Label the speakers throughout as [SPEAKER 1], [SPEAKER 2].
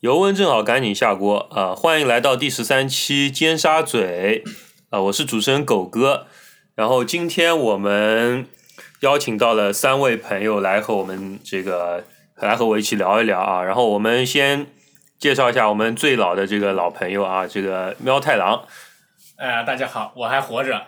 [SPEAKER 1] 油温正好，赶紧下锅啊、欢迎来到第十三期尖沙咀啊、我是主持人狗哥。然后今天我们邀请到了三位朋友来和我们这个来和我一起聊一聊啊。然后我们先介绍一下我们最老的这个老朋友啊，这个喵太郎。
[SPEAKER 2] 呃，大家好，我还活着。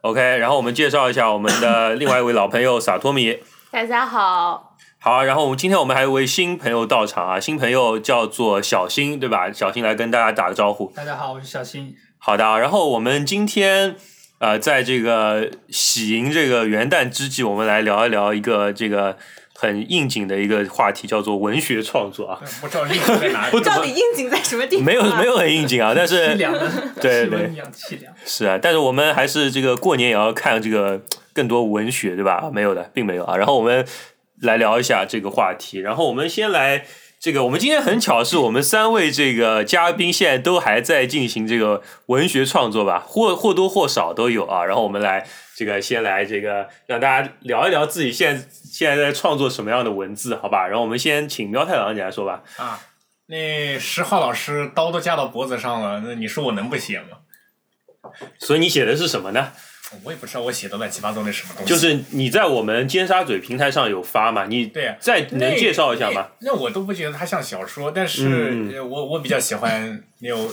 [SPEAKER 1] OK，然后我们介绍一下我们的另外一位老朋友萨托米。
[SPEAKER 3] 大家好，
[SPEAKER 1] 好，然后我们今天我们还有一位新朋友到场啊，新朋友叫做小新，对吧？小新来跟大家打个招呼。
[SPEAKER 2] 大家好，我是小新。
[SPEAKER 1] 好的啊，然后我们今天呃，在这个喜迎这个元旦之际，我们来聊一聊一个这个很应景的一个话题，叫做文学创作啊。
[SPEAKER 2] 我呃知道你在哪 里。
[SPEAKER 3] 到底应景在什么地方？
[SPEAKER 1] 没有没有很应景啊，但
[SPEAKER 2] 凄
[SPEAKER 1] 是
[SPEAKER 2] 凉 的，
[SPEAKER 1] 对
[SPEAKER 2] 气
[SPEAKER 1] 对
[SPEAKER 2] 温一样凄凉。
[SPEAKER 1] 是啊，但是我们还是这个过年也要看这个更多文学，对吧？没有的，并没有啊。然后我们来聊一下这个话题，然后我们先来这个，我们今天很巧是我们三位这个嘉宾现在都还在进行这个文学创作吧，或或多或少都有啊。然后我们来这个先来这个让大家聊一聊自己现在现在在创作什么样的文字，好吧？然后我们先请喵太郎你来说吧。
[SPEAKER 2] 啊，那十号老师刀都架到脖子上了，那你说我能不写吗？
[SPEAKER 1] 所以你写的是什么呢？
[SPEAKER 2] 我也不知道我写的乱七八糟那什么东西。
[SPEAKER 1] 就是你在我们尖沙咀平台上有发嘛？你
[SPEAKER 2] 对啊呀
[SPEAKER 1] 再
[SPEAKER 2] 那
[SPEAKER 1] 能介绍一下吗？？
[SPEAKER 2] 那那我都不觉得它像小说，但是
[SPEAKER 1] 嗯
[SPEAKER 2] 呃我我比较喜欢有。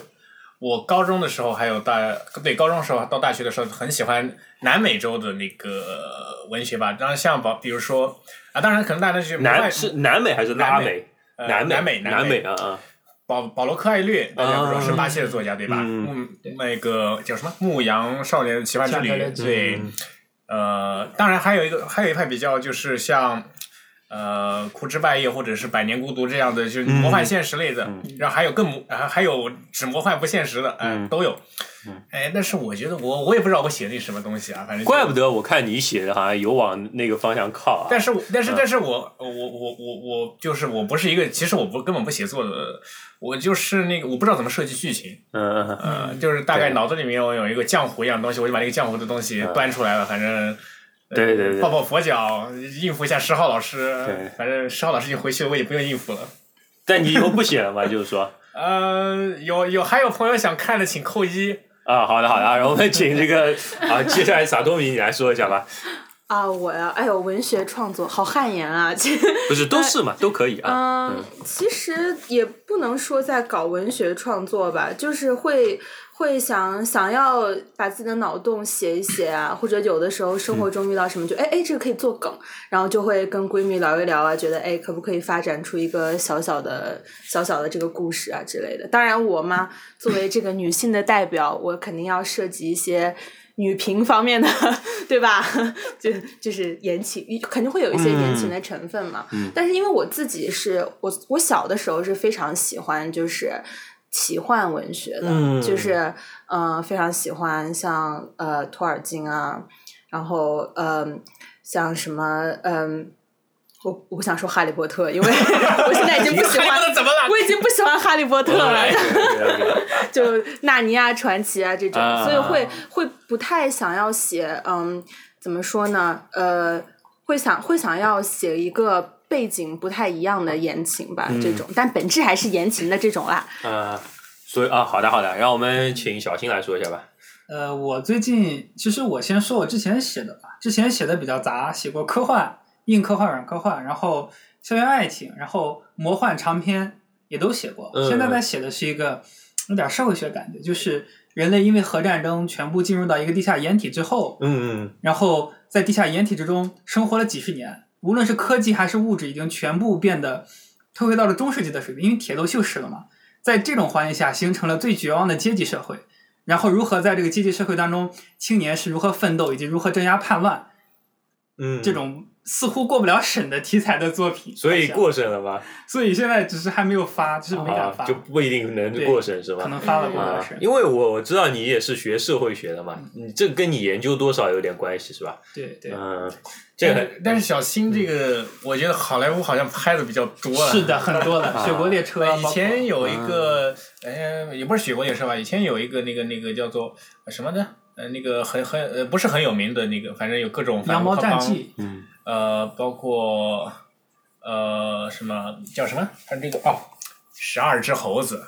[SPEAKER 2] 我高中的时候，还有大对高中时候到大学的时候，很喜欢南美洲的那个文学吧。当然像比比如说啊，当然可能大家就是
[SPEAKER 1] 南
[SPEAKER 2] 外
[SPEAKER 1] 是南美还是拉
[SPEAKER 2] 南
[SPEAKER 1] 美？
[SPEAKER 2] 呃
[SPEAKER 1] 美，南
[SPEAKER 2] 南美
[SPEAKER 1] 南
[SPEAKER 2] 南
[SPEAKER 1] 美
[SPEAKER 2] 美
[SPEAKER 1] 啊啊！
[SPEAKER 2] 保保罗·柯艾略，大家不知道
[SPEAKER 1] 啊
[SPEAKER 2] 是巴西的作家对吧？
[SPEAKER 1] 嗯
[SPEAKER 2] 嗯，那个叫什么《牧羊少年的奇幻之旅
[SPEAKER 4] 奇幻之》旅
[SPEAKER 2] 对，
[SPEAKER 1] 嗯
[SPEAKER 2] 呃，当然还有一个还有一派比较就是像呃《枯枝败叶》或者是《百年孤独》这样的，就是
[SPEAKER 1] 嗯
[SPEAKER 2] 魔幻现实类的，然后还有更魔、啊还有只魔幻不现实的，
[SPEAKER 1] 嗯
[SPEAKER 2] 哎、都有。哎，但是我觉得我我也不知道我写的那什么东西啊，反正就
[SPEAKER 1] 怪不得我看你写的好像有往那个方向靠啊
[SPEAKER 2] 但。是我，但是，但是我，我，我，我，我就是我不是一个，其实我不根本不写作的，我就是那个我不知道怎么设计剧情，
[SPEAKER 1] 嗯嗯嗯，
[SPEAKER 2] 呃，就是大概
[SPEAKER 1] 对嗯
[SPEAKER 2] 脑子里面我有一个浆糊一样东西，我就把那个浆糊的东西端出来了，反正。呃
[SPEAKER 1] 对对对
[SPEAKER 2] 抱抱佛脚，应付一下十号老师
[SPEAKER 1] 对。
[SPEAKER 2] 反正十号老师一回去，我也不用应付了。
[SPEAKER 1] 但你以后不写了吗？就是说
[SPEAKER 2] 呃，有有还有朋友想看的，请扣一。
[SPEAKER 1] 啊，好的好的 啊，然后我们请这个啊，接下来萨多米你来说一下吧。
[SPEAKER 3] 啊！我呀，哎呦，文学创作好汗颜啊！这，
[SPEAKER 1] 不是都
[SPEAKER 2] 呃
[SPEAKER 1] 是嘛，都可以啊。
[SPEAKER 3] 嗯、其实也不能说在搞文学创作吧，就是会会想想要把自己的脑洞写一写啊， 或者有的时候生活中遇到什么就哎哎，这个可以做梗，然后就会跟闺蜜聊一聊啊，觉得哎，可不可以发展出一个小小的小小的这个故事啊之类的。当然，我嘛，作为这个女性的代表，我肯定要涉及一些。女频方面的， 对吧？就就是言情，肯定会有一些言情的成分嘛。但是因为我自己是我，我小的时候是非常喜欢就是奇幻文学的，
[SPEAKER 1] 嗯
[SPEAKER 3] 就是呃非常喜欢像呃托尔金啊，然后嗯、像什么嗯、我我不想说哈利波特，因为 我现在已经不喜
[SPEAKER 2] 还
[SPEAKER 3] 欢
[SPEAKER 2] 能，怎么了？
[SPEAKER 3] 我已经不喜欢哈利波特了。
[SPEAKER 1] 对
[SPEAKER 3] 就纳尼亚传奇啊这种，
[SPEAKER 1] 啊
[SPEAKER 3] 所以会会不太想要写，嗯，怎么说呢？呃，会想会想要写一个背景不太一样的言情吧，这种，但本质还是言情的这种啦。
[SPEAKER 1] 嗯，所以啊，好的好的，让我们请小新来说一下吧。
[SPEAKER 4] 呃，我最近其实我先说我之前写的吧，之前写的比较杂，写过科幻、硬科幻、软科幻，然后校园爱情，然后魔幻长篇也都写过。
[SPEAKER 1] 嗯
[SPEAKER 4] 现在在写的是一个有点社会学感觉，就是人类因为核战争全部进入到一个地下掩体之后，
[SPEAKER 1] 嗯
[SPEAKER 4] 然后在地下掩体之中生活了几十年，无论是科技还是物质，已经全部变得退回到了中世纪的水平，因为铁路锈蚀了嘛。在这种环境下，形成了最绝望的阶级社会。然后，如何在这个阶级社会当中，青年是如何奋斗，以及如何镇压叛乱，
[SPEAKER 1] 嗯，
[SPEAKER 4] 这种似乎过不了审的题材的作品。
[SPEAKER 1] 所以
[SPEAKER 4] 好像，
[SPEAKER 1] 过审了吧？
[SPEAKER 4] 所以现在只是还没有发，就是没敢发，
[SPEAKER 1] 啊就不一定能
[SPEAKER 4] 对
[SPEAKER 1] 过审是吧？
[SPEAKER 4] 可能发了过不了
[SPEAKER 1] 啊
[SPEAKER 4] 审，。
[SPEAKER 1] 因为我我知道你也是学社会学的嘛，你这跟你研究多少有点关系是吧？
[SPEAKER 4] 对对，
[SPEAKER 1] 嗯，这个
[SPEAKER 2] 但是小新这个，我觉得好莱坞好像拍的比较多了。
[SPEAKER 4] 是的，很多的《雪国列
[SPEAKER 1] 啊
[SPEAKER 4] 车》
[SPEAKER 2] 以
[SPEAKER 4] 包括
[SPEAKER 2] 前有
[SPEAKER 1] 嗯
[SPEAKER 2] 一个，呃，也不是雪国也是吧？以前有一个那个那个叫做呃什么呢？呃，那个很很呃，不是很有名的那个，反正有各种
[SPEAKER 4] 《羊毛战，记》，
[SPEAKER 1] 嗯
[SPEAKER 2] 呃，包括呃什么叫什么？他这个哦，十二只猴子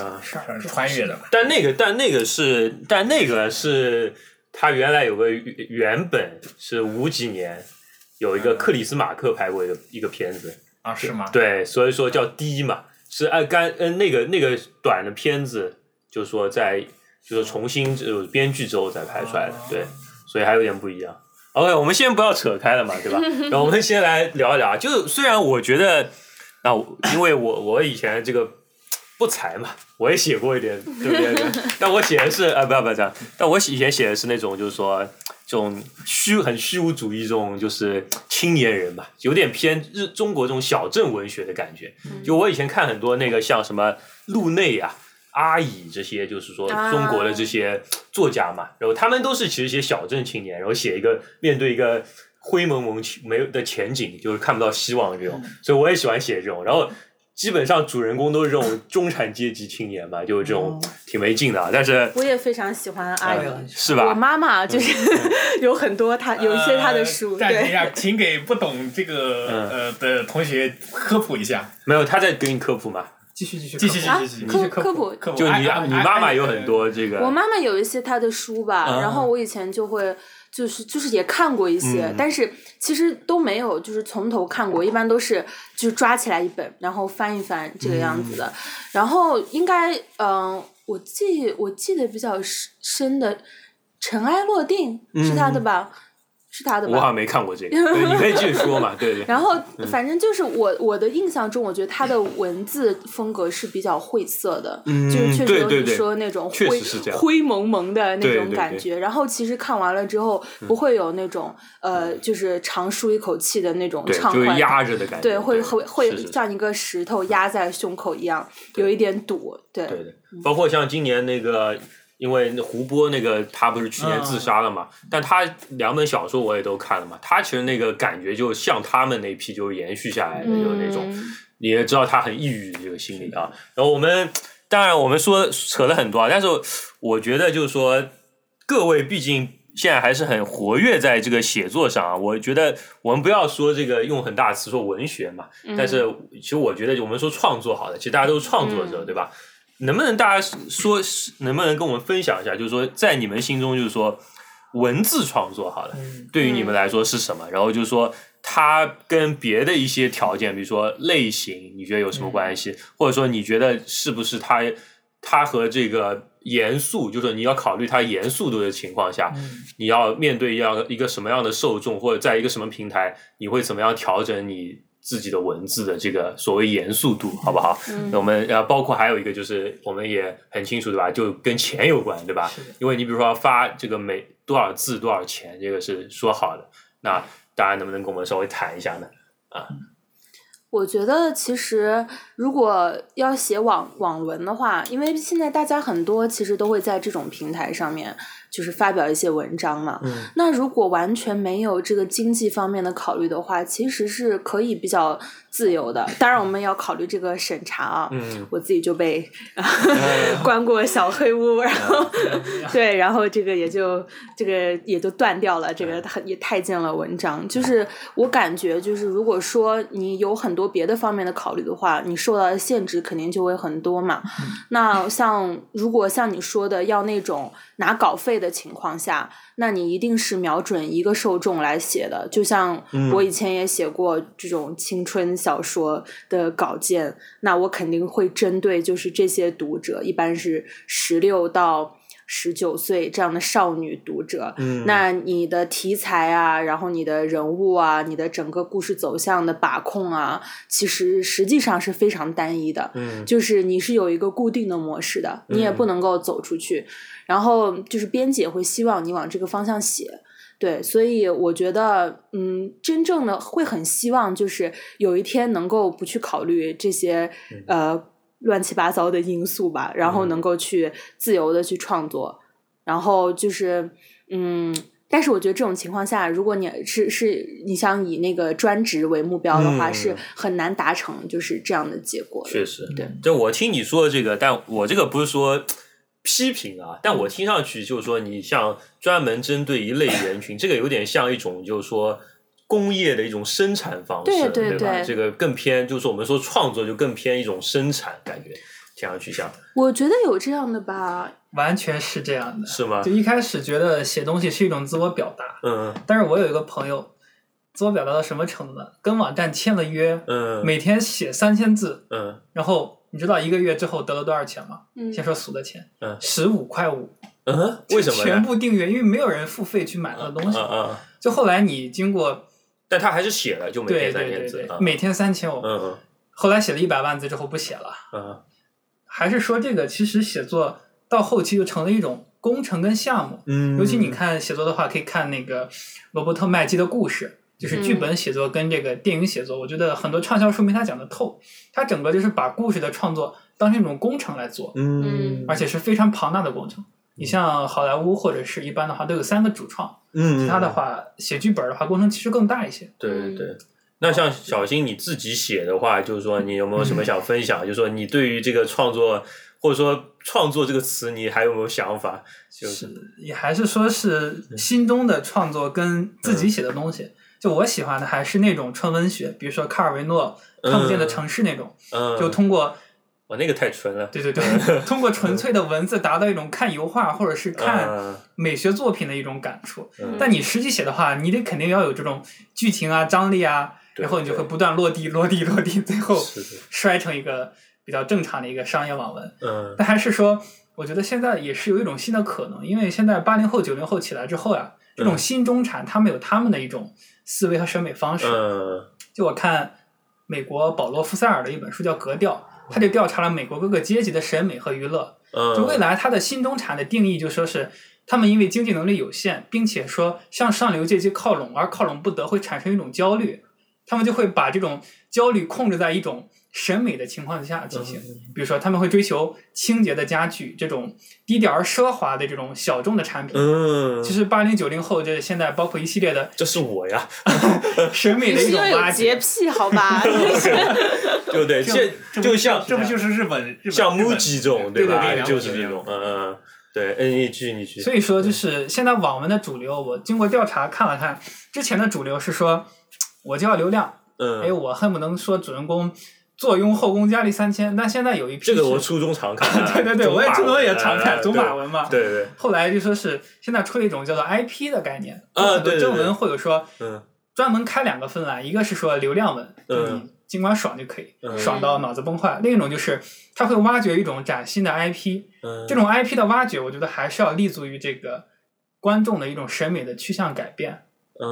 [SPEAKER 1] 啊。
[SPEAKER 4] 是
[SPEAKER 2] 呃穿越的嘛。
[SPEAKER 1] 但那个，但那个是，但那个是他原来有个原本是五几年有一个克里斯马克拍过一个一个片子，
[SPEAKER 2] 啊，是吗？
[SPEAKER 1] 对，所以说叫低嘛，是按干嗯那个那个短的片子，就说在就是重新就编剧之后再拍出来的，对，所以还有点不一样。OK，我们先不要扯开了嘛，对吧？然后我们先来聊一聊啊，就是虽然我觉得啊，我因为我我以前这个不才嘛，我也写过一点，对不对？但我写的是啊，不要不要这样，但我以前写的是那种就是说这种虚很虚无主义这种就是青年人嘛，有点偏日中国这种小镇文学的感觉。就我以前看很多那个像什么路内啊、阿乙这些，就是说
[SPEAKER 3] 啊
[SPEAKER 1] 中国的这些作家嘛，然后他们都是其实写小镇青年，然后写一个面对一个。灰蒙蒙其没有的前景，就是看不到希望这种，
[SPEAKER 3] 嗯
[SPEAKER 1] 所以我也喜欢写这种。然后基本上主人公都是这种中产阶级青年嘛，就是这种挺没劲的啊，但是
[SPEAKER 3] 哦我也非常喜欢阿
[SPEAKER 4] 哎呀
[SPEAKER 3] 姨，
[SPEAKER 1] 是
[SPEAKER 3] 我
[SPEAKER 1] 吧？嗯
[SPEAKER 3] 妈妈就是 有很多她有一些她的书，
[SPEAKER 2] 呃暂停一
[SPEAKER 3] 对，
[SPEAKER 2] 下，请给不懂这个
[SPEAKER 1] 嗯
[SPEAKER 2] 呃的同学科普一下。
[SPEAKER 1] 没有，他在给你科普嘛，
[SPEAKER 4] 继续继续
[SPEAKER 2] 继续继
[SPEAKER 4] 科普
[SPEAKER 3] 啊
[SPEAKER 2] 续继续，
[SPEAKER 3] 科科
[SPEAKER 4] 科普
[SPEAKER 3] 普
[SPEAKER 2] 科普。
[SPEAKER 1] 就
[SPEAKER 2] 哎
[SPEAKER 1] 你啊
[SPEAKER 2] 哎
[SPEAKER 1] 你
[SPEAKER 2] 哎
[SPEAKER 1] 妈妈
[SPEAKER 2] 哎
[SPEAKER 1] 有很多这个
[SPEAKER 3] 我妈妈有一些她的书吧，
[SPEAKER 1] 啊
[SPEAKER 3] 然后我以前就会就是就是也看过一些，
[SPEAKER 1] 嗯
[SPEAKER 3] 但是其实都没有就是从头看过，一般都是就是抓起来一本，然后翻一翻这个样子的。
[SPEAKER 1] 嗯
[SPEAKER 3] 然后应该嗯、我记我记得比较深的《尘埃落定》是他的
[SPEAKER 1] 嗯
[SPEAKER 3] 吧？是他的
[SPEAKER 1] 我好
[SPEAKER 3] 吧？
[SPEAKER 1] 像没看过这个，对你可以继续说嘛，对 对。
[SPEAKER 3] 然后，反正就是我我的印象中，我觉得他的文字风格是比较晦涩的，
[SPEAKER 1] 嗯
[SPEAKER 3] 就是确实有
[SPEAKER 1] 对对
[SPEAKER 3] 你
[SPEAKER 1] 对
[SPEAKER 3] 说的那种
[SPEAKER 1] 确
[SPEAKER 3] 灰
[SPEAKER 1] 实是这样
[SPEAKER 3] 灰蒙蒙的那
[SPEAKER 1] 对
[SPEAKER 3] 种
[SPEAKER 1] 对
[SPEAKER 3] 感
[SPEAKER 1] 对嗯
[SPEAKER 3] 觉。然后其实看完了之后，不会有那种呃，就是长舒一口气的那种
[SPEAKER 1] 对，
[SPEAKER 3] 畅
[SPEAKER 1] 就是
[SPEAKER 3] 快感，
[SPEAKER 1] 压着的感觉，
[SPEAKER 3] 对，会会会
[SPEAKER 1] 是是是
[SPEAKER 3] 像一个石头压在胸口一样，有一点堵，对。
[SPEAKER 1] 对的。包括像今年那个，因为那胡波那个他不是去年
[SPEAKER 3] 嗯
[SPEAKER 1] 自杀了嘛，但他两本小说我也都看了嘛，他其实那个感觉就像他们那批就是延续下来的，就是那种
[SPEAKER 3] 嗯，
[SPEAKER 1] 你也知道他很抑郁的这个心理啊。然后我们当然我们说扯了很多啊，但是我觉得就是说，各位毕竟现在还是很活跃在这个写作上啊。我觉得我们不要说这个用很大的词说文学嘛，
[SPEAKER 3] 嗯
[SPEAKER 1] 但是其实我觉得我们说创作好了，其实大家都是创作者，对吧？能不能大家说，能不能跟我们分享一下，就是说在你们心中，就是说文字创作好了，对于你们来说是什么？然后就是说它跟别的一些条件，比如说类型，你觉得有什么关系？或者说你觉得是不是它它和这个严肃，就是说你要考虑它严肃度的情况下，你要面对要一个什么样的受众，或者在一个什么平台，你会怎么样调整你自己的文字的这个所谓严肃度，好不好？
[SPEAKER 3] 嗯
[SPEAKER 1] 那我们呃，包括还有一个就是我们也很清楚，对吧？就跟钱有关，对吧
[SPEAKER 4] 是的？
[SPEAKER 1] 因为你比如说要发这个每多少字多少钱，这个是说好的，那大家能不能跟我们稍微谈一下呢？
[SPEAKER 3] 我觉得其实如果要写网网文的话，因为现在大家很多其实都会在这种平台上面就是发表一些文章嘛。
[SPEAKER 1] 嗯
[SPEAKER 3] 那如果完全没有这个经济方面的考虑的话，其实是可以比较自由的。当然，我们要考虑这个审查啊。
[SPEAKER 1] 嗯，
[SPEAKER 3] 我自己就被啊关过小黑屋，然后 对，然后这个也就这个也就断掉了，这个太也太见了文章。就是我感觉，就是如果说你有很多别的方面的考虑的话，你受到的限制肯定就会很多嘛。那像如果像你说的要那种拿稿费的情况下，那你一定是瞄准一个受众来写的。就像我以前也写过这种青春小说的稿件，那我肯定会针对就是这些读者，一般是十六到十九岁这样的少女读者。
[SPEAKER 1] 嗯
[SPEAKER 3] 那你的题材啊，然后你的人物啊，你的整个故事走向的把控啊，其实实际上是非常单一的。
[SPEAKER 1] 嗯
[SPEAKER 3] 就是你是有一个固定的模式的，你也不能够走出去。然后就是编辑也会希望你往这个方向写。对，所以我觉得，嗯，真正的会很希望，就是有一天能够不去考虑这些
[SPEAKER 1] 嗯
[SPEAKER 3] 呃乱七八糟的因素吧，然后能够去自由的去创作，然后就是，嗯，但是我觉得这种情况下，如果你是是你想以那个专职为目标的话，
[SPEAKER 1] 嗯
[SPEAKER 3] 是很难达成就是这样的结果的。
[SPEAKER 1] 确实，
[SPEAKER 3] 对。
[SPEAKER 1] 就我听你说的这个，但我这个不是说批评啊，但我听上去就是说，你像专门针对一类人群，这个有点像一种就是说工业的一种生产方式，
[SPEAKER 5] 对
[SPEAKER 1] 对
[SPEAKER 5] 对
[SPEAKER 1] 吧？
[SPEAKER 5] 对
[SPEAKER 1] 这个更偏，就是说我们说创作就更偏一种生产感觉，这样去想
[SPEAKER 3] 我觉得有这样的吧，
[SPEAKER 4] 完全是这样的。
[SPEAKER 1] 是吗
[SPEAKER 4] 就？一开始觉得写东西是一种自我表达，
[SPEAKER 1] 嗯
[SPEAKER 4] 但是我有一个朋友，自我表达到什么程度呢？跟网站签了约，
[SPEAKER 1] 嗯
[SPEAKER 4] 每天写三千字，
[SPEAKER 1] 嗯
[SPEAKER 4] 然后你知道一个月之后得了多少钱吗？
[SPEAKER 3] 嗯，
[SPEAKER 4] 先说俗的钱，
[SPEAKER 1] 嗯
[SPEAKER 4] 十五块五，
[SPEAKER 1] 嗯，为什么呢？
[SPEAKER 4] 全部订阅，因为没有人付费去买他的东
[SPEAKER 1] 嗯
[SPEAKER 4] 西。
[SPEAKER 1] 嗯嗯，
[SPEAKER 4] 就后来你经过
[SPEAKER 1] 但他还是写了，就每
[SPEAKER 4] 对
[SPEAKER 1] 天
[SPEAKER 4] 对
[SPEAKER 1] 三千
[SPEAKER 4] 对
[SPEAKER 1] 字
[SPEAKER 4] 对
[SPEAKER 1] 啊，，嗯
[SPEAKER 4] 每天三千五，
[SPEAKER 1] 嗯
[SPEAKER 4] 后来写了一百万字之后不写了，
[SPEAKER 1] 嗯
[SPEAKER 4] 还是说这个其实写作到后期就成了一种工程跟项目。
[SPEAKER 1] 嗯，
[SPEAKER 4] 尤其你看写作的话，可以看那个罗伯特麦基的故事，就是剧
[SPEAKER 3] 嗯
[SPEAKER 4] 本写作跟这个电影写作，我觉得很多畅销书没他讲的透。他整个就是把故事的创作当成一种工程来做，
[SPEAKER 1] 嗯，嗯
[SPEAKER 4] 而且是非常庞大的工程。你像好莱坞或者是一般的话，都有三个主创，
[SPEAKER 1] 嗯，
[SPEAKER 4] 其他的话写剧本的话，工程其实更大一些。
[SPEAKER 1] 对对对。那像小新你自己写的话，就是说你有没有
[SPEAKER 4] 嗯
[SPEAKER 1] 什么想分享？就是说你对于这个创作，或者说“创作”这个词，你还有没有想法？就是
[SPEAKER 4] 也还是说是心中的创作跟自己写的东
[SPEAKER 1] 嗯
[SPEAKER 4] 西。就我喜欢的还是那种纯文学，比如说卡尔维诺《看不见的城市》那种，
[SPEAKER 1] 嗯，
[SPEAKER 4] 就通过
[SPEAKER 1] 我那个太纯了，
[SPEAKER 4] 对对 对，通过纯粹的文字达到一种看油画或者是看
[SPEAKER 1] 嗯
[SPEAKER 4] 美学作品的一种感触。
[SPEAKER 1] 嗯
[SPEAKER 4] 但你实际写的话，你得肯定要有这种剧情啊、张力啊，
[SPEAKER 1] 对
[SPEAKER 4] 然后你就
[SPEAKER 1] 对
[SPEAKER 4] 会不断落地、 落地、落地，最后
[SPEAKER 1] 是的
[SPEAKER 4] 摔成一个比较正常的一个商业网文。
[SPEAKER 1] 嗯
[SPEAKER 4] 但还是说，我觉得现在也是有一种新的可能，因为现在八零后、九零后起来之后呀、这种
[SPEAKER 1] 嗯
[SPEAKER 4] 新中产他们有他们的一种思维和审美方式。
[SPEAKER 1] 嗯
[SPEAKER 4] 就我看美国保罗·福塞尔的一本书叫《格调》，他就调查了美国各个阶级的审美和娱乐。
[SPEAKER 1] 嗯，
[SPEAKER 4] 就未来他的新中产的定义，就说是他们因为经济能力有限，并且说向上流阶级靠拢，而靠拢不得会产生一种焦虑，他们就会把这种焦虑控制在一种审美的情况之下进行。
[SPEAKER 1] 嗯
[SPEAKER 4] 比如说，他们会追求清洁的家具，这种低调而奢华的这种小众的产品。
[SPEAKER 1] 嗯，
[SPEAKER 4] 其实八零九零后这现在包括一系列的
[SPEAKER 1] 这是我呀，
[SPEAKER 4] 审美
[SPEAKER 5] 你
[SPEAKER 4] 的
[SPEAKER 5] 是
[SPEAKER 4] 一
[SPEAKER 5] 因
[SPEAKER 4] 种
[SPEAKER 5] 为
[SPEAKER 4] 挖
[SPEAKER 5] 有洁
[SPEAKER 4] 掘，
[SPEAKER 5] 癖 好吧？
[SPEAKER 1] 对不对？这就像
[SPEAKER 2] 哎这不就是日本日本
[SPEAKER 1] 像
[SPEAKER 2] 日本
[SPEAKER 1] MUJI 这种
[SPEAKER 2] 对
[SPEAKER 1] 吧？
[SPEAKER 2] 对对
[SPEAKER 1] 就是这种，嗯嗯，对，嗯，你去你去，
[SPEAKER 4] 所以说，就是现在网文的主流，我经过调查看了看，之前的主流是说我就要流量，
[SPEAKER 1] 嗯，
[SPEAKER 4] 哎，我恨不能说主人公坐拥后宫佳丽三千，但现在有一批
[SPEAKER 1] 这个我
[SPEAKER 4] 是，
[SPEAKER 1] 初中常看
[SPEAKER 4] 对对对，我也
[SPEAKER 1] 中
[SPEAKER 4] 这
[SPEAKER 1] 马
[SPEAKER 4] 种
[SPEAKER 1] 文
[SPEAKER 4] 也常看
[SPEAKER 1] 嗯
[SPEAKER 4] 走马
[SPEAKER 1] 对
[SPEAKER 4] 文嘛。
[SPEAKER 1] 对对，
[SPEAKER 4] 后来就说是现在出了一种叫做 IP 的概念，
[SPEAKER 1] 啊
[SPEAKER 4] 有很
[SPEAKER 1] 对
[SPEAKER 4] 多
[SPEAKER 1] 对
[SPEAKER 4] 正
[SPEAKER 1] 对
[SPEAKER 4] 文会有说
[SPEAKER 1] 嗯
[SPEAKER 4] 专门开两个分栏，一个是说流量文，就是
[SPEAKER 1] 嗯
[SPEAKER 4] 你尽管爽就可以，
[SPEAKER 1] 嗯
[SPEAKER 4] 爽到脑子崩坏；另一种就是它会挖掘一种崭新的 IP，
[SPEAKER 1] 嗯，
[SPEAKER 4] 这种 IP 的挖掘，我觉得还是要立足于这个观众的一种审美的趋向改变，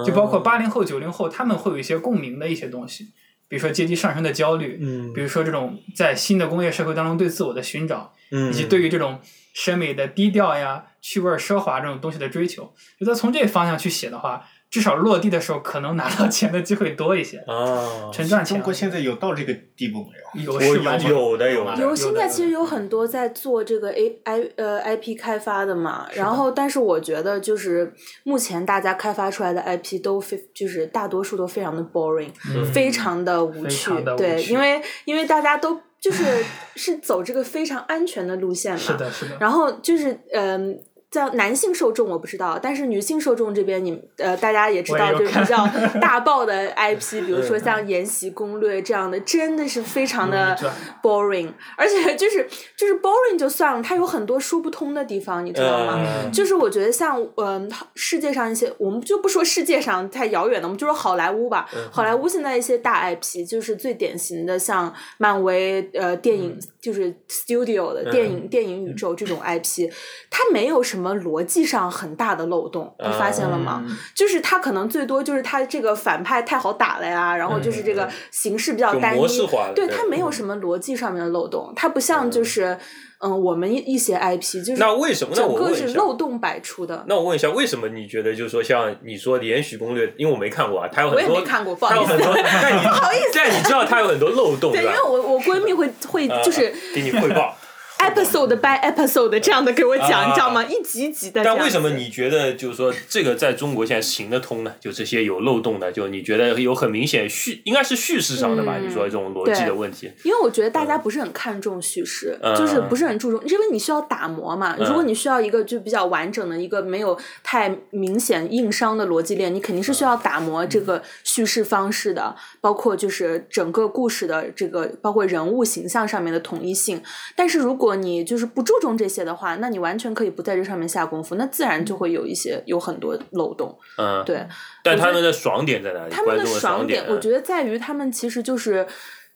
[SPEAKER 4] 就包括
[SPEAKER 1] 嗯
[SPEAKER 4] 八零后、九零后，他们会有一些共鸣的一些东西，比如说阶级上升的焦虑，
[SPEAKER 1] 嗯，
[SPEAKER 4] 比如说这种在新的工业社会当中对自我的寻找，以
[SPEAKER 1] 以
[SPEAKER 4] 及对于这种审美的低调呀、趣味儿奢华这种东西的追求。觉得从这方向去写的话，至少落地的时候可能拿到 钱的机会多一些，
[SPEAKER 1] 啊，
[SPEAKER 4] 纯赚钱
[SPEAKER 2] 中。国现在有到这个地步没有？
[SPEAKER 4] 有
[SPEAKER 1] 我
[SPEAKER 4] 是
[SPEAKER 1] 有
[SPEAKER 4] 完全
[SPEAKER 1] 有的有的，
[SPEAKER 3] 有，现在其实有很多在做这个 A I 呃 I P 开发的嘛，然后但是我觉得就是目前大家开发出来的 I P 都非就是大多数都非常的 boring，、
[SPEAKER 4] 嗯
[SPEAKER 3] 非常的无
[SPEAKER 4] 非
[SPEAKER 3] 趣，
[SPEAKER 4] 常的无
[SPEAKER 3] 对，
[SPEAKER 4] 趣
[SPEAKER 3] 因为因为大家都就是 是走这个非常安全的路线嘛，
[SPEAKER 4] 是的，是的。
[SPEAKER 3] 然后就是嗯。在男性受众我不知道，但是女性受众这边你们呃，大家也知
[SPEAKER 4] 我也
[SPEAKER 3] 道，
[SPEAKER 4] 有
[SPEAKER 3] 就是
[SPEAKER 4] 看
[SPEAKER 3] 比 较大爆的 IP，比如说像《延禧攻略》这样的，真的是非常的
[SPEAKER 4] 转
[SPEAKER 3] boring，而且就是就是 boring 就算了，它有很多说不通的地方，你知道
[SPEAKER 4] 呃
[SPEAKER 3] 吗？
[SPEAKER 1] 嗯
[SPEAKER 3] 就是我觉得像嗯、世界上一些，我们就不说世界上太遥远的，我们就说好莱坞吧。
[SPEAKER 1] 嗯
[SPEAKER 3] 好莱坞现在一些大 IP 就是最典型的，像漫威呃电影、
[SPEAKER 1] 嗯
[SPEAKER 3] 就是 studio 的电影、电影宇宙这种 IP，它没有什么逻辑上很大的漏洞，你发现了吗？
[SPEAKER 4] 嗯
[SPEAKER 3] 就是他可能最多就是他这个反派太好打了呀，然后就是这个形式比较单一，
[SPEAKER 1] 嗯就模式化了
[SPEAKER 3] 对
[SPEAKER 1] 对
[SPEAKER 3] 他没有什么逻辑上面的漏洞，他不像就是嗯我们一一些 IP 就是
[SPEAKER 1] 那为什么那
[SPEAKER 3] 整
[SPEAKER 1] 我
[SPEAKER 3] 个
[SPEAKER 1] 问一
[SPEAKER 3] 是
[SPEAKER 1] 下
[SPEAKER 3] 漏洞百出的。
[SPEAKER 1] 那我问一下，为什么你觉得就是说像你说的《延禧攻略》，因为我没看过啊，它有
[SPEAKER 3] 我
[SPEAKER 1] 很
[SPEAKER 3] 也
[SPEAKER 1] 多，
[SPEAKER 3] 没看过，不
[SPEAKER 1] 它
[SPEAKER 3] 好
[SPEAKER 1] 有
[SPEAKER 3] 意思
[SPEAKER 1] 很。 多，但你但你知道它有很多漏洞，
[SPEAKER 3] 对，因
[SPEAKER 1] 吧
[SPEAKER 3] 为？我我闺蜜会会
[SPEAKER 1] 呃
[SPEAKER 3] 就是
[SPEAKER 1] 给你汇报，
[SPEAKER 3] episode by episode 这样的给我
[SPEAKER 1] 啊
[SPEAKER 3] 讲，你知道吗？一集一集的。
[SPEAKER 1] 但为什么？你觉得就是说这个在中国现在行得通呢？就这些有漏洞的，就你觉得有很明显叙应该是叙事上的吧？
[SPEAKER 3] 嗯
[SPEAKER 1] 你说这种逻辑的问题，
[SPEAKER 3] 因为我觉得大家不是很看重叙事，
[SPEAKER 1] 嗯
[SPEAKER 3] 就是不是很注重，因为你需要打磨嘛。
[SPEAKER 1] 嗯
[SPEAKER 3] 如果你需要一个就比较完整的一个没有太明显硬伤的逻辑链，你肯定是
[SPEAKER 1] 嗯
[SPEAKER 3] 需要打磨这个叙事方式的，包括就是整个故事的这个，包括人物形象上面的统一性。但是如果你就是不注重这些的话，那你完全可以不在这上面下功夫，那自然就会有一些有很多漏洞。
[SPEAKER 1] 嗯，
[SPEAKER 3] 对，
[SPEAKER 1] 但他们的爽点在哪里？
[SPEAKER 3] 他们
[SPEAKER 1] 观
[SPEAKER 3] 的
[SPEAKER 1] 众
[SPEAKER 3] 爽
[SPEAKER 1] 点，啊
[SPEAKER 3] 我觉得在于他们其实就是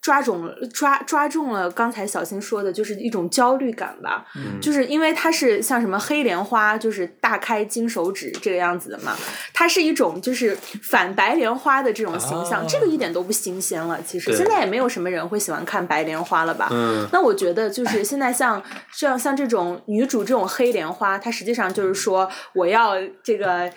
[SPEAKER 3] 抓中抓抓中了刚才小新说的，就是一种焦虑感吧。
[SPEAKER 1] 嗯
[SPEAKER 3] 就是因为它是像什么黑莲花，就是大开金手指这个样子的嘛，它是一种就是反白莲花的这种形象，
[SPEAKER 1] 啊
[SPEAKER 3] 这个一点都不新鲜了。其实
[SPEAKER 1] 对
[SPEAKER 3] 现在也没有什么人会喜欢看白莲花了吧？
[SPEAKER 1] 嗯
[SPEAKER 3] 那我觉得就是现在像像像这种女主这种黑莲花，她实际上就是说我要这个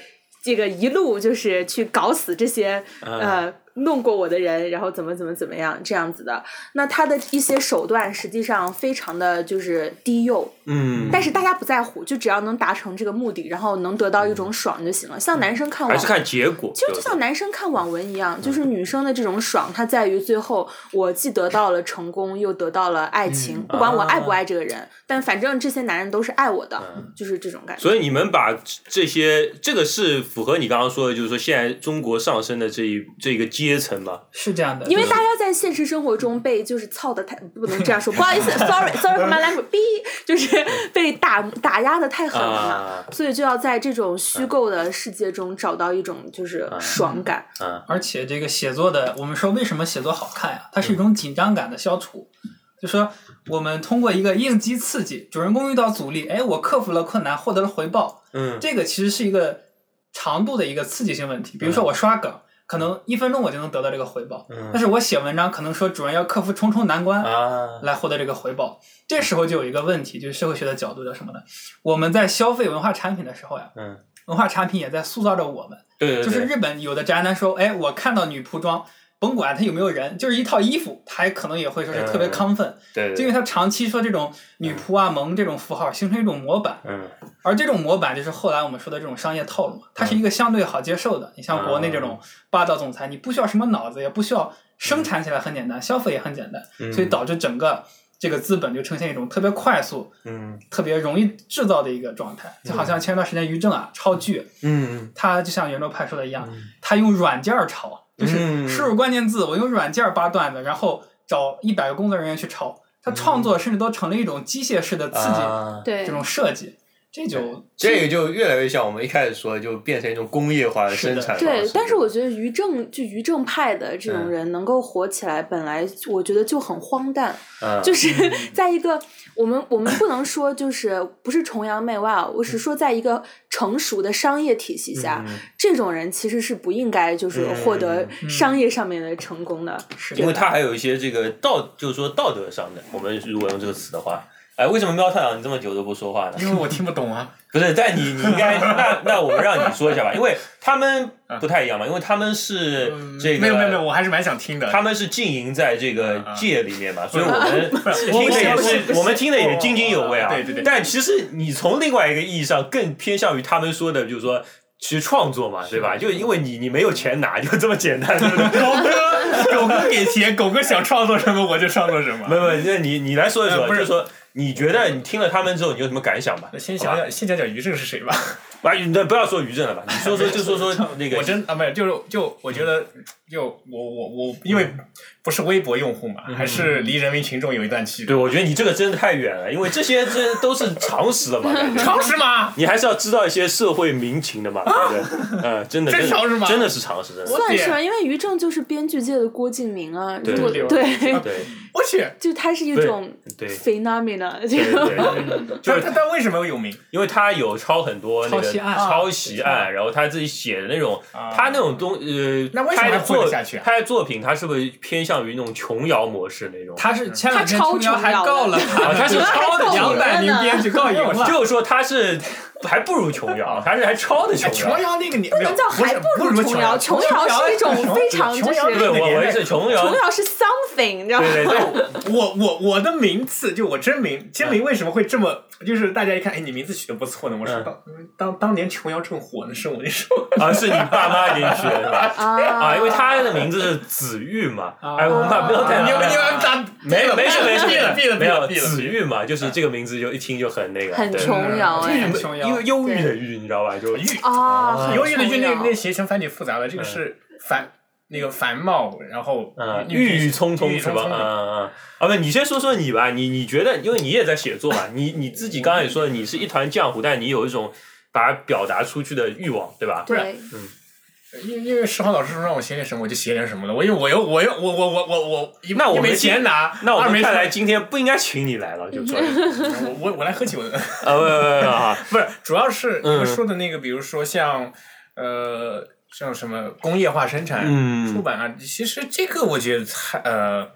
[SPEAKER 3] 这个一路就是去搞死这些呃弄过我的人，然后怎么怎么怎么样这样子的。那她的一些手段实际上非常的就是低幼，
[SPEAKER 1] 嗯，
[SPEAKER 3] 但是大家不在乎，就只要能达成这个目的，然后能得到一种爽就行了。像男生看
[SPEAKER 1] 还
[SPEAKER 3] 网
[SPEAKER 1] 是看结果，
[SPEAKER 3] 其实
[SPEAKER 1] 对
[SPEAKER 3] 就
[SPEAKER 1] 吧
[SPEAKER 3] 像男生看网文一样，就是
[SPEAKER 1] 嗯
[SPEAKER 3] 女生的这种爽，它在于最后我既得到了成功，又得到了爱
[SPEAKER 1] 嗯
[SPEAKER 3] 情，不管我爱不爱这个人，但反正这些男人都是爱我的，
[SPEAKER 1] 啊嗯
[SPEAKER 3] 就是这种感觉。
[SPEAKER 1] 所以你们把这些，这个是符合你刚刚说的，就是说现在中国上升的这一这个阶层嘛？
[SPEAKER 4] 是这样的，
[SPEAKER 3] 因为
[SPEAKER 4] 就是
[SPEAKER 3] 大家在现实生活中被就是操的太不能这样说，不好 意思，sorry sorry for my language，逼就是被打打压的太狠了嘛，
[SPEAKER 1] 啊嗯
[SPEAKER 3] 所以就要在这种虚构的世界中找到一种就是爽感。
[SPEAKER 1] 啊，
[SPEAKER 4] 而且这个写作的，我们说为什么写作好看呀、
[SPEAKER 1] 嗯
[SPEAKER 4] 它是一种紧张感的消除，就说我们通过一个应激刺激，主人公遇到阻力，哎，我克服了困难，获得了回报，
[SPEAKER 1] 嗯
[SPEAKER 4] 这个其实是一个长度的一个刺激性问题。比如说我刷梗，可能一分钟我就能得到这个回报，但
[SPEAKER 1] 嗯
[SPEAKER 4] 是我写文章可能说主人要克服重重难关，
[SPEAKER 1] 啊，
[SPEAKER 4] 来获得这个回报。这时候就有一个问题，就是社会学的角度叫什么呢？我们在消费文化产品的时候呀，
[SPEAKER 1] 嗯，
[SPEAKER 4] 文化产品也在塑造着我们。
[SPEAKER 1] 对对对，
[SPEAKER 4] 就是日本有的宅男说，哎，我看到女仆装，甭管她有没有人，就是一套衣服，他还可能也会说是特别亢奋，
[SPEAKER 1] 嗯对对嗯
[SPEAKER 4] 就
[SPEAKER 1] 对
[SPEAKER 4] 因为他长期说这种女仆啊、萌这种符号形成一种模板，
[SPEAKER 1] 嗯
[SPEAKER 4] 而这种模板就是后来我们说的这种商业套路嘛，它是
[SPEAKER 1] 嗯
[SPEAKER 4] 一个相对好接受的。你像国内这种霸道总裁，你不需要什么脑子，也不需要生产起来很简单，消费也很简单，
[SPEAKER 1] 嗯
[SPEAKER 4] 所以导致整个这个资本就呈现一种特别快速、
[SPEAKER 1] 嗯
[SPEAKER 4] 特别容易制造的一个状态，就好像前段时间于正啊超巨。
[SPEAKER 1] 嗯
[SPEAKER 4] 他就像圆桌派说的一样
[SPEAKER 1] 嗯，
[SPEAKER 4] 他用软件儿抄，就是
[SPEAKER 1] 嗯
[SPEAKER 4] 输入关键字，我用软件儿扒段子，然后找一百个工作人员去抄。他创作甚至都成了一种机械式的刺激，
[SPEAKER 1] 啊
[SPEAKER 3] 对
[SPEAKER 4] 这种设计，这就
[SPEAKER 1] 这个就越来越像我们一开始说的，就变成一种工业化的
[SPEAKER 4] 是的
[SPEAKER 1] 生产方式。
[SPEAKER 3] 对，但是我觉得于正就于正派的这种
[SPEAKER 1] 嗯
[SPEAKER 3] 人能够火起来，本来我觉得就很荒诞，
[SPEAKER 1] 嗯
[SPEAKER 3] 就是 在一个我们我们不能说就是不是崇洋媚外啊，我是说在一个成熟的商业体系下，
[SPEAKER 1] 嗯
[SPEAKER 3] 这种人其实是不应该就是获得
[SPEAKER 4] 嗯
[SPEAKER 3] 商业上面的成功的。
[SPEAKER 4] 是
[SPEAKER 1] 因为
[SPEAKER 4] 的。
[SPEAKER 1] 它还有一些这个道，就是说道德上的，我们如果用这个词的话。哎，为什么喵太郎你这么久都不说话呢？
[SPEAKER 2] 因为我听不懂啊。
[SPEAKER 1] 不是，但你你应 该那那我们让你说一下吧，因为他们不太一样嘛，因为他们是这个
[SPEAKER 2] 嗯没有没有没有，我嗯还是蛮想听的。
[SPEAKER 1] 他们是经营在这个界里面嘛，所以我们
[SPEAKER 2] 我
[SPEAKER 1] 听的也
[SPEAKER 2] 不
[SPEAKER 1] 是
[SPEAKER 2] 是
[SPEAKER 1] 我们听的也津津有味啊。
[SPEAKER 2] 对对对
[SPEAKER 1] 但其实你从另外一个意义上更偏向于他们说的，就是说。其实创作嘛，对吧？就因为你你没有钱拿，就这么简 单，对不对？
[SPEAKER 2] 狗哥，狗哥给钱，狗哥想创作什么我就创作什么。
[SPEAKER 1] 没有没有，那你你来说一说，
[SPEAKER 2] 呃不是
[SPEAKER 1] 就是说你觉得你听了他们之后，你有什么感想吧？
[SPEAKER 2] 先讲讲，先讲讲于正是谁吧。
[SPEAKER 1] 好吧，啊，那不要说于正了吧，你说说就说说那个，
[SPEAKER 2] 我真啊，没有，就是就我觉得，就我我我，因为不是微博用户嘛，还是离人民群众有一段距离
[SPEAKER 1] 对，。我觉得你这个真的太远了，因为这些这都是常识的嘛，感觉
[SPEAKER 2] 常识嘛，
[SPEAKER 1] 你还是要知道一些社会民情的嘛，对不对？嗯，真的，
[SPEAKER 2] 真
[SPEAKER 1] 真
[SPEAKER 2] 常识
[SPEAKER 1] 的
[SPEAKER 2] 吗
[SPEAKER 1] 真的是常识，真的是。
[SPEAKER 3] 算
[SPEAKER 2] 天
[SPEAKER 3] 是吧，因为于正就是编剧界的郭敬明啊，
[SPEAKER 1] 对
[SPEAKER 3] 如果
[SPEAKER 1] 对
[SPEAKER 3] 对，
[SPEAKER 1] 对
[SPEAKER 2] 我去，
[SPEAKER 3] 就他是一
[SPEAKER 1] 对
[SPEAKER 3] 种
[SPEAKER 1] 对
[SPEAKER 3] phenomena，
[SPEAKER 1] 对
[SPEAKER 3] 这 种
[SPEAKER 1] 对对对，就
[SPEAKER 2] 他
[SPEAKER 1] 是
[SPEAKER 2] 他
[SPEAKER 1] 他
[SPEAKER 2] 他为什么有名？
[SPEAKER 1] 因为他有抄很多那个
[SPEAKER 4] 抄袭案啊
[SPEAKER 1] 抄袭案，然后他自己写的那种，
[SPEAKER 2] 啊
[SPEAKER 1] 他那种东呃，
[SPEAKER 2] 那为什么
[SPEAKER 1] 拍的
[SPEAKER 2] 还混得
[SPEAKER 1] 作
[SPEAKER 2] 下去啊
[SPEAKER 1] 他的作品，他是不是偏向于那种琼瑶模式那种？
[SPEAKER 4] 他是前两天
[SPEAKER 3] 他超
[SPEAKER 4] 琼瑶还告了他
[SPEAKER 1] 啊
[SPEAKER 4] 呢，
[SPEAKER 1] 他是抄的
[SPEAKER 3] 他还告
[SPEAKER 4] 杨
[SPEAKER 3] 我
[SPEAKER 4] 百
[SPEAKER 3] 们
[SPEAKER 4] 林
[SPEAKER 3] 呢
[SPEAKER 4] 编剧告赢了，
[SPEAKER 1] 就是说他是还不如琼瑶，还是还超的
[SPEAKER 2] 哎
[SPEAKER 1] 琼
[SPEAKER 2] 琼
[SPEAKER 1] 瑶。
[SPEAKER 2] 瑶那个年
[SPEAKER 3] 不能叫
[SPEAKER 2] 没有
[SPEAKER 3] 还
[SPEAKER 2] 是
[SPEAKER 3] 不如
[SPEAKER 2] 如
[SPEAKER 3] 琼
[SPEAKER 2] 瑶，哎
[SPEAKER 3] 瑶，琼瑶是一种非常就
[SPEAKER 2] 琼
[SPEAKER 3] 是
[SPEAKER 2] 瑶
[SPEAKER 3] 琼
[SPEAKER 1] 对，我我也是琼瑶。
[SPEAKER 3] 瑶是 something，你知道吗？
[SPEAKER 1] 对对对，
[SPEAKER 2] 我我我的名次就我真
[SPEAKER 1] 嗯
[SPEAKER 2] 名真名为什么会这么？就是大家一看，哎，你名字取得不错呢。我说
[SPEAKER 1] 嗯
[SPEAKER 2] 当当当年琼瑶正火呢，是我那时 候。
[SPEAKER 1] 啊，是你爸妈给你取的是吧？
[SPEAKER 3] 啊
[SPEAKER 1] 啊，因为他的名字是子玉嘛。
[SPEAKER 4] 啊
[SPEAKER 1] 哎，我们把不要太
[SPEAKER 2] 你们你们咋？
[SPEAKER 1] 没没事没事
[SPEAKER 2] 闭了闭了
[SPEAKER 1] 没
[SPEAKER 2] 闭了
[SPEAKER 1] 有
[SPEAKER 2] 闭了。
[SPEAKER 1] 子玉嘛，就是这个名字就一听就很那个，
[SPEAKER 3] 很
[SPEAKER 1] 对
[SPEAKER 3] 琼瑶
[SPEAKER 4] 这
[SPEAKER 3] 哎
[SPEAKER 4] 很啊琼
[SPEAKER 1] 因
[SPEAKER 4] 瑶
[SPEAKER 1] 为。忧郁的郁，你知道吧？就郁
[SPEAKER 3] 啊，很
[SPEAKER 2] 由于那
[SPEAKER 3] 琼
[SPEAKER 2] 句那
[SPEAKER 3] 瑶
[SPEAKER 2] 那谐声繁体复杂了，这个是繁那个繁茂，然后
[SPEAKER 1] 嗯，郁
[SPEAKER 2] 郁
[SPEAKER 1] 郁葱葱
[SPEAKER 2] 郁郁
[SPEAKER 1] 是
[SPEAKER 2] 葱
[SPEAKER 1] 吧？
[SPEAKER 2] 葱
[SPEAKER 1] 嗯
[SPEAKER 2] 的
[SPEAKER 1] 嗯嗯，啊不，你先说说你吧，你你觉得，因为你也在写作嘛，你你自己刚才也说了，你是一团浆糊，但你有一种把它表达出去的欲望，对吧？
[SPEAKER 3] 对，
[SPEAKER 2] 因因为石浩老师说让我写点什么，我就写点什么了。我因为我又我又我我我我我一
[SPEAKER 1] 那我
[SPEAKER 2] 一
[SPEAKER 1] 们
[SPEAKER 2] 没
[SPEAKER 1] 今
[SPEAKER 2] 钱拿，
[SPEAKER 1] 那我
[SPEAKER 2] 二
[SPEAKER 1] 们
[SPEAKER 2] 没
[SPEAKER 1] 看来
[SPEAKER 2] 钱
[SPEAKER 1] 今天不应该请你来了，就说
[SPEAKER 2] 拿，我我我来喝酒的。
[SPEAKER 1] 啊，不不不啊，
[SPEAKER 2] 不是，主要是你
[SPEAKER 1] 嗯
[SPEAKER 2] 们说的那个，比如说像呃，像什么工业化生产、
[SPEAKER 1] 嗯
[SPEAKER 2] 出版啊，其实这个我觉得太呃。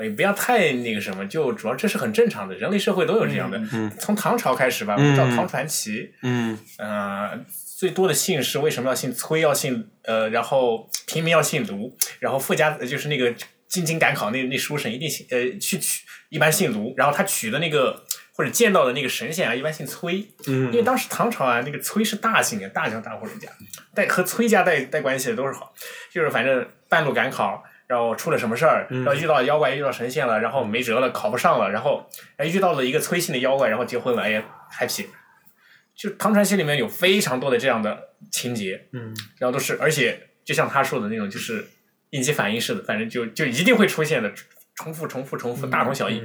[SPEAKER 2] 也不要太那个什么，就主要这是很正常的，人类社会都有这样的。
[SPEAKER 1] 嗯
[SPEAKER 2] 从唐朝开始吧，我们知道
[SPEAKER 1] 嗯
[SPEAKER 2] 唐传奇，
[SPEAKER 1] 嗯
[SPEAKER 2] 呃，最多的姓氏为什么要姓崔，要姓呃，然后平民要姓卢，然后富家呃就是那个进京赶考那那书生一定姓呃去娶，一般姓卢，然后他娶的那个或者见到的那个神仙啊，一般姓崔，因为
[SPEAKER 1] 嗯
[SPEAKER 2] 当时唐朝啊，那个崔是大姓啊，大姓大户人家，带和崔家带带关系的都是好，就是反正半路赶考，然后出了什么事儿，然后遇到妖怪，遇到神仙了，然后没辙了，考不上了，然后哎遇到了一个崔姓的妖怪，然后结婚了，哎 happy。就唐传奇里面有非常多的这样的情节，
[SPEAKER 1] 嗯，
[SPEAKER 2] 然后都是，而且就像他说的那种，就是应激反应式的，反正就就一定会出现的，重复、重复、重复，大同小异。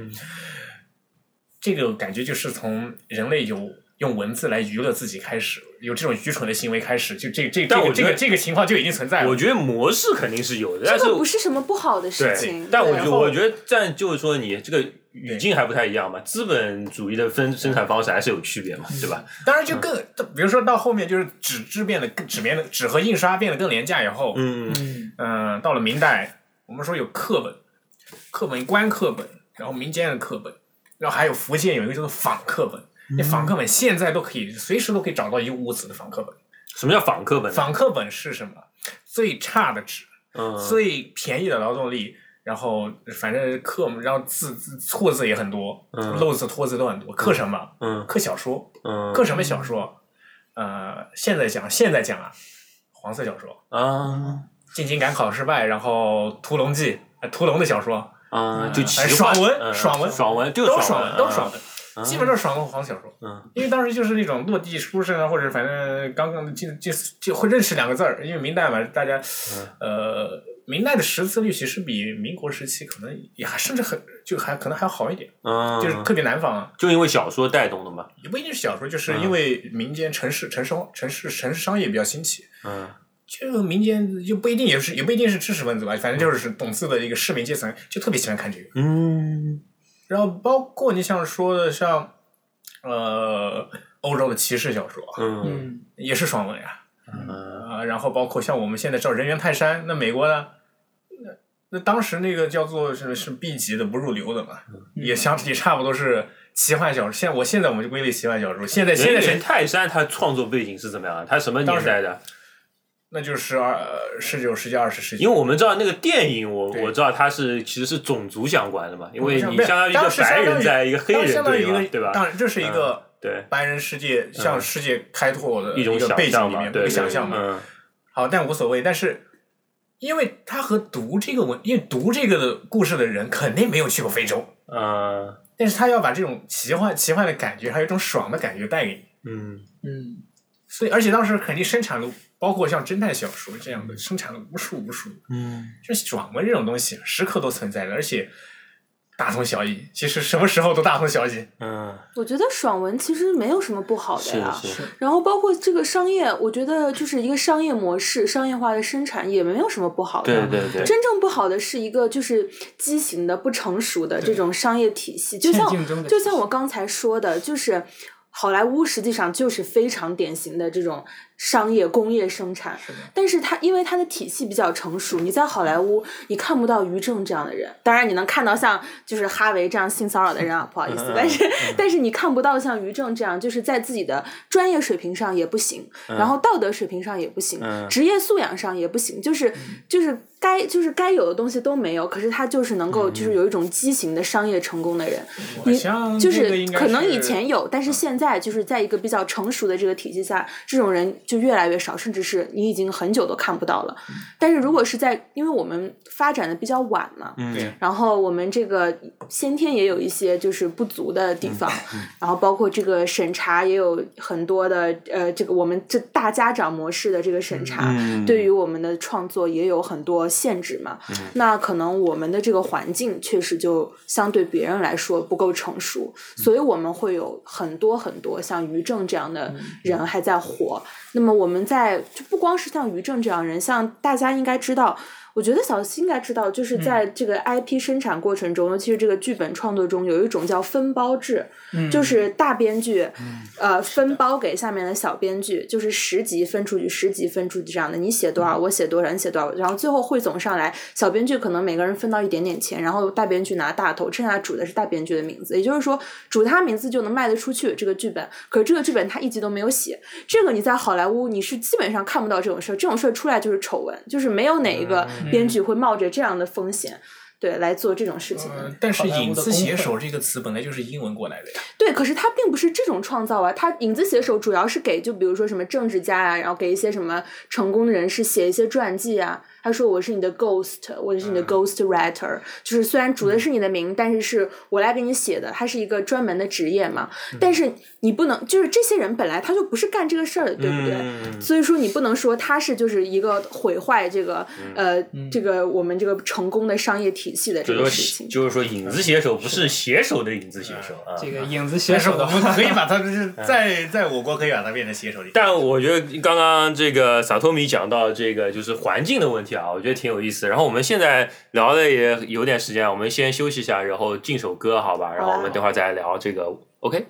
[SPEAKER 2] 这个感觉就是从人类有用文字来娱乐自己开始，有这种愚蠢的行为开始，就这这这
[SPEAKER 1] 但
[SPEAKER 2] 个
[SPEAKER 1] 我觉
[SPEAKER 2] 这
[SPEAKER 1] 得
[SPEAKER 2] 个这个情况就已经存在
[SPEAKER 1] 哎我
[SPEAKER 2] 了。
[SPEAKER 1] 觉得模式肯定是有的，
[SPEAKER 3] 这
[SPEAKER 1] 但是
[SPEAKER 3] 个不是什么不好的事
[SPEAKER 1] 对，
[SPEAKER 3] 情。
[SPEAKER 1] 但我
[SPEAKER 3] 对
[SPEAKER 1] 觉
[SPEAKER 2] 然后
[SPEAKER 1] 我觉得，但就是说你这个语境还不太一样嘛，资本主义的分生产方式还是有区别嘛，对吧？
[SPEAKER 2] 当然，就更比如说到后面就是纸质变得更纸面的纸和印刷变得更廉价以后，
[SPEAKER 1] 嗯
[SPEAKER 4] 嗯，
[SPEAKER 2] 嗯，到了明代，我们说有课本，课本官课本，然后民间的课本，然后还有福建有一个叫做仿课本。
[SPEAKER 1] 嗯
[SPEAKER 2] 那仿课本现在都可以，随时都可以找到一屋子的仿课本。
[SPEAKER 1] 什么叫仿课本呢？
[SPEAKER 2] 仿课本是什么？最差的纸，
[SPEAKER 1] 嗯，
[SPEAKER 2] 最便宜的劳动力，然后反正课，然后字字错字也很多，
[SPEAKER 1] 嗯
[SPEAKER 2] 漏字脱字都很多。课什么？
[SPEAKER 1] 嗯
[SPEAKER 2] 课小说，
[SPEAKER 1] 嗯
[SPEAKER 2] 课什么小说？呃，现在讲，现在讲啊，黄色小说，
[SPEAKER 1] 啊
[SPEAKER 2] 进京赶考失败，然后屠龙记，呃屠龙的小说
[SPEAKER 1] 啊，就奇
[SPEAKER 2] 哎
[SPEAKER 1] 幻
[SPEAKER 2] 爽文
[SPEAKER 1] 嗯
[SPEAKER 2] 爽文
[SPEAKER 1] 爽文就
[SPEAKER 2] 都
[SPEAKER 1] 是
[SPEAKER 2] 爽
[SPEAKER 1] 文，
[SPEAKER 2] 文，都爽
[SPEAKER 1] 文。
[SPEAKER 2] 文，基本都是爽文黄小说。
[SPEAKER 1] 嗯，
[SPEAKER 2] 因为当时就是那种落地书生啊，或者反正刚刚进进就会认识两个字儿，因为明代嘛，大家
[SPEAKER 1] 嗯
[SPEAKER 2] 呃，明代的识字率其实比民国时期可能也还甚至很就还可能还好一点，
[SPEAKER 1] 嗯，
[SPEAKER 2] 就是特别南方啊，
[SPEAKER 1] 就因为小说带动的嘛，
[SPEAKER 2] 也不一定是小说，就是
[SPEAKER 1] 嗯
[SPEAKER 2] 因为民间城市城市城市城市商业比较兴起，
[SPEAKER 1] 嗯
[SPEAKER 2] 就民间就不一定也是也不一定是知识分子吧，反正就是懂字的一个市民阶层就特别喜欢看这个。
[SPEAKER 1] 嗯
[SPEAKER 2] 然后包括你像说的像呃欧洲的骑士小说
[SPEAKER 1] 嗯
[SPEAKER 4] 嗯，
[SPEAKER 2] 也是爽文呀、
[SPEAKER 1] 嗯
[SPEAKER 2] 啊、然后包括像我们现在知道人猿泰山，那美国呢，那那当时那个叫做是是 B 级的不入流的嘛，
[SPEAKER 1] 嗯
[SPEAKER 2] 也相也差不多是奇幻小说。现在我现在我们就归类奇幻小说，现在现在
[SPEAKER 1] 人
[SPEAKER 2] 谁
[SPEAKER 1] 猿泰山他创作背景是怎么样的？他什么
[SPEAKER 2] 当
[SPEAKER 1] 年
[SPEAKER 2] 时
[SPEAKER 1] 代的？
[SPEAKER 2] 那就是二十九世纪二十世纪
[SPEAKER 1] 因。为我们知道那个电影，我
[SPEAKER 2] 对
[SPEAKER 1] 我知道它是其实是种族相关的嘛，因为
[SPEAKER 2] 不
[SPEAKER 1] 你
[SPEAKER 2] 是
[SPEAKER 1] 相当于一个
[SPEAKER 2] 当时
[SPEAKER 1] 白
[SPEAKER 2] 相当
[SPEAKER 1] 人
[SPEAKER 2] 于
[SPEAKER 1] 在一个黑
[SPEAKER 2] 当
[SPEAKER 1] 人
[SPEAKER 2] 相当于
[SPEAKER 1] 对
[SPEAKER 2] 一
[SPEAKER 1] 吧
[SPEAKER 2] 个，
[SPEAKER 1] 对吧？
[SPEAKER 2] 当然这是一个
[SPEAKER 1] 对
[SPEAKER 2] 白人世界向世界开拓的
[SPEAKER 1] 一种
[SPEAKER 2] 个
[SPEAKER 1] 想
[SPEAKER 2] 背景
[SPEAKER 1] 象
[SPEAKER 2] 里
[SPEAKER 1] 嘛，
[SPEAKER 2] 面
[SPEAKER 1] 对
[SPEAKER 2] 一
[SPEAKER 1] 对
[SPEAKER 2] 个想象嘛。
[SPEAKER 1] 嗯
[SPEAKER 2] 好，但无所谓。但是，因为他和读这个文，因为读这个的故事的人肯定没有去过非洲，
[SPEAKER 1] 呃
[SPEAKER 2] 但是他要把这种奇幻、奇幻的感觉，还有一种爽的感觉带给你。
[SPEAKER 1] 嗯
[SPEAKER 4] 嗯，
[SPEAKER 2] 所以，而且当时肯定生产了，包括像侦探小说这样的，生产了无数无数。
[SPEAKER 1] 嗯，
[SPEAKER 2] 就爽文这种东西，时刻都存在的，而且大同小异。其实什么时候都大同小异。
[SPEAKER 1] 嗯，
[SPEAKER 3] 我觉得爽文其实没有什么不好的
[SPEAKER 1] 是
[SPEAKER 3] 呀。
[SPEAKER 4] 嗯
[SPEAKER 1] 是，
[SPEAKER 3] 然后包括这个商业，我觉得就是一个商业模式、商业化的生产也没有什么不好的。
[SPEAKER 1] 对对对，
[SPEAKER 3] 真正不好的是一个就是畸形的、不成熟的这种商业体系，就
[SPEAKER 4] 欠
[SPEAKER 3] 像
[SPEAKER 4] 竞争的
[SPEAKER 3] 就
[SPEAKER 4] 体
[SPEAKER 3] 像
[SPEAKER 4] 系
[SPEAKER 3] 我刚才说的，就是好莱坞实际上就是非常典型的这种商业工业生产。
[SPEAKER 4] 是的
[SPEAKER 3] 但是它因为它的体系比较成熟，你在好莱坞你看不到于正这样的人，当然你能看到像就是哈维这样性骚扰的人啊，不好意思
[SPEAKER 1] 嗯，
[SPEAKER 3] 但是但是你看不到像于正这样，就是在自己的专业水平上也不行，
[SPEAKER 2] 嗯
[SPEAKER 3] 然后道德水平上也不行，
[SPEAKER 1] 嗯
[SPEAKER 3] 职业素养上也不行，就是
[SPEAKER 2] 嗯
[SPEAKER 3] 就是该就是该有的东西都没有，可是他就是能够就是有一种畸形的商业成功的人，
[SPEAKER 2] 嗯我像
[SPEAKER 3] 就
[SPEAKER 2] 这个应该嗯
[SPEAKER 3] 可能以前有，但是现在就是在一个比较成熟的这个体系下，这种人就越来越少，甚至是你已经很久都看不到了。
[SPEAKER 2] 嗯
[SPEAKER 3] 但是如果是在，因为我们发展的比较晚嘛，
[SPEAKER 1] 嗯
[SPEAKER 3] 然后我们这个先天也有一些就是不足的地方，然后包括这个审查也有很多的呃，这个我们这大家长模式的这个审查，
[SPEAKER 1] 嗯
[SPEAKER 3] 对于我们的创作也有很多限制嘛。那可能我们的这个环境确实就相对别人来说不够成熟，所以我们会有很多很多像于正这样的人还在火。那么我们在就不光是像于正这样的人，像大家应该知道。我觉得小西应该知道，就是在这个 IP 生产过程中，尤其是这个剧本创作中，有一种叫分包制，
[SPEAKER 4] 嗯
[SPEAKER 3] 就是大编剧，呃，分包给下面的小编剧，就是十集分出去，十集分出去这样的，你写多少，我写多少，你写多少，然后最后汇总上来，小编剧可能每个人分到一点点钱，然后大编剧拿大头，剩下主的是大编剧的名字，也就是说主他名字就能卖得出去这个剧本，可是这个剧本他一集都没有写，这个你在好莱坞你是基本上看不到这种事儿，这种事儿出来就是丑闻，就是没有哪一个编剧会冒着这样的风险。对，来做这种事情的。
[SPEAKER 2] 呃，但是
[SPEAKER 4] 好莱
[SPEAKER 2] “
[SPEAKER 4] 坞的
[SPEAKER 2] 影子
[SPEAKER 4] 工会
[SPEAKER 2] 写手”这个词本来就是英文过来的呀。
[SPEAKER 3] 对，可是他并不是这种创造啊，他影子写手主要是给就比如说什么政治家啊，然后给一些什么成功的人士写一些传记啊。他说我是你的 ghost，我是你的
[SPEAKER 1] 嗯
[SPEAKER 3] ghost writer，、就是虽然主的是你的名，但是是我来给你写的，它是一个专门的职业嘛。
[SPEAKER 1] 嗯
[SPEAKER 3] 但是你不能，就是这些人本来他就不是干这个事儿的，对不对？
[SPEAKER 1] 嗯
[SPEAKER 3] 所以说你不能说他是就是一个毁坏这个、
[SPEAKER 1] 嗯
[SPEAKER 3] 呃、这个我们这个成功的商业体系的
[SPEAKER 1] 就
[SPEAKER 3] 这
[SPEAKER 1] 是
[SPEAKER 3] 个
[SPEAKER 1] 说
[SPEAKER 3] 事情
[SPEAKER 1] 写，。就是说，影子写手不是写手的影子写手啊。
[SPEAKER 4] 这个影子写
[SPEAKER 2] 但是
[SPEAKER 4] 手
[SPEAKER 2] 我
[SPEAKER 4] 的
[SPEAKER 2] 们
[SPEAKER 4] 话，
[SPEAKER 2] 可以把它就是在在我国可以把它变成写手的。
[SPEAKER 1] 但我觉得刚刚这个萨托米讲到这个就是环境的问题啊，我觉得挺有意思。然后我们现在聊的也有点时间，我们先休息一下，然后进首歌好吧？然后我们等会儿再聊这个。OK。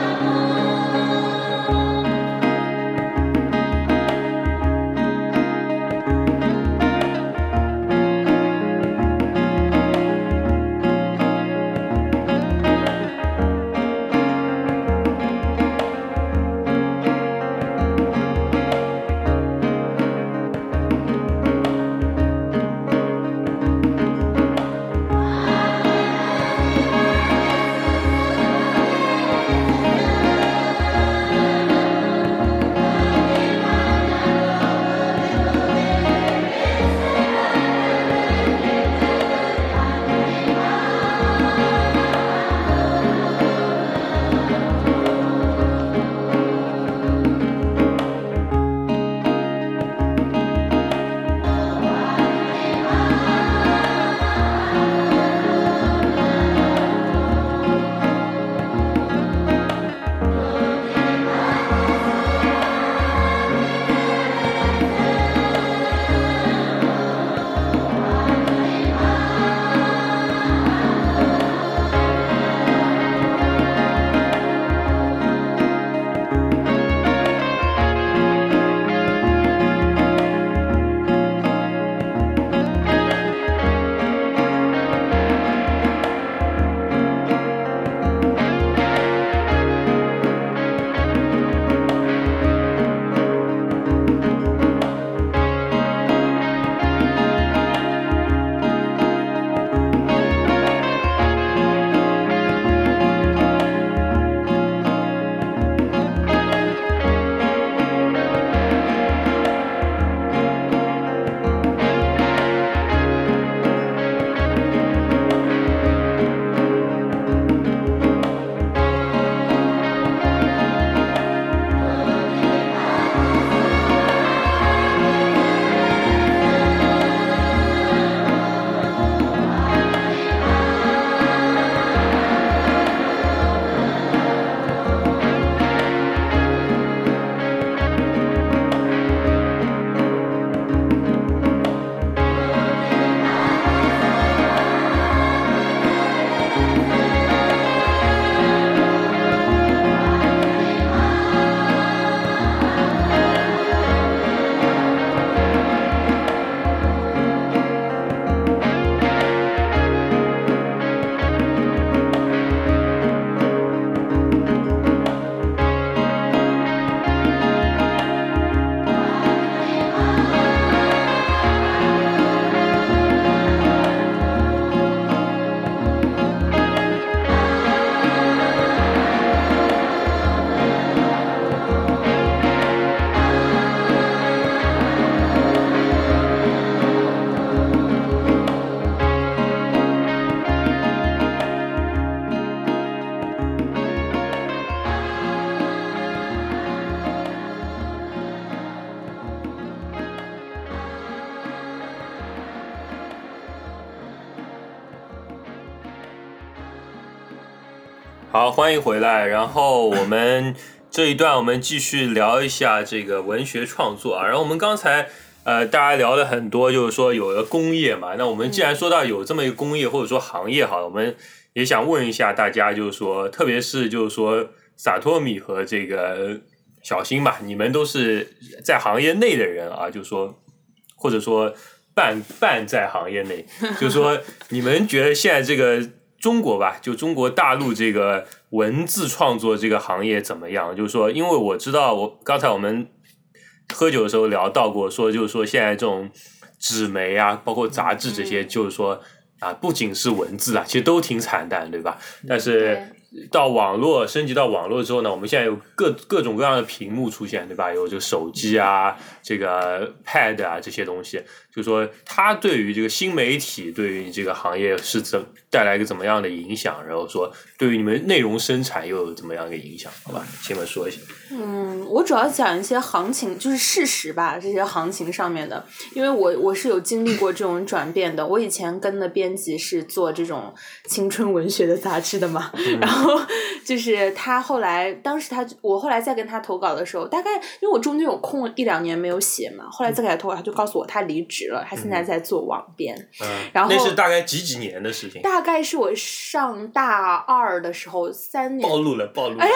[SPEAKER 5] 「
[SPEAKER 1] 好，欢迎回来。然后我们这一段我们继续聊一下这个文学创作啊。然后我们刚才呃大家聊了很多，就是说有了工业嘛。那我们既然说到有这么一个工业或者说行业好了，我们也想问一下大家，就是说特别是就是说萨托米和这个小新吧，你们都是在行业内的人啊，就是说或者说半半在行业内，就是说你们觉得现在这个中国吧，就中国大陆这个文字创作这个行业怎么样？就是说，因为我知道我刚才我们喝酒的时候聊到过，说就是说现在这种纸媒啊，包括杂志这些，就是说啊，不仅是文字啊，其实都挺惨淡，嗯对吧？但是到网络升级到网络之后呢，我们现在有各各种各样的屏幕出现，对吧？有这个手机啊，这个 Pad 啊这些东西，就是说它对于这个新媒体，对于你这个行业是怎带来一个怎么样的影响？然后说对于你们内容生产又有怎么样一个影响？好吧，先来说一下。
[SPEAKER 3] 嗯，我主要讲一些行情，就是事实吧，这些行情上面的，因为我我是有经历过这种转变的。我以前跟的编辑是做这种青春文学的杂志的嘛，
[SPEAKER 1] 嗯
[SPEAKER 3] 然后就是他后来，当时他我后来再跟他投稿的时候，大概因为我中间有空一两年没有写嘛，后来再给他投稿，他就告诉我他离职了，他现在在做网编，
[SPEAKER 1] 嗯，
[SPEAKER 3] 然后
[SPEAKER 1] 那是大概几几年的事情？
[SPEAKER 3] 大概是我上大二的时候，三年
[SPEAKER 1] 暴露了，暴露了。
[SPEAKER 3] 哎呀，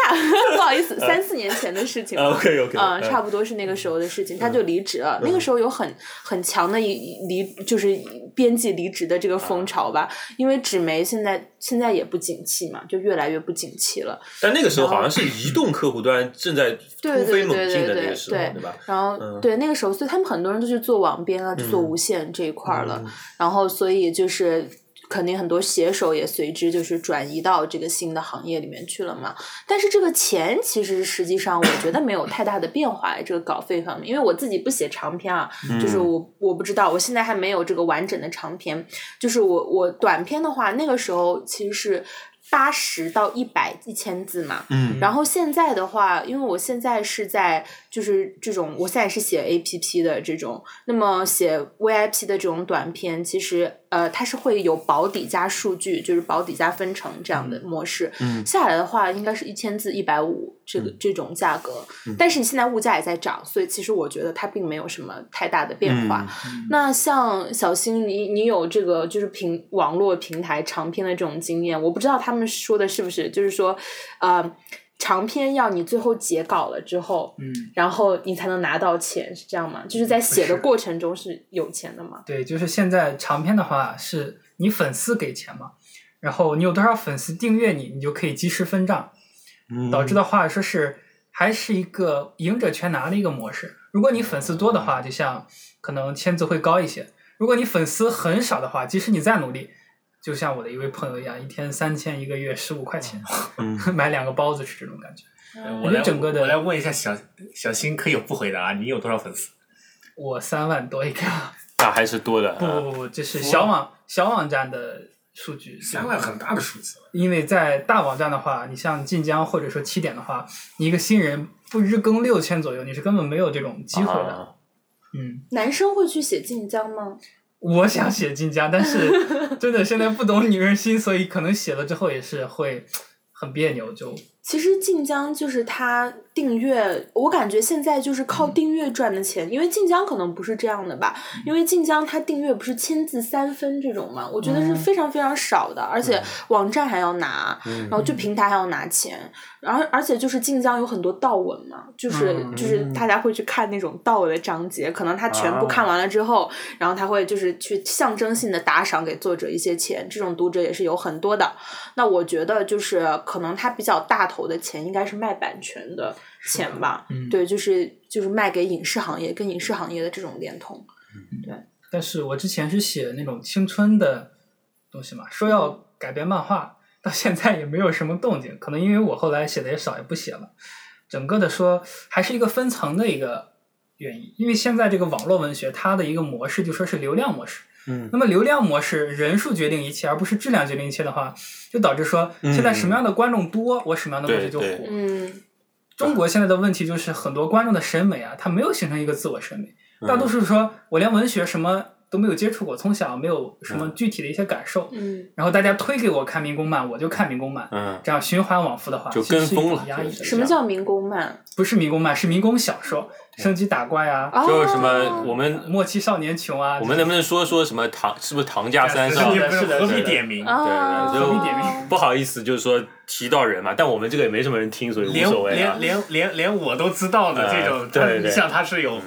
[SPEAKER 3] 不 好意思，三四年前的事情了。
[SPEAKER 1] 呃，OK OK，哎嗯
[SPEAKER 3] 嗯，差不多是那个时候的事情，他就离职了。那个时候有很很强的一一离，就是编辑离职的这个风潮吧。因为纸媒现在现在也不景气嘛，就越来越不景气了。
[SPEAKER 1] 但那个时候好像是移动客户端正在突
[SPEAKER 3] 对
[SPEAKER 1] 飞
[SPEAKER 3] 对对
[SPEAKER 1] 猛进的
[SPEAKER 3] 对
[SPEAKER 1] 那个
[SPEAKER 3] 对
[SPEAKER 1] 时候，
[SPEAKER 3] 对
[SPEAKER 1] 对吧？
[SPEAKER 3] 然后、
[SPEAKER 1] 嗯
[SPEAKER 3] 对那个时候，所以他们很多人都去做网编啊，就做无线这一块儿了。然后，所以就是肯定很多写手也随之就是转移到这个新的行业里面去了嘛。但是这个钱其实实际上我觉得没有太大的变化，这个稿费方面，因为我自己不写长篇啊，就是我我不知道，我现在还没有这个完整的长篇。就是我我短篇的话，那个时候其实是八十到一百一千字嘛，
[SPEAKER 1] 嗯，
[SPEAKER 3] 然后现在的话，因为我现在是在就是这种，我现在是写 A P P 的这种，那么写 V I P 的这种短片，其实呃它是会有保底加数据，就是保底加分成这样的模式。
[SPEAKER 1] 嗯
[SPEAKER 3] 下来的话应该是一千字一百五这个、这种价格，
[SPEAKER 1] 嗯
[SPEAKER 3] 但是你现在物价也在涨，所以其实我觉得它并没有什么太大的变
[SPEAKER 1] 嗯
[SPEAKER 3] 化。那像小新，你你有这个就是平网络平台长篇的这种经验，我不知道他们说的是不是，就是说，呃，长篇要你最后截稿了之后，
[SPEAKER 4] 嗯，
[SPEAKER 3] 然后你才能拿到钱，是这样吗？嗯就是在写的过程中是有钱的吗？
[SPEAKER 4] 对，就是现在长篇的话，是你粉丝给钱嘛，然后你有多少粉丝订阅你，你就可以及时分账。导
[SPEAKER 2] 嗯
[SPEAKER 4] 致的话，说是还是一个赢者全拿的一个模式。如果你粉丝多的话，就像可能签字会高一些；如果你粉丝很少的话，即使你再努力，就像我的一位朋友一样，一天三千，一个月十五块钱，
[SPEAKER 2] 哦
[SPEAKER 1] 嗯
[SPEAKER 4] 买两个包子吃这种感觉。
[SPEAKER 2] 呃我
[SPEAKER 4] 我
[SPEAKER 2] 来
[SPEAKER 4] 觉得整个的
[SPEAKER 2] 我来问一下小小新，可以不回答，啊你有多少粉丝？
[SPEAKER 4] 我三万多一个，
[SPEAKER 2] 啊
[SPEAKER 1] 那还是多的。
[SPEAKER 4] 不
[SPEAKER 1] 嗯
[SPEAKER 4] 不不，这是小网小网站的数据，
[SPEAKER 2] 三万很大的数字，
[SPEAKER 4] 因为在大网站的话，你像晋江或者说起点的话，你一个新人不日更六千左右，你是根本没有这种机会的。
[SPEAKER 1] 啊
[SPEAKER 4] 嗯，
[SPEAKER 3] 男生会去写晋江吗？
[SPEAKER 4] 我想写晋江，但是真的现在不懂女人心，所以可能写了之后也是会很别扭。就
[SPEAKER 3] 其实晋江就是它订阅，我感觉现在就是靠订阅赚的钱，因为晋江可能不是这样的吧，因为晋江它订阅不是签字三分这种嘛，我觉得是非常非常少的，而且网站还要拿，然后
[SPEAKER 1] 嗯
[SPEAKER 3] 就平台还要拿钱，然后而且就是晋江有很多盗文嘛，就是、
[SPEAKER 4] 嗯
[SPEAKER 3] 就是大家会去看那种盗文的章节，可能他全部
[SPEAKER 1] 啊
[SPEAKER 3] 看完了之后，然后他会就是去象征性的打赏给作者一些钱，这种读者也是有很多的。那我觉得就是可能他比较大头的钱应该是卖版权的钱吧，
[SPEAKER 4] 嗯
[SPEAKER 3] 对，就是就是卖给影视行业跟影视行业的这种联通，
[SPEAKER 4] 但是我之前是写那种青春的东西嘛，说要改编漫画，到现在也没有什么动静。可能因为我后来写的也少，也不写了。整个的说还是一个分层的一个原因，因为现在这个网络文学它的一个模式就说是流量模式。
[SPEAKER 1] 嗯
[SPEAKER 4] 那么流量模式人数决定一切，而不是质量决定一切的话，就导致说现在什么样的观众多，我什么样的东西就火。
[SPEAKER 1] 嗯对对
[SPEAKER 3] 嗯，
[SPEAKER 4] 中国现在的问题
[SPEAKER 1] 嗯
[SPEAKER 4] 就是很多观众的审美啊，他没有形成一个自我审美，大多数说我连文学什么都没有接触过，从小没有什
[SPEAKER 1] 嗯
[SPEAKER 4] 么具体的一些感受。
[SPEAKER 3] 嗯，
[SPEAKER 4] 然后大家推给我看民工漫，我就看民工漫，
[SPEAKER 1] 嗯，
[SPEAKER 4] 这样循环往复的话，
[SPEAKER 1] 就
[SPEAKER 4] 其实
[SPEAKER 1] 跟
[SPEAKER 4] 是一种
[SPEAKER 1] 风了
[SPEAKER 4] 压抑
[SPEAKER 1] 就是啊
[SPEAKER 4] 的，
[SPEAKER 3] 什么叫民工漫？
[SPEAKER 4] 不是民工漫，是民工小说，升级打怪啊，
[SPEAKER 3] 哦
[SPEAKER 1] 就是什么我们
[SPEAKER 4] 末期少年穷啊，
[SPEAKER 1] 我们能不能说说什么唐是不是唐家三
[SPEAKER 2] 但
[SPEAKER 1] 少
[SPEAKER 2] 是？你嗯
[SPEAKER 4] 的
[SPEAKER 2] 不
[SPEAKER 4] 是的
[SPEAKER 2] 何
[SPEAKER 4] 是
[SPEAKER 2] 必
[SPEAKER 1] 的
[SPEAKER 2] 点名？
[SPEAKER 3] 啊，
[SPEAKER 1] 对对就
[SPEAKER 4] 一点名
[SPEAKER 1] 不好意思，就是说提到人嘛，但我们这个也没什么人听，所以
[SPEAKER 2] 连
[SPEAKER 1] 无所谓啊
[SPEAKER 2] 连。连连连我都知道的
[SPEAKER 1] 呃
[SPEAKER 2] 这种，
[SPEAKER 1] 对对
[SPEAKER 2] 他像他是有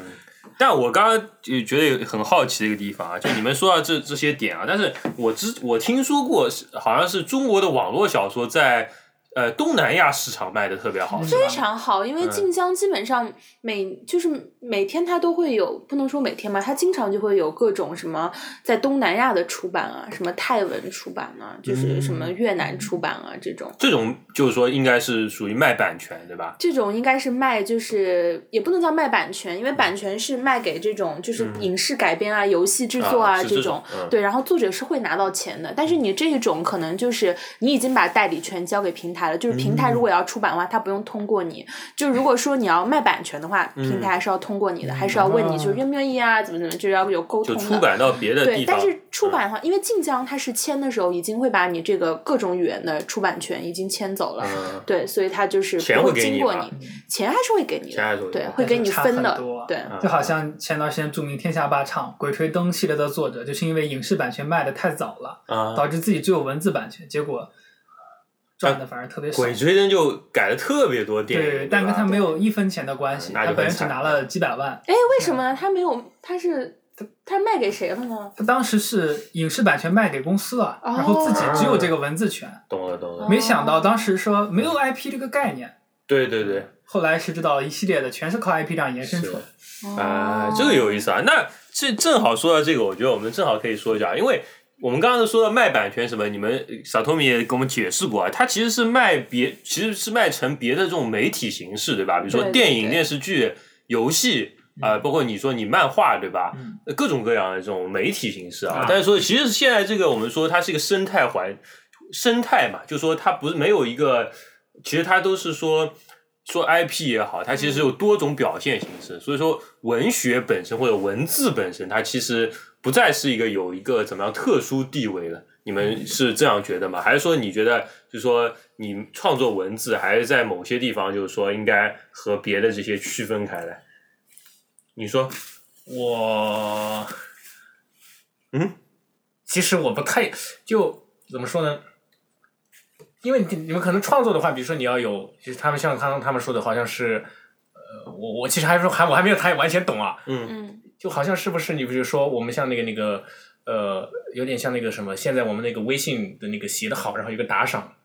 [SPEAKER 1] 但我刚刚就觉得有很好奇的一个地方啊，就你们说到这这些点啊，但是我知我听说过是，好像是中国的网络小说在呃东南亚市场卖的特别好，是
[SPEAKER 3] 非
[SPEAKER 1] 吧？
[SPEAKER 3] 常好，因为
[SPEAKER 1] 嗯
[SPEAKER 3] 晋江基本上每、就是每天它都会有，不能说每天吧，它经常就会有各种什么在东南亚的出版啊，什么泰文出版啊，就是什
[SPEAKER 1] 嗯
[SPEAKER 3] 么越南出版啊、这种。
[SPEAKER 1] 这种就是说应该是属于卖版权对吧？
[SPEAKER 3] 这种应该是卖，就是也不能叫卖版权，
[SPEAKER 1] 嗯
[SPEAKER 3] 因为版权是卖给这种就是影视改编啊、游戏制作
[SPEAKER 1] 啊是这
[SPEAKER 3] 这
[SPEAKER 1] 种嗯
[SPEAKER 3] 对，然后作者是会拿到钱的，但是你这一种可能就是你已经把代理权交给平台了，就是平台
[SPEAKER 1] 嗯
[SPEAKER 3] 如果要出版的话，它不用通过你。就如果说你要卖版权的话，
[SPEAKER 1] 嗯
[SPEAKER 3] 平台还是要通过你的，还是要问你就愿不愿意啊，怎么怎么，就要有沟
[SPEAKER 1] 就
[SPEAKER 3] 通
[SPEAKER 1] 出
[SPEAKER 3] 的。
[SPEAKER 1] 版到别的
[SPEAKER 3] 对，
[SPEAKER 1] 地方
[SPEAKER 4] 嗯
[SPEAKER 1] 嗯
[SPEAKER 3] 但，是出版的话，因为晋江它是签的时候已经会把你这个各种语言的出版权已经签走了，
[SPEAKER 1] 嗯，
[SPEAKER 3] 对，所以它就是
[SPEAKER 1] 钱
[SPEAKER 3] 不
[SPEAKER 1] 会
[SPEAKER 3] 会
[SPEAKER 1] 给
[SPEAKER 3] 经
[SPEAKER 1] 你
[SPEAKER 3] 过
[SPEAKER 1] 吗
[SPEAKER 3] 你，钱还是会给你
[SPEAKER 1] 钱还是
[SPEAKER 3] 的
[SPEAKER 1] 会，给
[SPEAKER 3] 对
[SPEAKER 1] 你，
[SPEAKER 3] 会给你分
[SPEAKER 4] 但是差
[SPEAKER 3] 的
[SPEAKER 4] 很多，
[SPEAKER 3] 对，
[SPEAKER 1] 嗯
[SPEAKER 4] 就好像前段时间著名天下霸唱《鬼吹灯》系列的作者，就是因为影视版权卖的太早了，
[SPEAKER 1] 啊，
[SPEAKER 4] 导致自己只有文字版权，结果赚的反而特别
[SPEAKER 1] 《
[SPEAKER 4] 少。
[SPEAKER 1] 鬼吹灯》就改了特别多电影，
[SPEAKER 4] 对，但
[SPEAKER 1] 吧嗯
[SPEAKER 4] 跟他没有一分钱的关系，
[SPEAKER 1] 那就
[SPEAKER 4] 他本人
[SPEAKER 1] 很
[SPEAKER 4] 只
[SPEAKER 1] 惨
[SPEAKER 4] 拿了几百万。
[SPEAKER 3] 哎，为
[SPEAKER 1] 嗯
[SPEAKER 3] 什么他没有？他是他卖给谁了呢？
[SPEAKER 4] 他当时是影视版权卖给公司了，然后自己只有这
[SPEAKER 1] 嗯
[SPEAKER 4] 个文字权。
[SPEAKER 1] 懂了懂了，
[SPEAKER 3] 哦
[SPEAKER 4] 没想到当时说没有 IP 这个概念，
[SPEAKER 1] 对对对，
[SPEAKER 4] 后来是知道了一系列的全是靠 IP 这样延伸
[SPEAKER 1] 是
[SPEAKER 4] 出来。
[SPEAKER 1] 啊，
[SPEAKER 3] 哦
[SPEAKER 1] 这个有意思啊。那这正好说到这个，我觉得我们正好可以说一下，因为我们刚刚都说到卖版权什么，你们小托米也给我们解释过啊，它其实是卖别，其实是卖成别的这种媒体形式，对吧？比如说
[SPEAKER 3] 对对
[SPEAKER 1] 电影、
[SPEAKER 3] 对
[SPEAKER 1] 电视剧、游戏。啊、包括你说你漫画对吧？
[SPEAKER 4] 嗯
[SPEAKER 1] 各种各样的这种媒体形式啊，
[SPEAKER 2] 啊
[SPEAKER 1] 但是说其实现在这个我们说它是一个生态环，生态嘛，就说它不是没有一个，其实它都是说说 IP 也好，它其实有多种表现形式。所以说，文学本身或者文字本身，它其实不再是一个有一个怎么样特殊地位了。你们是这样觉得吗？还是说你觉得，就是说你创作文字，还是在某些地方，就是说应该和别的这些区分开来？你说，
[SPEAKER 2] 我，
[SPEAKER 1] 嗯，
[SPEAKER 2] 其实我不太就怎么说呢？因为你你们可能创作的话，比如说你要有，就是他们像刚刚他们说的，好像是，呃，我我其实还是还我还没有太完全懂啊，
[SPEAKER 3] 嗯，
[SPEAKER 2] 就好像是不是你比如说我们像那个那个呃，有点像那个什么，现在我们那个微信的那个写的好，然后有个打赏，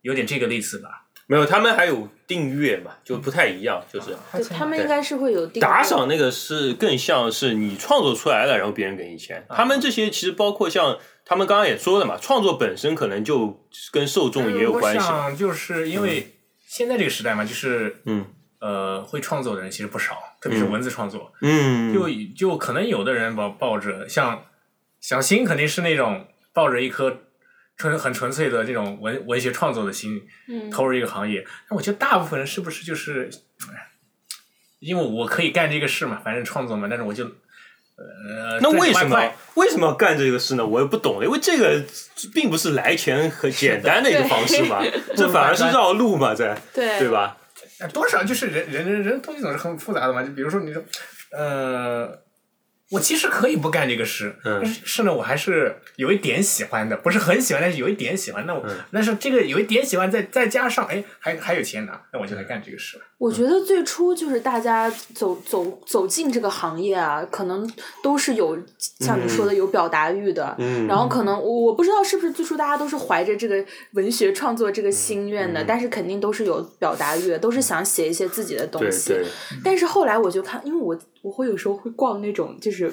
[SPEAKER 2] 有点这个类似吧？
[SPEAKER 1] 没有，他们还有订阅
[SPEAKER 2] 嗯
[SPEAKER 1] 嘛，就不太一样，
[SPEAKER 2] 啊
[SPEAKER 1] 就是。
[SPEAKER 4] 还
[SPEAKER 3] 对，
[SPEAKER 4] 是
[SPEAKER 3] 他们应该是会有定
[SPEAKER 1] 打
[SPEAKER 3] 位
[SPEAKER 1] 赏那个是更像是你创作出来了，然后别人给你钱。
[SPEAKER 2] 啊
[SPEAKER 1] 他们这些其实包括像他们刚刚也说了嘛，创作本身可能就跟受众也有关系
[SPEAKER 2] 嗯我。想就是因为现在这个时代嘛，就是
[SPEAKER 1] 嗯
[SPEAKER 2] 呃，会创作的人其实不少，特别是文字创作，
[SPEAKER 1] 嗯，
[SPEAKER 2] 就就可能有的人抱抱着像小新肯定是那种抱着一颗纯很纯粹的这种文文学创作的心
[SPEAKER 3] 嗯
[SPEAKER 2] 投入一个行业，那我觉得大部分人是不是就是哎因为我可以干这个事嘛，反正创作嘛，但是我就呃
[SPEAKER 1] 那
[SPEAKER 2] 赚几
[SPEAKER 1] 为
[SPEAKER 2] 万
[SPEAKER 1] 什么
[SPEAKER 2] 块
[SPEAKER 1] 为什么要干这个事呢？我也不懂，因为这个并不是来钱很简单的一个方式 嘛，这反而是绕路嘛，在
[SPEAKER 3] 对
[SPEAKER 1] 对？吧？
[SPEAKER 2] 哎多少就是人人人人东西总是很复杂的嘛，就比如说你说呃。我其实可以不干这个事，
[SPEAKER 1] 嗯
[SPEAKER 2] 但是呢，我还是有一点喜欢的，不是很喜欢，但是有一点喜欢。那我，
[SPEAKER 1] 嗯
[SPEAKER 2] 但是这个有一点喜欢，再再加上哎，还还有钱拿，那我就来干这个事了。
[SPEAKER 1] 嗯
[SPEAKER 3] 我觉得最初就是大家走走走进这个行业啊，可能都是有像你说的有表达欲的，
[SPEAKER 1] 嗯
[SPEAKER 3] 然后可能我我不知道是不是最初大家都是怀着这个文学创作
[SPEAKER 1] 嗯
[SPEAKER 3] 这个心愿的，但是肯定都是有表达欲的，都是想写一些自己的东
[SPEAKER 1] 对
[SPEAKER 3] 西。
[SPEAKER 1] 对，
[SPEAKER 3] 但是后来我就看，因为我我会有时候会逛那种就是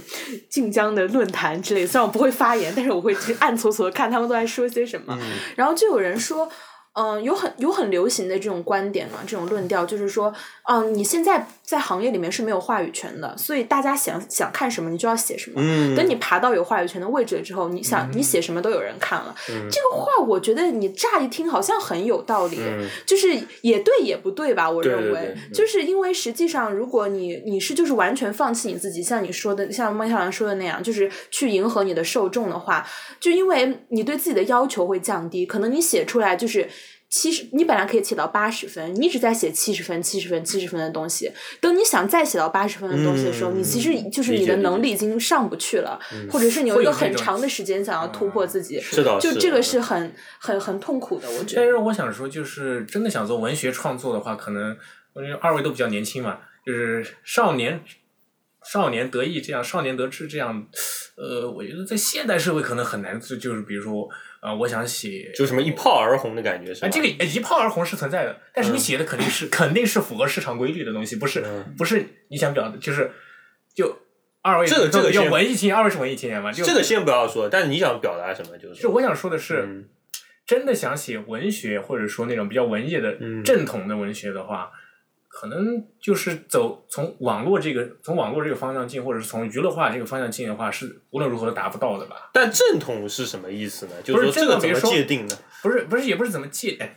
[SPEAKER 3] 晋江的论坛之类，虽然我不会发言，但是我会去暗搓搓地看他们都在说些什么。然后就有人说。嗯、有很有很流行的这种观点嘛，这种论调就是说，嗯、你现在在行业里面是没有话语权的，所以大家想想看什么，你就要写什么。
[SPEAKER 1] 嗯
[SPEAKER 3] 等你爬到有话语权的位置了之后，你想你写什么都有人看了。这个话我觉得你乍一听好像很有道理，
[SPEAKER 1] 嗯
[SPEAKER 3] 就是也对也不对吧？我
[SPEAKER 1] 对
[SPEAKER 3] 认为，
[SPEAKER 1] 对对对
[SPEAKER 3] 就是因为实际上，如果你你是就是完全放弃你自己，像你说的，像孟小兰说的那样，就是去迎合你的受众的话，就因为你对自己的要求会降低，可能你写出来就是。七十，你本来可以写到八十分，你一直在写七十分、七十分、七十分的东西。等你想再写到八十分的东西的时候，
[SPEAKER 1] 嗯
[SPEAKER 3] 你其实就是
[SPEAKER 1] 理解
[SPEAKER 3] 你的
[SPEAKER 1] 理解嗯
[SPEAKER 3] 能力已经上不去了，或者是你有一个很长的时间想要突破自己，
[SPEAKER 1] 这倒
[SPEAKER 3] 就是这个是很很很痛苦的，我觉
[SPEAKER 2] 但
[SPEAKER 3] 得。
[SPEAKER 2] 是我想说，就是真的想做文学创作的话，可能因为二位都比较年轻嘛，就是少年少年得意这样，少年得志这样，呃，我觉得在现代社会可能很难做。就是比如说，啊、我想写。
[SPEAKER 1] 就什么一炮而红的感觉是吧？
[SPEAKER 2] 啊，这个一炮而红是存在的，但是你写的肯定是、肯定是符合市场规律的东西，不是、
[SPEAKER 1] 嗯
[SPEAKER 2] 不是你想表达，就是就二位
[SPEAKER 1] 这个这个
[SPEAKER 2] 要
[SPEAKER 1] 先
[SPEAKER 2] 文艺青年，二位是文艺青年嘛？就
[SPEAKER 1] 这个先不要说，但是你想表达什么就是
[SPEAKER 2] 就我想说的是，
[SPEAKER 1] 嗯
[SPEAKER 2] 真的想写文学，或者说那种比较文艺的、
[SPEAKER 1] 嗯
[SPEAKER 2] 正统的文学的话，可能就是走从网络这个从网络这个方向进，或者是从娱乐化这个方向进的话，是无论如何都达不到的吧？
[SPEAKER 1] 但正统是什么意思呢？就
[SPEAKER 2] 不是
[SPEAKER 1] 说这个
[SPEAKER 2] 正统
[SPEAKER 1] 怎
[SPEAKER 2] 比如
[SPEAKER 1] 么
[SPEAKER 2] 说
[SPEAKER 1] 界定呢？
[SPEAKER 2] 不是不是也不是怎么借，哎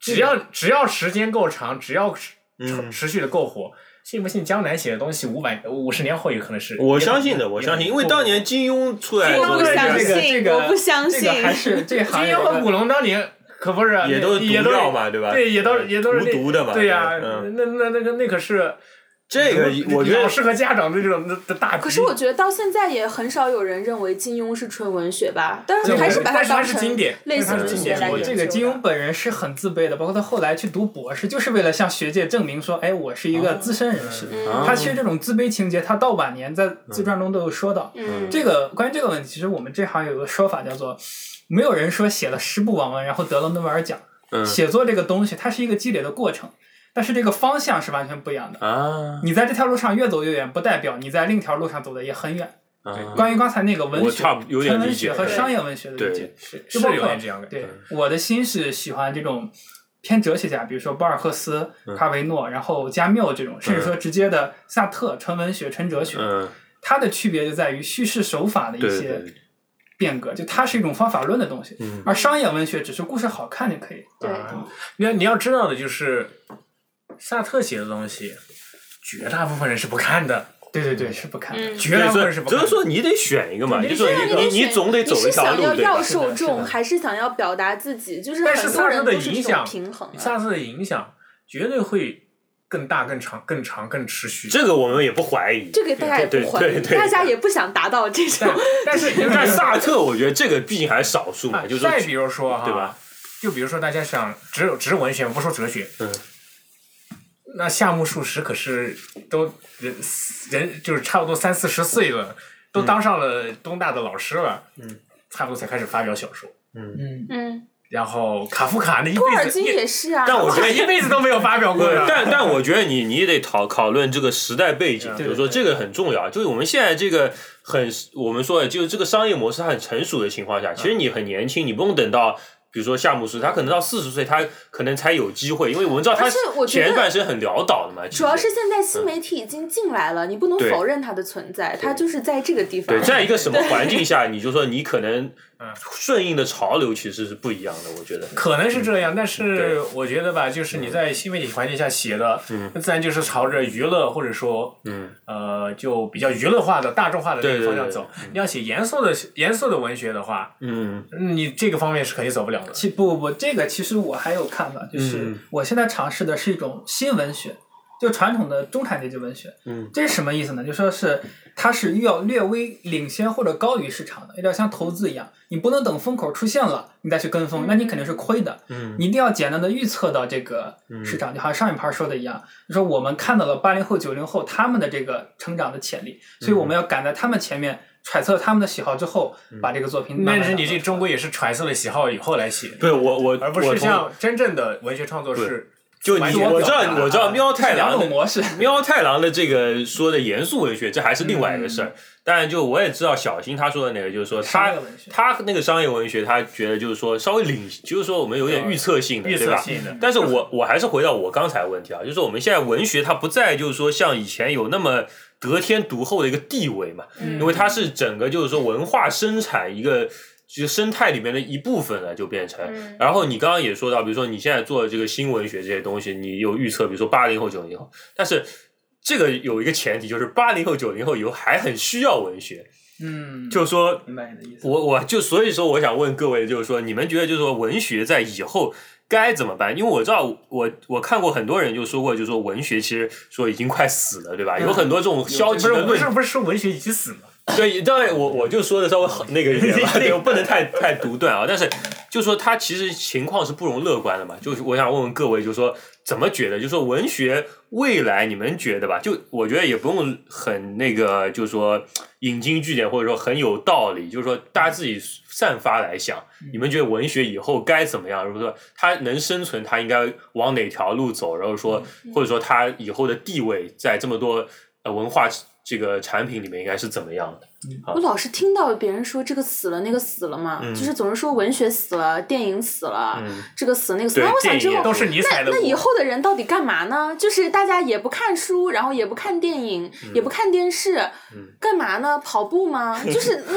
[SPEAKER 2] 只要只要时间够长，只要持
[SPEAKER 1] 嗯
[SPEAKER 2] 持续的够火，信不信江南写的东西五百五十年后也可能是？
[SPEAKER 1] 我相信的，我相信，因为当年金庸出来
[SPEAKER 3] 金
[SPEAKER 1] 的时
[SPEAKER 3] 庸
[SPEAKER 1] 候
[SPEAKER 3] 不相
[SPEAKER 4] 这个
[SPEAKER 3] 信
[SPEAKER 4] 这个
[SPEAKER 3] 我不相信
[SPEAKER 4] 这个还是这
[SPEAKER 2] 金
[SPEAKER 4] 行
[SPEAKER 2] 庸 和古龙当年可不是
[SPEAKER 1] 也都是
[SPEAKER 2] 也
[SPEAKER 1] 毒
[SPEAKER 2] 都
[SPEAKER 1] 药嘛，对吧？嗯
[SPEAKER 2] 对，也都是也都是
[SPEAKER 1] 无
[SPEAKER 2] 那
[SPEAKER 1] 毒的嘛。
[SPEAKER 2] 对呀、
[SPEAKER 1] 嗯，
[SPEAKER 2] 那那那个那可是
[SPEAKER 1] 这个我觉
[SPEAKER 2] 老
[SPEAKER 1] 得
[SPEAKER 2] 师和家长的这种的的大敌。
[SPEAKER 3] 可是我觉得到现在也很少有人认为金庸是纯文学吧，但是还把它
[SPEAKER 2] 但是
[SPEAKER 3] 当
[SPEAKER 2] 它是
[SPEAKER 3] 成
[SPEAKER 2] 经典
[SPEAKER 3] 类
[SPEAKER 2] 但是它
[SPEAKER 3] 型文
[SPEAKER 2] 是经
[SPEAKER 3] 学
[SPEAKER 2] 典
[SPEAKER 3] 来
[SPEAKER 4] 我
[SPEAKER 3] 研究
[SPEAKER 4] 这
[SPEAKER 3] 的。
[SPEAKER 4] 个金庸本人是很自卑的，包括他后来去读博士，就是为了向学界证明说，哎，我是一个资深人士。
[SPEAKER 3] 嗯
[SPEAKER 1] 啊
[SPEAKER 4] 他其实这种自卑情节，他到晚年在自传中都有说到。
[SPEAKER 3] 嗯，
[SPEAKER 4] 这个关于这个问题，其实我们这行有个说法叫做，没有人说写了十部网文然后得了诺贝尔奖。
[SPEAKER 1] 嗯
[SPEAKER 4] 写作这个东西，它是一个积累的过程，但是这个方向是完全不一样的。
[SPEAKER 1] 啊
[SPEAKER 4] 你在这条路上越走越远，不代表你在另一条路上走的也很远。
[SPEAKER 1] 啊
[SPEAKER 4] 关于刚才那个文
[SPEAKER 1] 我
[SPEAKER 4] 学、
[SPEAKER 1] 差不有点
[SPEAKER 4] 纯文
[SPEAKER 1] 理解
[SPEAKER 4] 学和
[SPEAKER 1] 对
[SPEAKER 4] 商业文学的理解
[SPEAKER 1] 对，
[SPEAKER 2] 是
[SPEAKER 4] 就是包括
[SPEAKER 2] 有点这样的。
[SPEAKER 4] 对，我的心是喜欢这种偏哲学家，比如说博尔赫斯
[SPEAKER 1] 嗯、
[SPEAKER 4] 卡维诺，然后加缪这种，甚至说直接的萨特，纯文学、纯哲学。
[SPEAKER 1] 嗯，
[SPEAKER 4] 它的区别就在于叙事手法的一
[SPEAKER 1] 对
[SPEAKER 4] 些
[SPEAKER 1] 对，
[SPEAKER 4] 变革，就它是一种方法论的东西，
[SPEAKER 1] 嗯
[SPEAKER 4] 而商业文学只是故事好看就可以。
[SPEAKER 3] 对，
[SPEAKER 2] 啊你要你要知道的就是，萨特写的东西，绝大部分人是不看的，
[SPEAKER 4] 对对对，是不看的。
[SPEAKER 3] 嗯。
[SPEAKER 2] 绝大部分
[SPEAKER 1] 所
[SPEAKER 2] 人
[SPEAKER 1] 以
[SPEAKER 2] 是
[SPEAKER 1] 说
[SPEAKER 2] 不
[SPEAKER 1] 只
[SPEAKER 2] 看
[SPEAKER 1] 是
[SPEAKER 2] 的。
[SPEAKER 1] 说你得选一个嘛，
[SPEAKER 2] 对
[SPEAKER 1] 你说
[SPEAKER 3] 你
[SPEAKER 1] 你你总得走一条路
[SPEAKER 3] 你是想
[SPEAKER 1] 对
[SPEAKER 3] 要
[SPEAKER 1] 吧
[SPEAKER 3] 要？受
[SPEAKER 4] 是的是
[SPEAKER 3] 众，
[SPEAKER 4] 的
[SPEAKER 3] 还是想要表达自己？就是
[SPEAKER 2] 但是
[SPEAKER 3] 很多人
[SPEAKER 2] 萨特的
[SPEAKER 3] 都是这
[SPEAKER 2] 影
[SPEAKER 3] 种
[SPEAKER 2] 响
[SPEAKER 3] 平衡啊的。
[SPEAKER 2] 萨特的影响绝对会更大、更长、更长、更持续。
[SPEAKER 1] 这个我们也不怀疑。
[SPEAKER 3] 这个大家也不
[SPEAKER 1] 对对
[SPEAKER 3] 怀疑，
[SPEAKER 1] 对对
[SPEAKER 3] 大家也不想达到这种
[SPEAKER 2] 但。但是你
[SPEAKER 1] 但
[SPEAKER 2] 看萨
[SPEAKER 1] 萨特，我觉得这个毕竟还是少数嘛，
[SPEAKER 2] 啊，
[SPEAKER 1] 就是说
[SPEAKER 2] 再比如说哈，
[SPEAKER 1] 对吧？
[SPEAKER 2] 就比如说大家想只有只是文学，不说哲学，
[SPEAKER 1] 嗯，
[SPEAKER 2] 那夏目漱石可是都人人就是差不多三四十岁了，都当上了东大的老师了，
[SPEAKER 1] 嗯，
[SPEAKER 2] 差不多才开始发表小说。
[SPEAKER 4] 嗯，
[SPEAKER 3] 嗯，
[SPEAKER 2] 然后卡夫卡那一
[SPEAKER 3] 托尔
[SPEAKER 2] 辈子
[SPEAKER 3] 金
[SPEAKER 2] 一，
[SPEAKER 3] 也是啊。
[SPEAKER 1] 但我觉
[SPEAKER 2] 卡夫卡
[SPEAKER 1] 得
[SPEAKER 2] 一辈子都没有发表 过
[SPEAKER 1] 对
[SPEAKER 2] 呀，。
[SPEAKER 1] 但但我觉得你你也得讨讨论这个时代背景，
[SPEAKER 2] 对
[SPEAKER 1] 就是说这个很重要。就是我们现在这个很，我们说的就是这个商业模式它很成熟的情况
[SPEAKER 3] 嗯
[SPEAKER 1] 下，其实你很年轻，你不用等到。比如说夏目漱石，他可能到四十岁，他可能才有机会，因为我们知道他
[SPEAKER 3] 而且我觉得
[SPEAKER 1] 前半生很潦倒的嘛。其实
[SPEAKER 3] 主要是现在新媒体已经进来了，你不能
[SPEAKER 1] 对
[SPEAKER 3] 否认它的存在，它就是在这个地方。
[SPEAKER 1] 对，在一个什么环境下，你就说你可能
[SPEAKER 2] 嗯
[SPEAKER 1] 顺应的潮流其实是不一样的，我觉得。
[SPEAKER 2] 可能是这样，但
[SPEAKER 1] 对
[SPEAKER 2] 是我觉得吧，就是你在新媒体环境下写的，那自然就是朝着娱乐或者说，
[SPEAKER 1] 嗯，
[SPEAKER 2] 呃，就比较娱乐化的、大众化的那
[SPEAKER 1] 对对
[SPEAKER 2] 个方向
[SPEAKER 1] 对
[SPEAKER 2] 走。你要写严肃的、严肃的文学的话，
[SPEAKER 1] 嗯
[SPEAKER 2] 你这个方面是肯定走不了的。
[SPEAKER 4] 其不不不，这个其实我还有看法，就是
[SPEAKER 1] 嗯
[SPEAKER 4] 我现在尝试的是一种新文学，就传统的中产阶级文学。
[SPEAKER 1] 嗯，
[SPEAKER 4] 这是什么意思呢？就说是它是要略微领先或者高于市场的，有点像投资一样，你不能等风口出现了你再去跟风，那你肯定是亏的。
[SPEAKER 1] 嗯
[SPEAKER 4] 你一定要简单的预测到这个市场，就好像上一盘说的一样，就说我们看到了八零后、九零后他们的这个成长的潜力，所以我
[SPEAKER 1] 嗯
[SPEAKER 4] 们要赶在他们前面，揣测他们的喜好之后，把这个作品
[SPEAKER 1] 嗯
[SPEAKER 4] 慢慢
[SPEAKER 2] 但
[SPEAKER 4] 地
[SPEAKER 2] 是你这终归也是揣测了喜好以后来写，
[SPEAKER 1] 对我我
[SPEAKER 2] 而不
[SPEAKER 1] 我同
[SPEAKER 2] 是像真正的文学创作是
[SPEAKER 1] 就你
[SPEAKER 2] 自我表达
[SPEAKER 1] 我知道我知道喵太
[SPEAKER 4] 呃两
[SPEAKER 1] 郎
[SPEAKER 4] 种
[SPEAKER 1] 的
[SPEAKER 4] 模式。
[SPEAKER 1] 喵太郎的这个说的严肃文学，这还是另外一个事儿。但就我也知道小新他说的那个，就是说
[SPEAKER 4] 商
[SPEAKER 1] 他
[SPEAKER 4] 业文学
[SPEAKER 1] 他那个商业文学，他觉得就是说稍微领，就是说我们有点预测性的，
[SPEAKER 2] 预
[SPEAKER 1] 对
[SPEAKER 2] 测
[SPEAKER 1] 吧？
[SPEAKER 2] 性的，
[SPEAKER 1] 但是我我还是回到我刚才的问题啊，就是我们现在文学它不再就是说像以前有那么得天独厚的一个地位嘛，
[SPEAKER 3] 嗯
[SPEAKER 1] 因为它是整个就是说文化生产一个就是生态里面的一部分了，就变成。
[SPEAKER 3] 嗯
[SPEAKER 1] 然后你刚刚也说到，比如说你现在做的这个新文学这些东西，你有预测，比如说八零后、九零后，但是这个有一个前提，就是八零后、九零后以后还很需要文学，
[SPEAKER 4] 嗯，
[SPEAKER 1] 就是说
[SPEAKER 4] 明白你的意思。
[SPEAKER 1] 我我就所以说，我想问各位，就是说，你们觉得就是说，文学在以后该怎么办？因为我知道我，我看过很多人就说过，就是说文学其实说已经快死了，对吧？有很多这种消
[SPEAKER 2] 不
[SPEAKER 1] 极
[SPEAKER 2] 是
[SPEAKER 1] 的
[SPEAKER 2] 不
[SPEAKER 1] 论
[SPEAKER 2] 是不是文学已死嘛？
[SPEAKER 1] 对，当然我我就说的稍微好那个一点吧，对，我不能太太独断啊。但是就说他其实情况是不容乐观的嘛。就是我想问问各位，就是说怎么觉得？就是说文学未来你们觉得吧？就我觉得也不用很那个，就是说引经据典，或者说很有道理，就是说大家自己散发来想，你们觉得文学以后该怎么样？如果说它能生存，它应该往哪条路走？然后说，或者说它以后的地位在这么多呃文化。这个产品里面应该是怎么样的？
[SPEAKER 3] 我老是听到别人说这个死了那个死了嘛，
[SPEAKER 1] 啊嗯
[SPEAKER 3] 就是总是说文学死了，电影死了，
[SPEAKER 1] 嗯
[SPEAKER 3] 这个死那个死。
[SPEAKER 1] 对
[SPEAKER 3] 那我想
[SPEAKER 1] 电
[SPEAKER 3] 之
[SPEAKER 1] 影
[SPEAKER 3] 后
[SPEAKER 1] 也
[SPEAKER 2] 都是尼
[SPEAKER 3] 那
[SPEAKER 2] 采的
[SPEAKER 3] 那
[SPEAKER 2] 我
[SPEAKER 3] 以后的人到底干嘛呢？就是大家也不看书，然后也不看电影，也不看电视，
[SPEAKER 1] 嗯
[SPEAKER 3] 干嘛呢？跑步吗？就是嗯，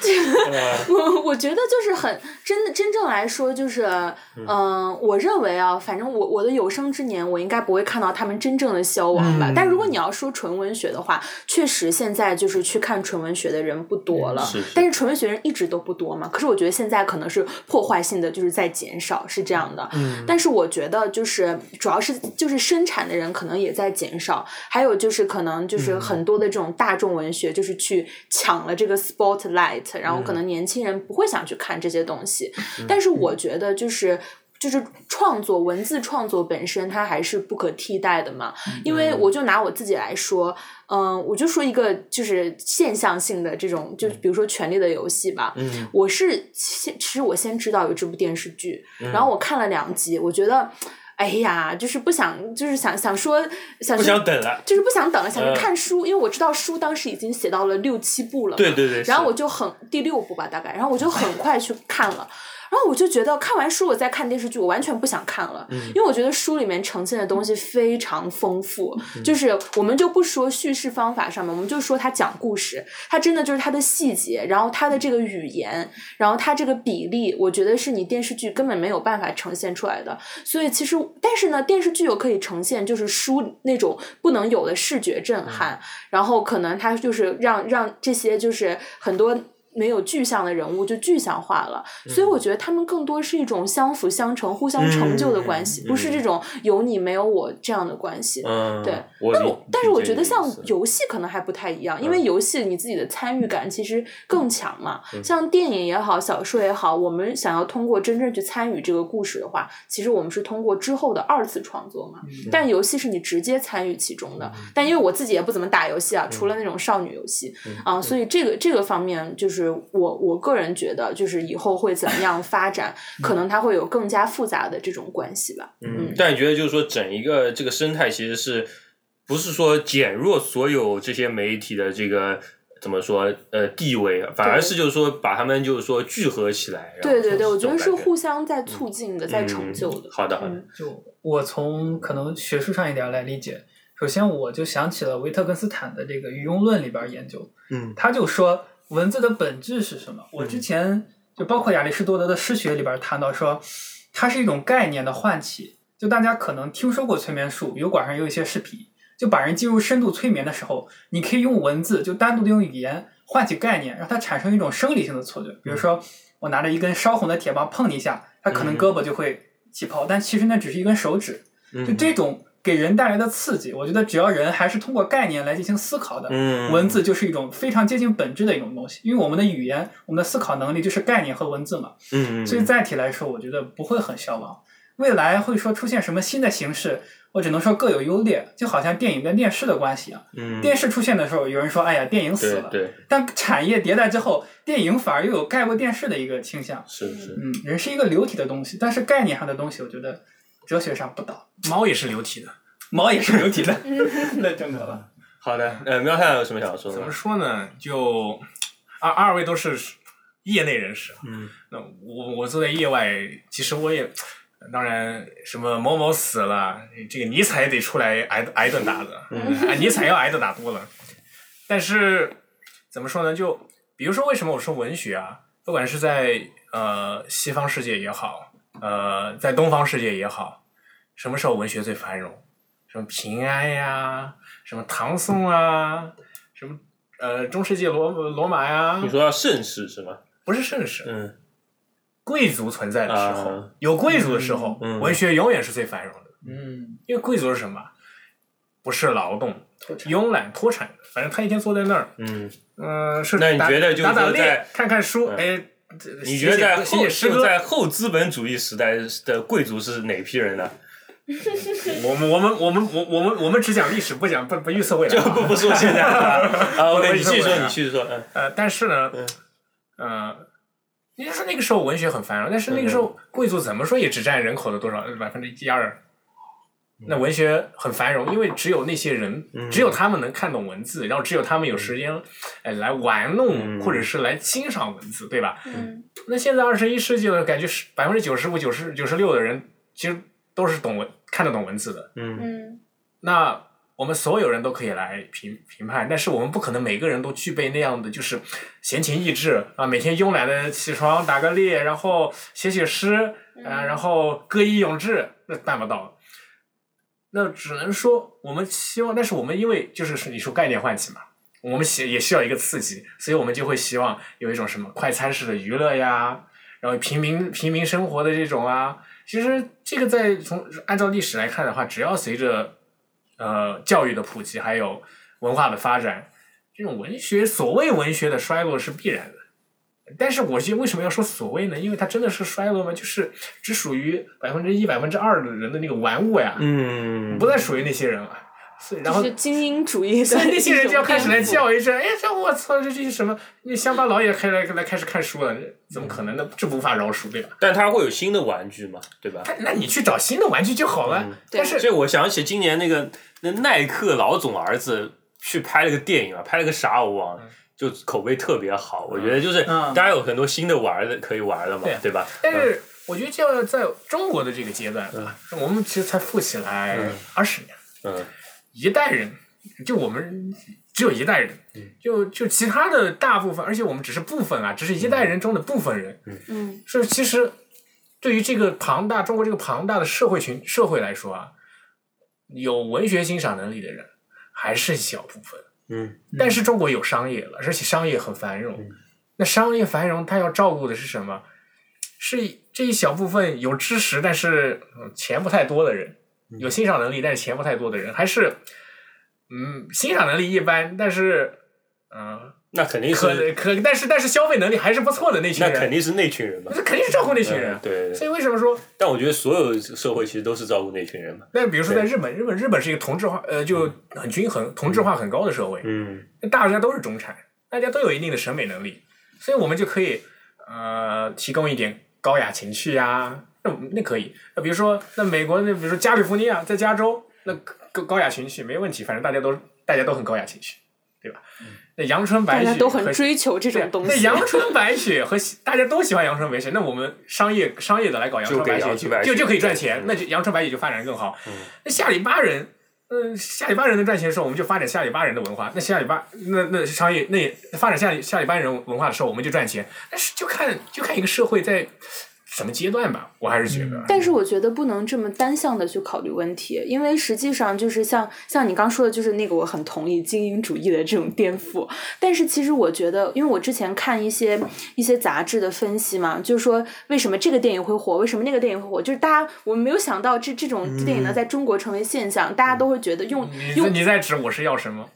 [SPEAKER 3] 这我我觉得就是很真的真正来说就是嗯、呃我认为啊，反正我我的有生之年，我应该不会看到他们真正的消亡吧。
[SPEAKER 4] 嗯
[SPEAKER 3] 但如果你要说纯文学的话，确实现在就是去看纯文学的人不多了，
[SPEAKER 1] 是是
[SPEAKER 3] 但是纯文学人一直都不多嘛。可是我觉得现在可能是破坏性的就是在减少，是这样的。
[SPEAKER 1] 嗯
[SPEAKER 3] 但是我觉得就是主要是就是生产的人可能也在减少，还有就是可能就是很多的这种大众文学就是去抢了这个 spotlight，然后可能年轻人不会想去看这些东西。但是我觉得就是。就是创作文字创作本身，它还是不可替代的嘛。因为我就拿我自己来说，嗯、我就说一个就是现象性的这种，就比如说《权力的游戏》吧，
[SPEAKER 1] 嗯
[SPEAKER 3] 我是先，其实我先知道有这部电视剧，
[SPEAKER 1] 嗯
[SPEAKER 3] 然后我看了两集，我觉得，哎呀，就是不想，就是想想说，想
[SPEAKER 1] 不
[SPEAKER 3] 去
[SPEAKER 1] 想等了。
[SPEAKER 3] 就是不想等了，想
[SPEAKER 1] 呃
[SPEAKER 3] 去看书，因为我知道书当时已经写到了六七部了嘛，
[SPEAKER 1] 对对对。
[SPEAKER 3] 然后我
[SPEAKER 1] 是嗯
[SPEAKER 3] 就很第六部吧，大概，然后我就很快去看了，然后我就觉得看完书我再看电视剧，我完全不想看
[SPEAKER 1] 嗯
[SPEAKER 3] 了，因为我觉得书里面呈现的东西非常丰富，
[SPEAKER 1] 嗯
[SPEAKER 3] 就是我们就不说叙事方法上面，我们就说他讲故事，他真的就是他的细节，然后他的这个语言，然后他这个比例，我觉得是你电视剧根本没有办法呈现出来的。所以其实，但是呢，电视剧又可以呈现就是书那种不能有的视觉
[SPEAKER 1] 嗯
[SPEAKER 3] 震撼，然后可能它就是让让这些就是很多。没有具象的人物就具象化了，
[SPEAKER 1] 嗯
[SPEAKER 3] 所以我觉得他们更多是一种相辅相成、互相成就的关
[SPEAKER 1] 嗯
[SPEAKER 3] 系，
[SPEAKER 1] 嗯
[SPEAKER 3] 不是这种有你没有我这样的关系。
[SPEAKER 1] 嗯，
[SPEAKER 3] 对
[SPEAKER 1] 我
[SPEAKER 3] 但
[SPEAKER 1] 理
[SPEAKER 3] 我但是我觉得像
[SPEAKER 1] 理解你的意思嗯
[SPEAKER 3] 游戏可能还不太一样，因为游戏你自己的参与感其实更强嘛。像电影也好，小说也好，我们想要通过真正去参与这个故事的话，其实我们是通过之后的二次创作嘛。
[SPEAKER 1] 嗯
[SPEAKER 3] 但游戏是你直接参与其中的。但因为我自己也不怎么打游
[SPEAKER 1] 嗯
[SPEAKER 3] 戏啊，除了那种少女游戏啊，所以这个这个方面就是我我个人觉得，就是以后会怎么样发展，可能它会有更加复杂的这种关系吧。
[SPEAKER 1] 嗯，但你觉得就是说，整一个这个生态其实是不是说减弱所有这些媒体的这个怎么说呃地位，反而
[SPEAKER 3] 对
[SPEAKER 1] 是就是说把他们就是说聚合起来。然后
[SPEAKER 3] 对对对，
[SPEAKER 1] 这
[SPEAKER 3] 我觉
[SPEAKER 1] 种
[SPEAKER 3] 得是
[SPEAKER 1] 感
[SPEAKER 3] 互相在促进的，在成就的
[SPEAKER 1] 嗯。好的好的
[SPEAKER 3] 嗯
[SPEAKER 4] 就我从可能学术上一点来理解，首先我就想起了维特根斯坦的这个《渔庸论》里边研究，
[SPEAKER 1] 嗯
[SPEAKER 4] 他就说文字的本质是什么？我之前就包括亚里士多德的《诗学》里边谈到说，它是一种概念的唤起。就大家可能听说过催眠术，油管上也有一些视频，就把人进入深度催眠的时候，你可以用文字，就单独的用语言唤起概念，让它产生一种生理性的错觉。
[SPEAKER 1] 嗯
[SPEAKER 4] 比如说，我拿着一根烧红的铁棒碰你一下，它可能胳膊就会起泡，但其实那只是一根手指。就
[SPEAKER 1] 嗯
[SPEAKER 4] 这种给人带来的刺激，我觉得只要人还是通过概念来进行思考的，
[SPEAKER 1] 嗯
[SPEAKER 4] 文字就是一种非常接近本质的一种东西，因为我们的语言、我们的思考能力就是概念和文字嘛，
[SPEAKER 1] 嗯嗯
[SPEAKER 4] 所以载体来说，我觉得不会很消亡。未来会说出现什么新的形式，我只能说各有优劣，就好像电影跟电视的关系啊。
[SPEAKER 1] 嗯
[SPEAKER 4] 电视出现的时候，有人说：“哎呀，电影死
[SPEAKER 1] 对
[SPEAKER 4] 了。”
[SPEAKER 1] 对
[SPEAKER 4] 但产业迭代之后，电影反而又有盖过电视的一个倾向。
[SPEAKER 1] 是是
[SPEAKER 4] 嗯，人是一个流体的东西，但是概念上的东西，我觉得哲学上不倒，
[SPEAKER 2] 猫也是流体的。
[SPEAKER 4] 毛也是流体的，那正可了。
[SPEAKER 1] 好的，呃，喵太有什么想要说的
[SPEAKER 2] 怎
[SPEAKER 1] 吗
[SPEAKER 2] 么？说呢？就二二位都是业内人士，啊
[SPEAKER 1] 嗯，
[SPEAKER 2] 那我我坐在业外，其实我也当然什么某某死了，这个尼采也得出来挨挨顿打的，嗯、啊，尼采要挨的打多了。但是怎么说呢？就比如说，为什么我说文学啊？不管是在呃西方世界也好，呃在东方世界也好，什么时候文学最繁荣？什么平安呀、什么唐宋啊，什么呃中世纪罗罗马呀、
[SPEAKER 1] 你说要盛世是吗？
[SPEAKER 2] 不是盛世，
[SPEAKER 1] 嗯
[SPEAKER 2] 贵族存在的时候，
[SPEAKER 1] 啊
[SPEAKER 2] 有贵族的时候，
[SPEAKER 1] 嗯
[SPEAKER 2] 文学永远是最繁荣的。
[SPEAKER 4] 嗯，
[SPEAKER 2] 因为贵族是什么？不是劳动、
[SPEAKER 4] 脱产
[SPEAKER 2] 慵懒、脱产的，反正他一天坐在那儿，
[SPEAKER 1] 嗯，
[SPEAKER 2] 嗯、是
[SPEAKER 1] 那你
[SPEAKER 2] 打
[SPEAKER 1] 觉得就是
[SPEAKER 2] 打打
[SPEAKER 1] 说
[SPEAKER 2] 猎
[SPEAKER 1] 在、
[SPEAKER 2] 看看书，
[SPEAKER 1] 嗯
[SPEAKER 2] 哎，
[SPEAKER 1] 你觉得在
[SPEAKER 2] 写写
[SPEAKER 1] 后
[SPEAKER 2] 写诗
[SPEAKER 1] 就
[SPEAKER 2] 歌？
[SPEAKER 1] 在后资本主义时代的贵族是哪批人 呢？
[SPEAKER 2] 我们我们我们我我们我们只讲历史，不讲不不预测未来
[SPEAKER 1] 就
[SPEAKER 2] 啊。
[SPEAKER 1] 不不说现在 了啊
[SPEAKER 2] 我
[SPEAKER 1] ，OK，
[SPEAKER 2] 也
[SPEAKER 1] 你
[SPEAKER 2] 是
[SPEAKER 1] 继续
[SPEAKER 2] 我
[SPEAKER 1] 说，
[SPEAKER 2] 呀
[SPEAKER 1] 你继续说，嗯
[SPEAKER 2] 呃，但是呢，呃，你说那个时候文学很繁荣，但是那个
[SPEAKER 1] 嗯
[SPEAKER 2] 时候贵族怎么说也只占人口的多少百分之一二。那文学很繁荣，因为只有那些人，
[SPEAKER 1] 嗯
[SPEAKER 2] 只有他们能看懂文字，然后只有他们有时间，哎，来玩弄
[SPEAKER 1] 嗯
[SPEAKER 2] 或者是来欣赏文字，对吧？
[SPEAKER 3] 嗯
[SPEAKER 2] 那现在二十一世纪了，感觉是百分之九十五、九十九十六的人其实都是懂文、看得懂文字的。
[SPEAKER 1] 嗯
[SPEAKER 3] 嗯
[SPEAKER 2] 那我们所有人都可以来评评判，但是我们不可能每个人都具备那样的就是闲情逸致啊，每天慵懒的起床打个猎，然后写写诗啊、然后歌以咏志，那办不到。那只能说我们希望，但是我们因为就是你说概念唤起嘛，我们希也需要一个刺激，所以我们就会希望有一种什么快餐式的娱乐呀，然后平民平民生活的这种啊。其实这个在从按照历史来看的话，只要随着呃教育的普及，还有文化的发展，这种文学所谓文学的衰落是必然的。但是我觉得为什么要说所谓呢？因为它真的是衰落吗？就是只属于百分之一、百分之二的人的那个玩物呀，
[SPEAKER 1] 嗯
[SPEAKER 2] 不再属于那些人了。所以然
[SPEAKER 3] 就
[SPEAKER 2] 后
[SPEAKER 3] 是精英主义的
[SPEAKER 2] 所以那些人就要开始来
[SPEAKER 3] 一种
[SPEAKER 2] 教育这，哎，这我操，这这些什么？那乡巴佬也开始来来开始看书了，这怎么可能呢？这无法饶恕，对吧？
[SPEAKER 1] 但它会有新的玩具嘛，对吧？
[SPEAKER 2] 那那你去找新的玩具就好了。但是
[SPEAKER 1] 所以我想起今年那个那耐克老总儿子去拍了个电影啊，拍了个啥我忘了。
[SPEAKER 2] 嗯
[SPEAKER 1] 就口碑特别好，我觉得就是
[SPEAKER 4] 嗯
[SPEAKER 1] 大家有很多新的玩儿的可以玩儿了嘛
[SPEAKER 2] 对，
[SPEAKER 1] 对吧？
[SPEAKER 2] 但是我觉得就要在中国的这个阶段吧，我们其实才富起来哎二十年，
[SPEAKER 1] 嗯
[SPEAKER 2] 一代人，就我们只有一代人，就就其他的大部分，而且我们只是部分啊，只是一代人中的部分人，
[SPEAKER 3] 嗯
[SPEAKER 2] 所以其实对于这个庞大中国这个庞大的社会群社会来说啊，有文学欣赏能力的人还是一小部分。
[SPEAKER 1] 嗯
[SPEAKER 2] 但是中国有商业了，而且商业很繁荣。那商业繁荣，它要照顾的是什么？是这一小部分有知识但是嗯钱不太多的人，
[SPEAKER 1] 嗯
[SPEAKER 2] 有欣赏能力但是钱不太多的人，还是嗯欣赏能力一般，但是嗯、
[SPEAKER 1] 那肯定
[SPEAKER 2] 可
[SPEAKER 1] 是
[SPEAKER 2] 可但是但是消费能力还是不错的那群
[SPEAKER 1] 那
[SPEAKER 2] 人，
[SPEAKER 1] 肯定是那群人嘛，
[SPEAKER 2] 那肯定是照顾那群人。
[SPEAKER 1] 嗯对对
[SPEAKER 2] 所以为什么说
[SPEAKER 1] 但我觉得所有社会其实都是照顾那群人嘛。
[SPEAKER 2] 那比如说在
[SPEAKER 1] 对
[SPEAKER 2] 日本，日本日本是一个同质化，呃，就很均衡、同质化很高的社会，
[SPEAKER 1] 嗯
[SPEAKER 2] 那大家都是中产，大家都有一定的审美能力，所以我们就可以呃提供一点高雅情趣呀、那那可以。那比如说，那美国那比如说加利福尼亚，在加州，那高高雅情趣没问题，反正大家都大家都很高雅情趣，对吧？那阳春白
[SPEAKER 3] 大
[SPEAKER 2] 雪
[SPEAKER 3] 家都很
[SPEAKER 2] 和
[SPEAKER 3] 追求这
[SPEAKER 2] 对
[SPEAKER 3] 种东
[SPEAKER 2] 那
[SPEAKER 3] 西。
[SPEAKER 2] 阳春白雪和西大家都喜欢阳春白雪，那我们商业商业的来搞阳春
[SPEAKER 1] 就给
[SPEAKER 2] 白雪
[SPEAKER 1] 阳
[SPEAKER 2] 就
[SPEAKER 1] 春白雪
[SPEAKER 2] 就就可以赚钱
[SPEAKER 1] 嗯，
[SPEAKER 2] 那就阳春白雪就发展得更好。
[SPEAKER 1] 嗯
[SPEAKER 2] 那下里巴人，嗯、下里巴人能赚钱的时候，我们就发展下里巴人的文化；那下里巴那那商业那发展下里下里巴人文化的时候，我们就赚钱。但是就看就看一个社会在什么阶段吧，我还是觉得。
[SPEAKER 3] 但是我觉得不能这么单向的去考虑问题，因为实际上就是像像你刚说的，就是那个我很同意精英主义的这种颠覆。但是其实我觉得，因为我之前看一些一些杂志的分析嘛，就是说为什么这个电影会火，为什么那个电影会火，就是大家我没有想到这这种电影呢，在中国成为现象，大家都会觉得用
[SPEAKER 2] 嗯你
[SPEAKER 3] 用
[SPEAKER 2] 你在指我是药神吗？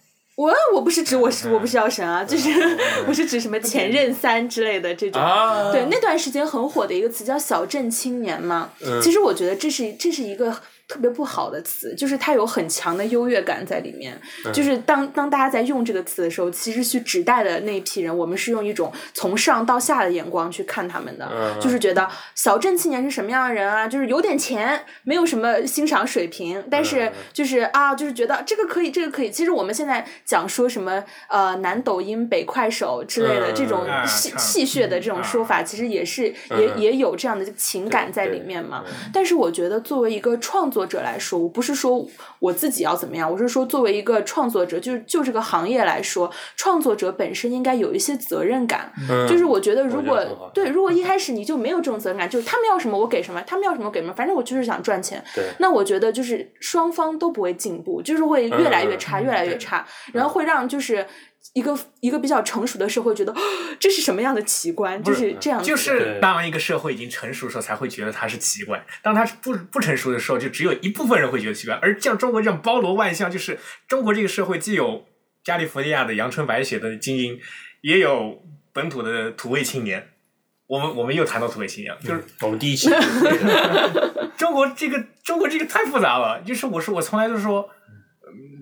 [SPEAKER 3] 我我不是指我是我不是药神啊，
[SPEAKER 2] 嗯
[SPEAKER 3] 就是 我是指什么前任三之类的这种。
[SPEAKER 1] 啊，
[SPEAKER 3] 对，那段时间很火的一个词叫“小镇青年”嘛。
[SPEAKER 1] 嗯
[SPEAKER 3] 其实我觉得这是这是一个特别不好的词，就是它有很强的优越感在里面。
[SPEAKER 1] 嗯
[SPEAKER 3] 就是当当大家在用这个词的时候，其实去指代的那一批人，我们是用一种从上到下的眼光去看他们的，
[SPEAKER 1] 嗯
[SPEAKER 3] 就是觉得小镇青年是什么样的人啊？就是有点钱，没有什么欣赏水平，但
[SPEAKER 1] 嗯
[SPEAKER 3] 是就是啊，就是觉得这个可以，这个可以。其实我们现在讲说什么呃南抖音、北快手之类的
[SPEAKER 1] 嗯
[SPEAKER 3] 这种
[SPEAKER 2] 嗯
[SPEAKER 3] 戏
[SPEAKER 2] 嗯
[SPEAKER 3] 戏谑的这种说法，其实也是也
[SPEAKER 1] 嗯
[SPEAKER 3] 也有这样的情感在里面嘛。但是我觉得，作为一个创作者来说，我不是说我自己要怎么样，我是说作为一个创作者，就是就这个行业来说，创作者本身应该有一些责任感。
[SPEAKER 1] 嗯
[SPEAKER 3] 就是我觉得，
[SPEAKER 1] 我
[SPEAKER 3] 如
[SPEAKER 1] 觉得
[SPEAKER 3] 果
[SPEAKER 1] 很好
[SPEAKER 3] 对，如果 一开始你就没有这种责任感，就是他们要什么我给什么，他们要什么我给什么，反正我就是想赚钱。
[SPEAKER 1] 对
[SPEAKER 3] 那我觉得就是双方都不会进步，就是会越来越差，
[SPEAKER 4] 嗯
[SPEAKER 3] 越来越差，
[SPEAKER 1] 嗯
[SPEAKER 3] 然后会让就是一个一个比较成熟的社会觉得、哦这是什么样的奇观，
[SPEAKER 2] 不
[SPEAKER 3] 就是是这样子的，
[SPEAKER 2] 就是当一个社会已经成熟的时候，才会觉得它是奇观；当它不不成熟的时候，就只有一部分人会觉得奇怪。而像中国这样包罗万象，就是中国这个社会既有加利福尼亚的阳春白雪的精英，也有本土的土味青年。我们我们又谈到土味青年了，就是
[SPEAKER 1] 我们第一 期就是这个
[SPEAKER 2] 中国这个中国这个太复杂了。就是我说我从来就说。嗯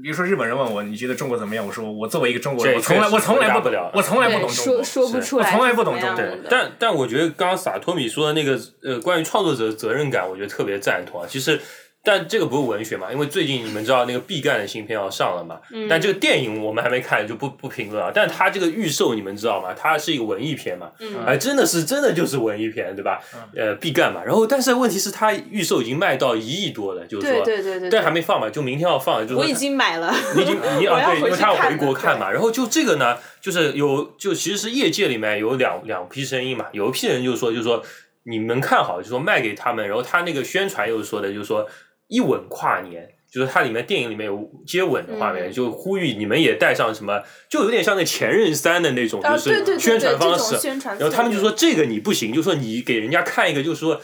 [SPEAKER 2] 比如说日本人问我你觉得中国怎么样？我说我作为一个中国人，
[SPEAKER 1] 这
[SPEAKER 2] 我从来
[SPEAKER 1] 确实
[SPEAKER 2] 我从
[SPEAKER 1] 回
[SPEAKER 2] 来
[SPEAKER 1] 答
[SPEAKER 2] 不
[SPEAKER 1] 不了
[SPEAKER 2] 我从来不
[SPEAKER 3] 对
[SPEAKER 2] 懂中
[SPEAKER 3] 说
[SPEAKER 2] 国。
[SPEAKER 3] 说不
[SPEAKER 1] 是
[SPEAKER 3] 出来，
[SPEAKER 2] 我从来不懂中国
[SPEAKER 1] 对，
[SPEAKER 3] 嗯
[SPEAKER 1] 但但我觉得刚刚萨托米说的那个呃，关于创作者的责任感，我觉得特别赞同啊。其实，但这个不是文学嘛，因为最近你们知道那个毕赣的新片要上了嘛，
[SPEAKER 3] 嗯
[SPEAKER 1] 但这个电影我们还没看，就不不评论啊。但他这个预售你们知道吗？它是一个文艺片嘛，
[SPEAKER 3] 嗯
[SPEAKER 1] 哎，真的是真的就是文艺片，对吧？呃，毕赣嘛。然后，但是问题是，他预售已经卖到一亿多了，就是
[SPEAKER 3] 对
[SPEAKER 1] 说，
[SPEAKER 3] 对对对，
[SPEAKER 1] 但还没放嘛，就明天要放，就是说
[SPEAKER 3] 我已经买了，
[SPEAKER 1] 你已经你
[SPEAKER 3] 我要
[SPEAKER 1] 啊，对，
[SPEAKER 3] 回
[SPEAKER 1] 因为
[SPEAKER 3] 去
[SPEAKER 1] 他要
[SPEAKER 3] 看
[SPEAKER 1] 回国
[SPEAKER 3] 的
[SPEAKER 1] 看嘛。然后就这个呢，就是有就其实是业界里面有两两批声音嘛，有一批人就是说就是说你们看好，就说卖给他们。然后他那个宣传又说的就是说一吻跨年。就是它里面电影里面有接吻的画面，
[SPEAKER 3] 嗯
[SPEAKER 1] 就呼吁你们也带上什么，就有点像那《前任三》的那种，
[SPEAKER 3] 啊
[SPEAKER 1] 就
[SPEAKER 3] 对对
[SPEAKER 1] 是
[SPEAKER 3] 对对，
[SPEAKER 1] 宣传
[SPEAKER 3] 这
[SPEAKER 1] 方
[SPEAKER 3] 种
[SPEAKER 1] 式。
[SPEAKER 3] 宣传，
[SPEAKER 1] 然后他们就说。这个你不行，就说你给人家看一个，就是说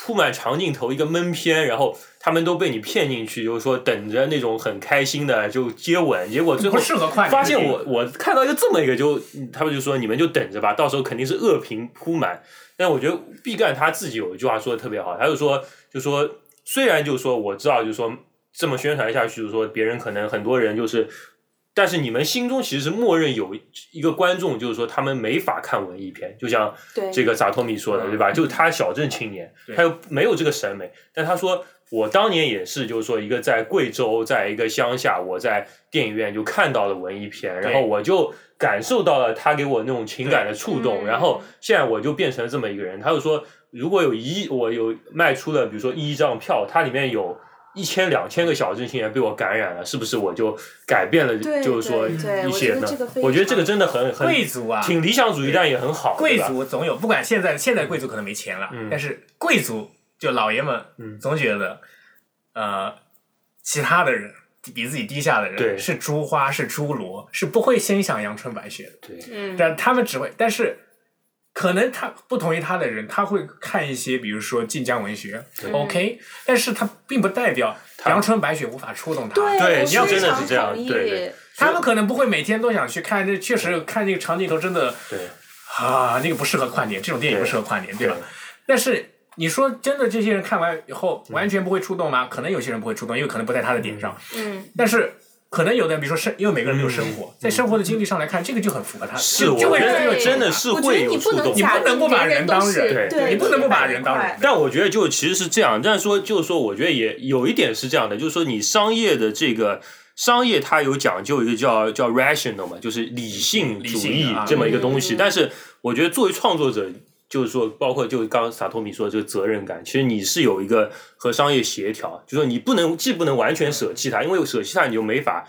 [SPEAKER 1] 铺满长镜头一个闷片，然后他们都被你骗进去，就是说等着那种很开心的就接吻，结果最后
[SPEAKER 2] 不适合跨年
[SPEAKER 1] 发现
[SPEAKER 2] 这个
[SPEAKER 1] 我我看到一个这么一个就，嗯他们就说你们就等着吧，到时候肯定是恶评铺满。但我觉得毕赣他自己有一句话说的特别好，他就说就说虽然就说我知道就说这么宣传下去，就说别人可能很多人就是。但是你们心中其实是默认有一个观众，就是说他们没法看文艺片，就像
[SPEAKER 3] 对
[SPEAKER 1] 这个萨托米说的，
[SPEAKER 2] 嗯
[SPEAKER 1] 对吧？就是他小镇青年，
[SPEAKER 2] 对
[SPEAKER 1] 他又没有这个审美，但他说我当年也是，就是说一个在贵州，在一个乡下，我在电影院就看到了文艺片，然后我就感受到了他给我那种情感的触动，
[SPEAKER 3] 嗯
[SPEAKER 1] 然后现在我就变成这么一个人。他就说，如果有一我有卖出了，比如说一张票，它里面有。一千两千个小镇青年被我感染了，是不是我就改变了？
[SPEAKER 3] 对
[SPEAKER 1] 就是说
[SPEAKER 3] 对对
[SPEAKER 1] 一些
[SPEAKER 3] 我觉得
[SPEAKER 1] 呢
[SPEAKER 3] 这个非？常
[SPEAKER 1] 我觉得这个真的很很
[SPEAKER 2] 贵族啊，
[SPEAKER 1] 挺理想主义，但也很好。对
[SPEAKER 2] 贵
[SPEAKER 1] 吧
[SPEAKER 2] 族总有，不管现在现在贵族可能没钱了，
[SPEAKER 1] 嗯
[SPEAKER 2] 但是贵族就老爷们，
[SPEAKER 1] 嗯
[SPEAKER 2] 总觉得，呃，其他的人比自己低下的人，
[SPEAKER 1] 对
[SPEAKER 2] 是猪花是猪罗，是不会欣赏阳春白雪的，
[SPEAKER 1] 对，
[SPEAKER 3] 嗯，
[SPEAKER 2] 但他们只会，但是。可能他不同意他的人，他会看一些，比如说晋江文学
[SPEAKER 1] 对
[SPEAKER 2] ，OK，但是他并不代表
[SPEAKER 1] 他
[SPEAKER 2] 阳春白雪无法触动他。
[SPEAKER 3] 对，
[SPEAKER 1] 对
[SPEAKER 3] 我
[SPEAKER 1] 你要
[SPEAKER 3] 非
[SPEAKER 1] 真的是
[SPEAKER 3] 常
[SPEAKER 1] 这样
[SPEAKER 3] 同意
[SPEAKER 1] 对对
[SPEAKER 2] 他们可能不会每天都想去看，这确实看这个长镜头真的
[SPEAKER 1] 对
[SPEAKER 2] 啊，那个不适合跨年，这种电影不适合跨年，对吧？但是你说真的，这些人看完以后
[SPEAKER 1] 嗯
[SPEAKER 2] 完全不会触动吗？可能有些人不会触动，因为可能不在他的点上。
[SPEAKER 3] 嗯，
[SPEAKER 2] 但是可能有的人，比如说生，因为每个人都有生活，在生活的经历上来看，这个就很符合他，
[SPEAKER 1] 嗯是
[SPEAKER 2] 就就
[SPEAKER 1] 我
[SPEAKER 2] 会
[SPEAKER 1] 觉得
[SPEAKER 2] 这个
[SPEAKER 3] 对
[SPEAKER 1] 真的是
[SPEAKER 3] 我觉得
[SPEAKER 1] 会
[SPEAKER 3] 你
[SPEAKER 1] 有
[SPEAKER 3] 不
[SPEAKER 1] 触
[SPEAKER 3] 能
[SPEAKER 1] 动。
[SPEAKER 2] 你
[SPEAKER 3] 假
[SPEAKER 2] 不能不把
[SPEAKER 3] 人
[SPEAKER 2] 人当
[SPEAKER 3] 都是
[SPEAKER 2] 人
[SPEAKER 1] 对
[SPEAKER 3] 对，
[SPEAKER 2] 你不能不把人当
[SPEAKER 3] 块
[SPEAKER 2] 人
[SPEAKER 1] 但我觉得就其实是这样，但说就是说，我觉得也有一点是这样的，就是说你商业的这个商业它有讲究一个叫叫 rational 嘛，就是理性
[SPEAKER 2] 理
[SPEAKER 1] 主
[SPEAKER 2] 性
[SPEAKER 1] 义
[SPEAKER 2] 啊
[SPEAKER 1] 这么一个东西。
[SPEAKER 3] 嗯
[SPEAKER 1] 但是我觉得作为创作者，就是说，包括就刚刚萨托米说的这个责任感，其实你是有一个和商业协调，就是说你不能既不能完全舍弃它，因为舍弃它你就没法。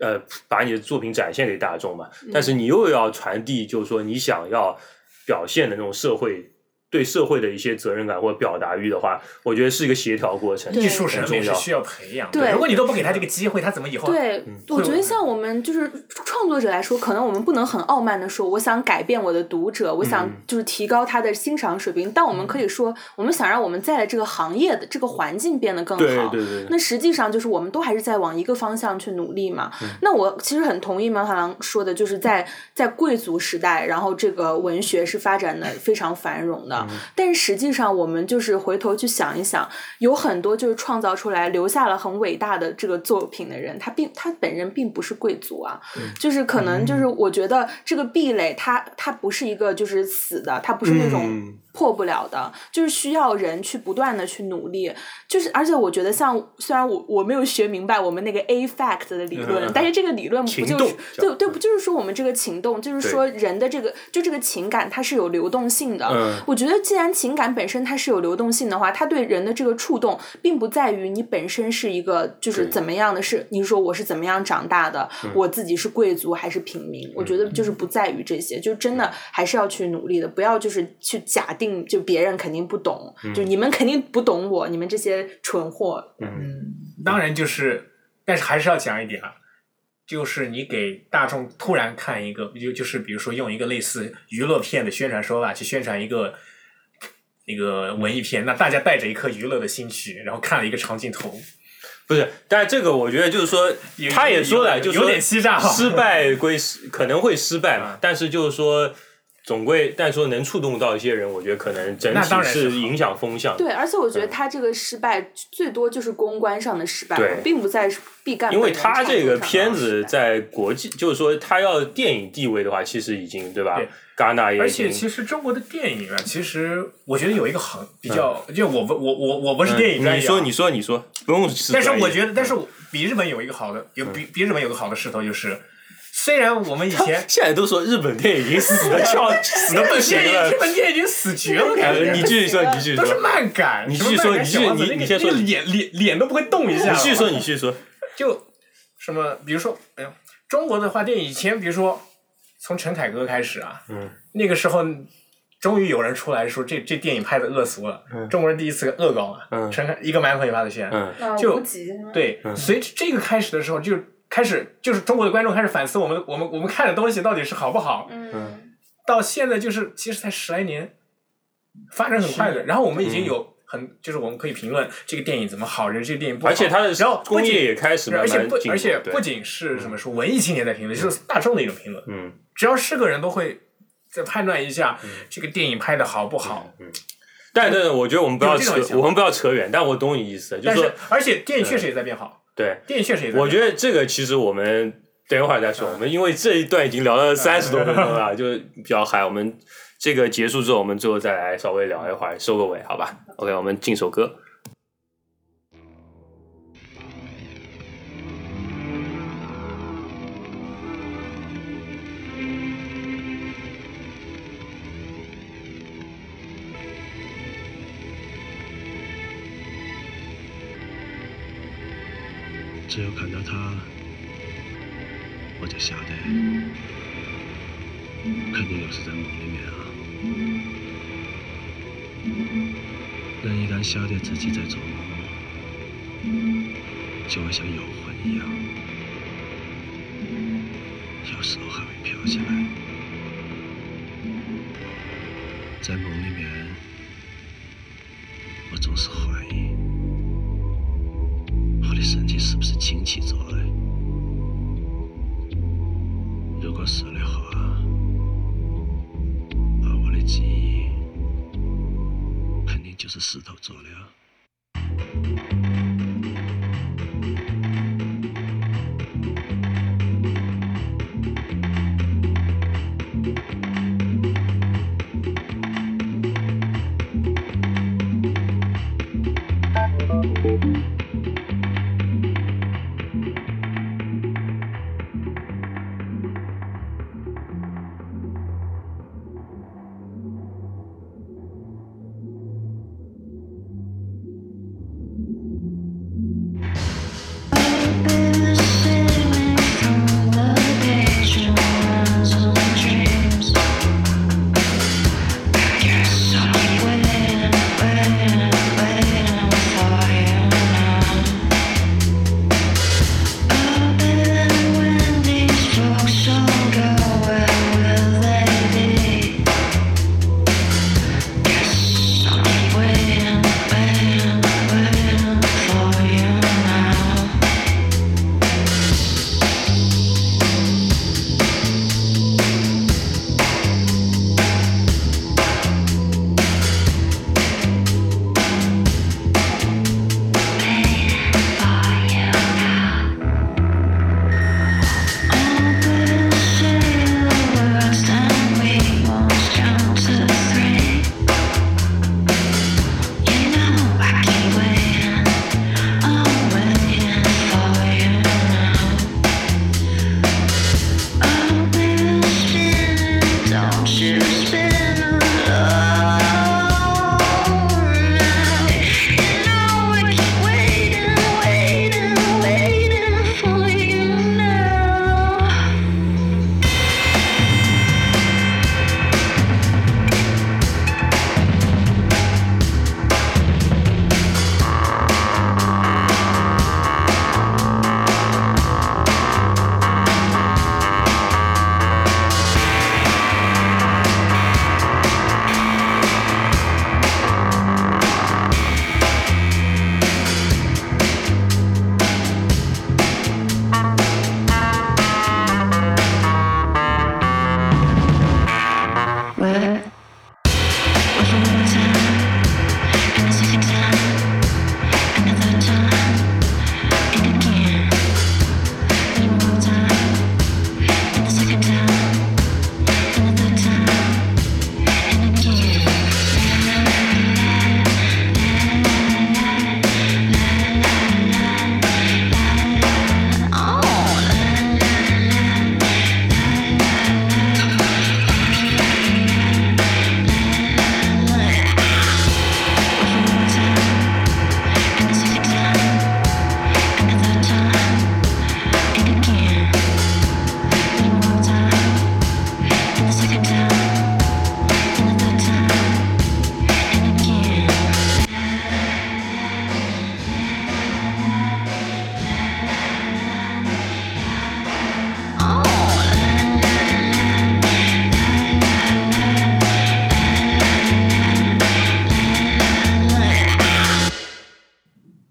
[SPEAKER 1] 呃，把你的作品展现给大众嘛，
[SPEAKER 3] 嗯
[SPEAKER 1] 但是你又要传递，就是说你想要表现的那种社会对社会的一些责任感或者表达欲的话，我觉得是一个协调过程。
[SPEAKER 3] 对
[SPEAKER 2] 艺术审
[SPEAKER 1] 很
[SPEAKER 2] 美是
[SPEAKER 1] 重要
[SPEAKER 2] 需要培养
[SPEAKER 3] 对
[SPEAKER 2] 的，如果你都不给他这个机会，他怎么以后？
[SPEAKER 3] 对，
[SPEAKER 1] 嗯
[SPEAKER 3] 我觉得像我们就是创作者来说，可能我们不能很傲慢的说，我想改变我的读者，
[SPEAKER 1] 嗯
[SPEAKER 3] 我想就是提高他的欣赏水平。但我们可以说，我们想让我们在这个行业的这个环境变得更
[SPEAKER 1] 对
[SPEAKER 3] 好。
[SPEAKER 1] 对对对，
[SPEAKER 3] 那实际上就是我们都还是在往一个方向去努力嘛。那我其实很同意马海郎说的，就是在在贵族时代，然后这个文学是发展的非常繁荣的，的。
[SPEAKER 1] 嗯
[SPEAKER 3] 但是实际上，我们就是回头去想一想，有很多就是创造出来留下了很伟大的这个作品的人，他并他本人并不是贵族啊，就是可能就是
[SPEAKER 1] 嗯
[SPEAKER 3] 我觉得这个壁垒它，它不是一个就是死的，它不是那种
[SPEAKER 1] 嗯
[SPEAKER 3] 破不了的，就是需要人去不断的去努力。就是而且我觉得像虽然我我没有学明白我们那个 A fact 的理论，
[SPEAKER 1] 嗯
[SPEAKER 3] 但是这个理论不
[SPEAKER 1] 情
[SPEAKER 3] 就
[SPEAKER 1] 动嗯
[SPEAKER 3] 是对对不就是说我们这个情动，就是说人的这个就这个情感它是有流动性的。
[SPEAKER 1] 嗯
[SPEAKER 3] 我觉得，既然情感本身它是有流动性的话，它对人的这个触动，并不在于你本身是一个就是
[SPEAKER 1] 对嗯
[SPEAKER 3] 怎么样的是，你说我是怎么样长大的，我自己是贵族还是平民，我觉得就是不在于这些，就真
[SPEAKER 1] 嗯
[SPEAKER 3] 的还是要去努力的，不要就是去假定就别人肯定不懂，
[SPEAKER 1] 嗯
[SPEAKER 3] 就你们肯定不懂我，你们这些蠢货，
[SPEAKER 1] 嗯
[SPEAKER 4] 嗯
[SPEAKER 2] 当然就是，但是还是要讲一点啊，就是你给大众突然看一个，就就是比如说用一个类似娱乐片的宣传手法去宣传一个一个文艺片，那大家带着一颗娱乐的心去，然后看了一个长镜头，
[SPEAKER 1] 不是，但这个我觉得就是说
[SPEAKER 2] 有，
[SPEAKER 1] 他也说了，
[SPEAKER 2] 有
[SPEAKER 1] 就
[SPEAKER 2] 有
[SPEAKER 1] 说
[SPEAKER 2] 点欺诈哈嗯
[SPEAKER 1] 失败归失，可能会失败嘛，但是就是说。总归，但说能触动到一些人，我觉得可能整
[SPEAKER 2] 那当
[SPEAKER 1] 体
[SPEAKER 2] 然是
[SPEAKER 1] 是影响风向的。
[SPEAKER 3] 对，而且我觉得
[SPEAKER 1] 嗯
[SPEAKER 3] 他这个失败最多就是公关上的失败
[SPEAKER 1] 对，
[SPEAKER 3] 并不在毕赣
[SPEAKER 1] 因为
[SPEAKER 3] 本人
[SPEAKER 1] 他
[SPEAKER 3] 创作
[SPEAKER 1] 这个
[SPEAKER 3] 上的
[SPEAKER 1] 片
[SPEAKER 3] 失
[SPEAKER 1] 子
[SPEAKER 3] 败
[SPEAKER 1] 在国际，就是说他要电影地位的话，其实已经对吧
[SPEAKER 2] 对？
[SPEAKER 1] 戛纳也
[SPEAKER 2] 而
[SPEAKER 1] 已
[SPEAKER 2] 且
[SPEAKER 1] 经，
[SPEAKER 2] 其实中国的电影啊，其实我觉得有一个行比较，就我不我我我不是电影专
[SPEAKER 1] 嗯
[SPEAKER 2] 业啊、
[SPEAKER 1] 你说你说你说，不用是
[SPEAKER 2] 但
[SPEAKER 1] 专业。
[SPEAKER 2] 是我觉得，但是我比日本有一个好的，有比比日本有个好的势头就是，虽然我们以前
[SPEAKER 1] 现在都说日本电影已经死 的翘，死的不行
[SPEAKER 2] 电影
[SPEAKER 1] 了
[SPEAKER 2] 日。本电影已经死绝了，感
[SPEAKER 1] 呃
[SPEAKER 2] 觉
[SPEAKER 1] 你继续说，你继续
[SPEAKER 2] 都
[SPEAKER 1] 说，
[SPEAKER 2] 是漫改，
[SPEAKER 1] 你
[SPEAKER 2] 什么
[SPEAKER 1] 继续说
[SPEAKER 2] 漫改
[SPEAKER 1] 你
[SPEAKER 2] 小王子
[SPEAKER 1] 继续
[SPEAKER 2] 那个
[SPEAKER 1] 你先说
[SPEAKER 2] 那个脸脸脸都不会动一下，
[SPEAKER 1] 你继续说，你继续说。
[SPEAKER 2] 就什么，比如说，哎呦，中国的话，电影以前，比如说从陈凯歌开始啊，
[SPEAKER 1] 嗯，
[SPEAKER 2] 那个时候终于有人出来说这这电影拍的恶俗了，中国人第一次恶搞嘛，
[SPEAKER 1] 嗯
[SPEAKER 2] 陈凯一个馒头一巴的炫，
[SPEAKER 1] 嗯
[SPEAKER 3] 啊
[SPEAKER 2] 就
[SPEAKER 3] 无极是吗
[SPEAKER 2] 对，随着这个开始的时候，就开始就是中国的观众开始反思我们我们我们看的东西到底是好不好，
[SPEAKER 3] 嗯。
[SPEAKER 2] 到现在就是其实才十来年，发展很快的，然后我们已
[SPEAKER 1] 嗯
[SPEAKER 2] 经有。很就是我们可以评论这个电影怎么好，人这个电影不好，
[SPEAKER 1] 而且它的
[SPEAKER 2] 然后不
[SPEAKER 1] 工
[SPEAKER 2] 仅
[SPEAKER 1] 业也开始慢
[SPEAKER 2] 而且
[SPEAKER 1] 慢
[SPEAKER 2] 不
[SPEAKER 1] 进步，
[SPEAKER 2] 而且
[SPEAKER 1] 对
[SPEAKER 2] 不仅是什么说文艺青年在评论，就是大众的一种评论，
[SPEAKER 1] 嗯
[SPEAKER 2] 只要是个人都会再判断一下这个电影拍的好不好。
[SPEAKER 1] 嗯。但但我觉得我们不要
[SPEAKER 2] 有这
[SPEAKER 1] 扯
[SPEAKER 2] 种，想法
[SPEAKER 1] 我们不要扯远。但我懂你意思，就
[SPEAKER 2] 但
[SPEAKER 1] 是说
[SPEAKER 2] 是，而且电影确实也在变好，
[SPEAKER 1] 对，
[SPEAKER 2] 电影确实也在变好。
[SPEAKER 1] 我觉得这个其实我们等一会儿再说。我们因为这一段已经聊了三十多分钟了，就比较嗨。我们这个结束之后，我们最后再来稍微聊一会儿，收个尾，好吧？OK，我们进首歌。
[SPEAKER 5] 只有看到他，我就晓得，肯定又是在梦里面啊。人一旦晓得自己在做梦，就会像游魂一样，有时候还会飘起来。在梦里面，我总是怀疑。我的身体是不是氢气做的？如果是的话，而啊我的记忆肯定就是石头做的啊。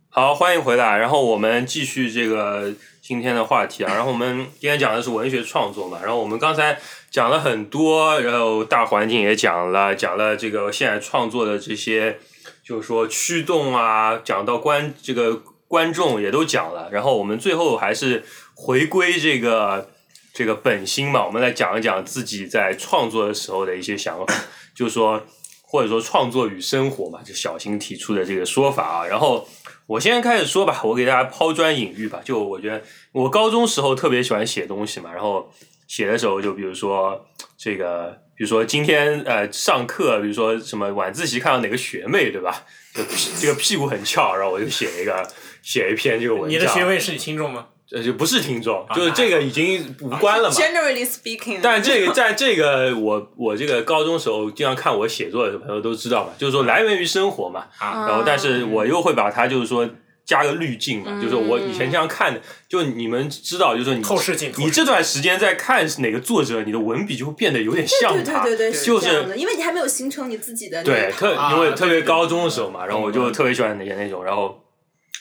[SPEAKER 1] 好，欢迎回来。然后我们继续这个今天的话题啊。然后我们今天讲的是文学创作嘛。然后我们刚才讲了很多，然后大环境也讲了，讲了这个现在创作的这些，就是说驱动啊，讲到观这个观众也都讲了。然后我们最后还是回归这个这个本心嘛，我们来讲一讲自己在创作的时候的一些想法， 就是说或者说创作与生活嘛，就小新提出的这个说法啊。然后我先开始说吧，我给大家抛砖引玉吧。就我觉得我高中时候特别喜欢写东西嘛，然后写的时候就比如说这个，比如说今天呃上课，比如说什么晚自习看到哪个学妹对吧，就屁这个屁股很翘，然后我就写一个写一篇这个文章。
[SPEAKER 2] 你的学妹是你听众吗？
[SPEAKER 1] 呃，就不是听众，
[SPEAKER 2] 啊
[SPEAKER 1] 就是这个已经无关了嘛。
[SPEAKER 3] Generally speaking，
[SPEAKER 1] 但这个，在这个我我这个高中时候经常看我写作的朋友都知道嘛，就是说来源于生活嘛，
[SPEAKER 2] 啊
[SPEAKER 1] 然后但是我又会把它就是说加个滤镜嘛，
[SPEAKER 3] 嗯
[SPEAKER 1] 就是我以前这样看的，就你们知道，就是说你
[SPEAKER 2] 透视镜，透视
[SPEAKER 1] 你这段时间在看哪个作者，你的文笔就会变得有点像
[SPEAKER 3] 对
[SPEAKER 1] 他，
[SPEAKER 3] 对对对，
[SPEAKER 1] 就
[SPEAKER 3] 这
[SPEAKER 1] 是
[SPEAKER 3] 样的，因为你还没有形成你自己的那
[SPEAKER 1] 对，
[SPEAKER 3] 一套
[SPEAKER 1] 特
[SPEAKER 2] 啊
[SPEAKER 1] 因为特别
[SPEAKER 2] 对对对嗯
[SPEAKER 1] 高中的时候嘛，然后我就特别喜欢演那种，然后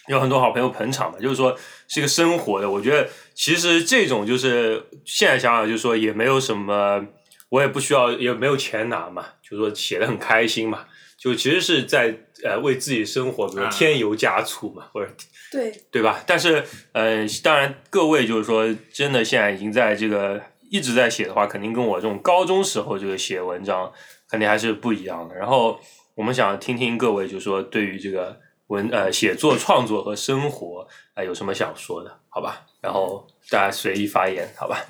[SPEAKER 1] 有很多好朋友捧场嘛，就是说是一个生活的。我觉得其实这种就是现在想想，就是说也没有什么，我也不需要，也没有钱拿嘛，就是说写的很开心嘛，就其实是在呃为自己生活，比如说
[SPEAKER 2] 啊
[SPEAKER 1] 添油加醋嘛，或者
[SPEAKER 3] 对，
[SPEAKER 1] 对吧？但是，呃，当然，各位就是说，真的现在已经在这个一直在写的话，肯定跟我这种高中时候这个写文章肯定还是不一样的。然后，我们想听听各位就是说对于这个文呃写作创作和生活啊、呃有什么想说的，好吧？然后大家随意发言，好吧？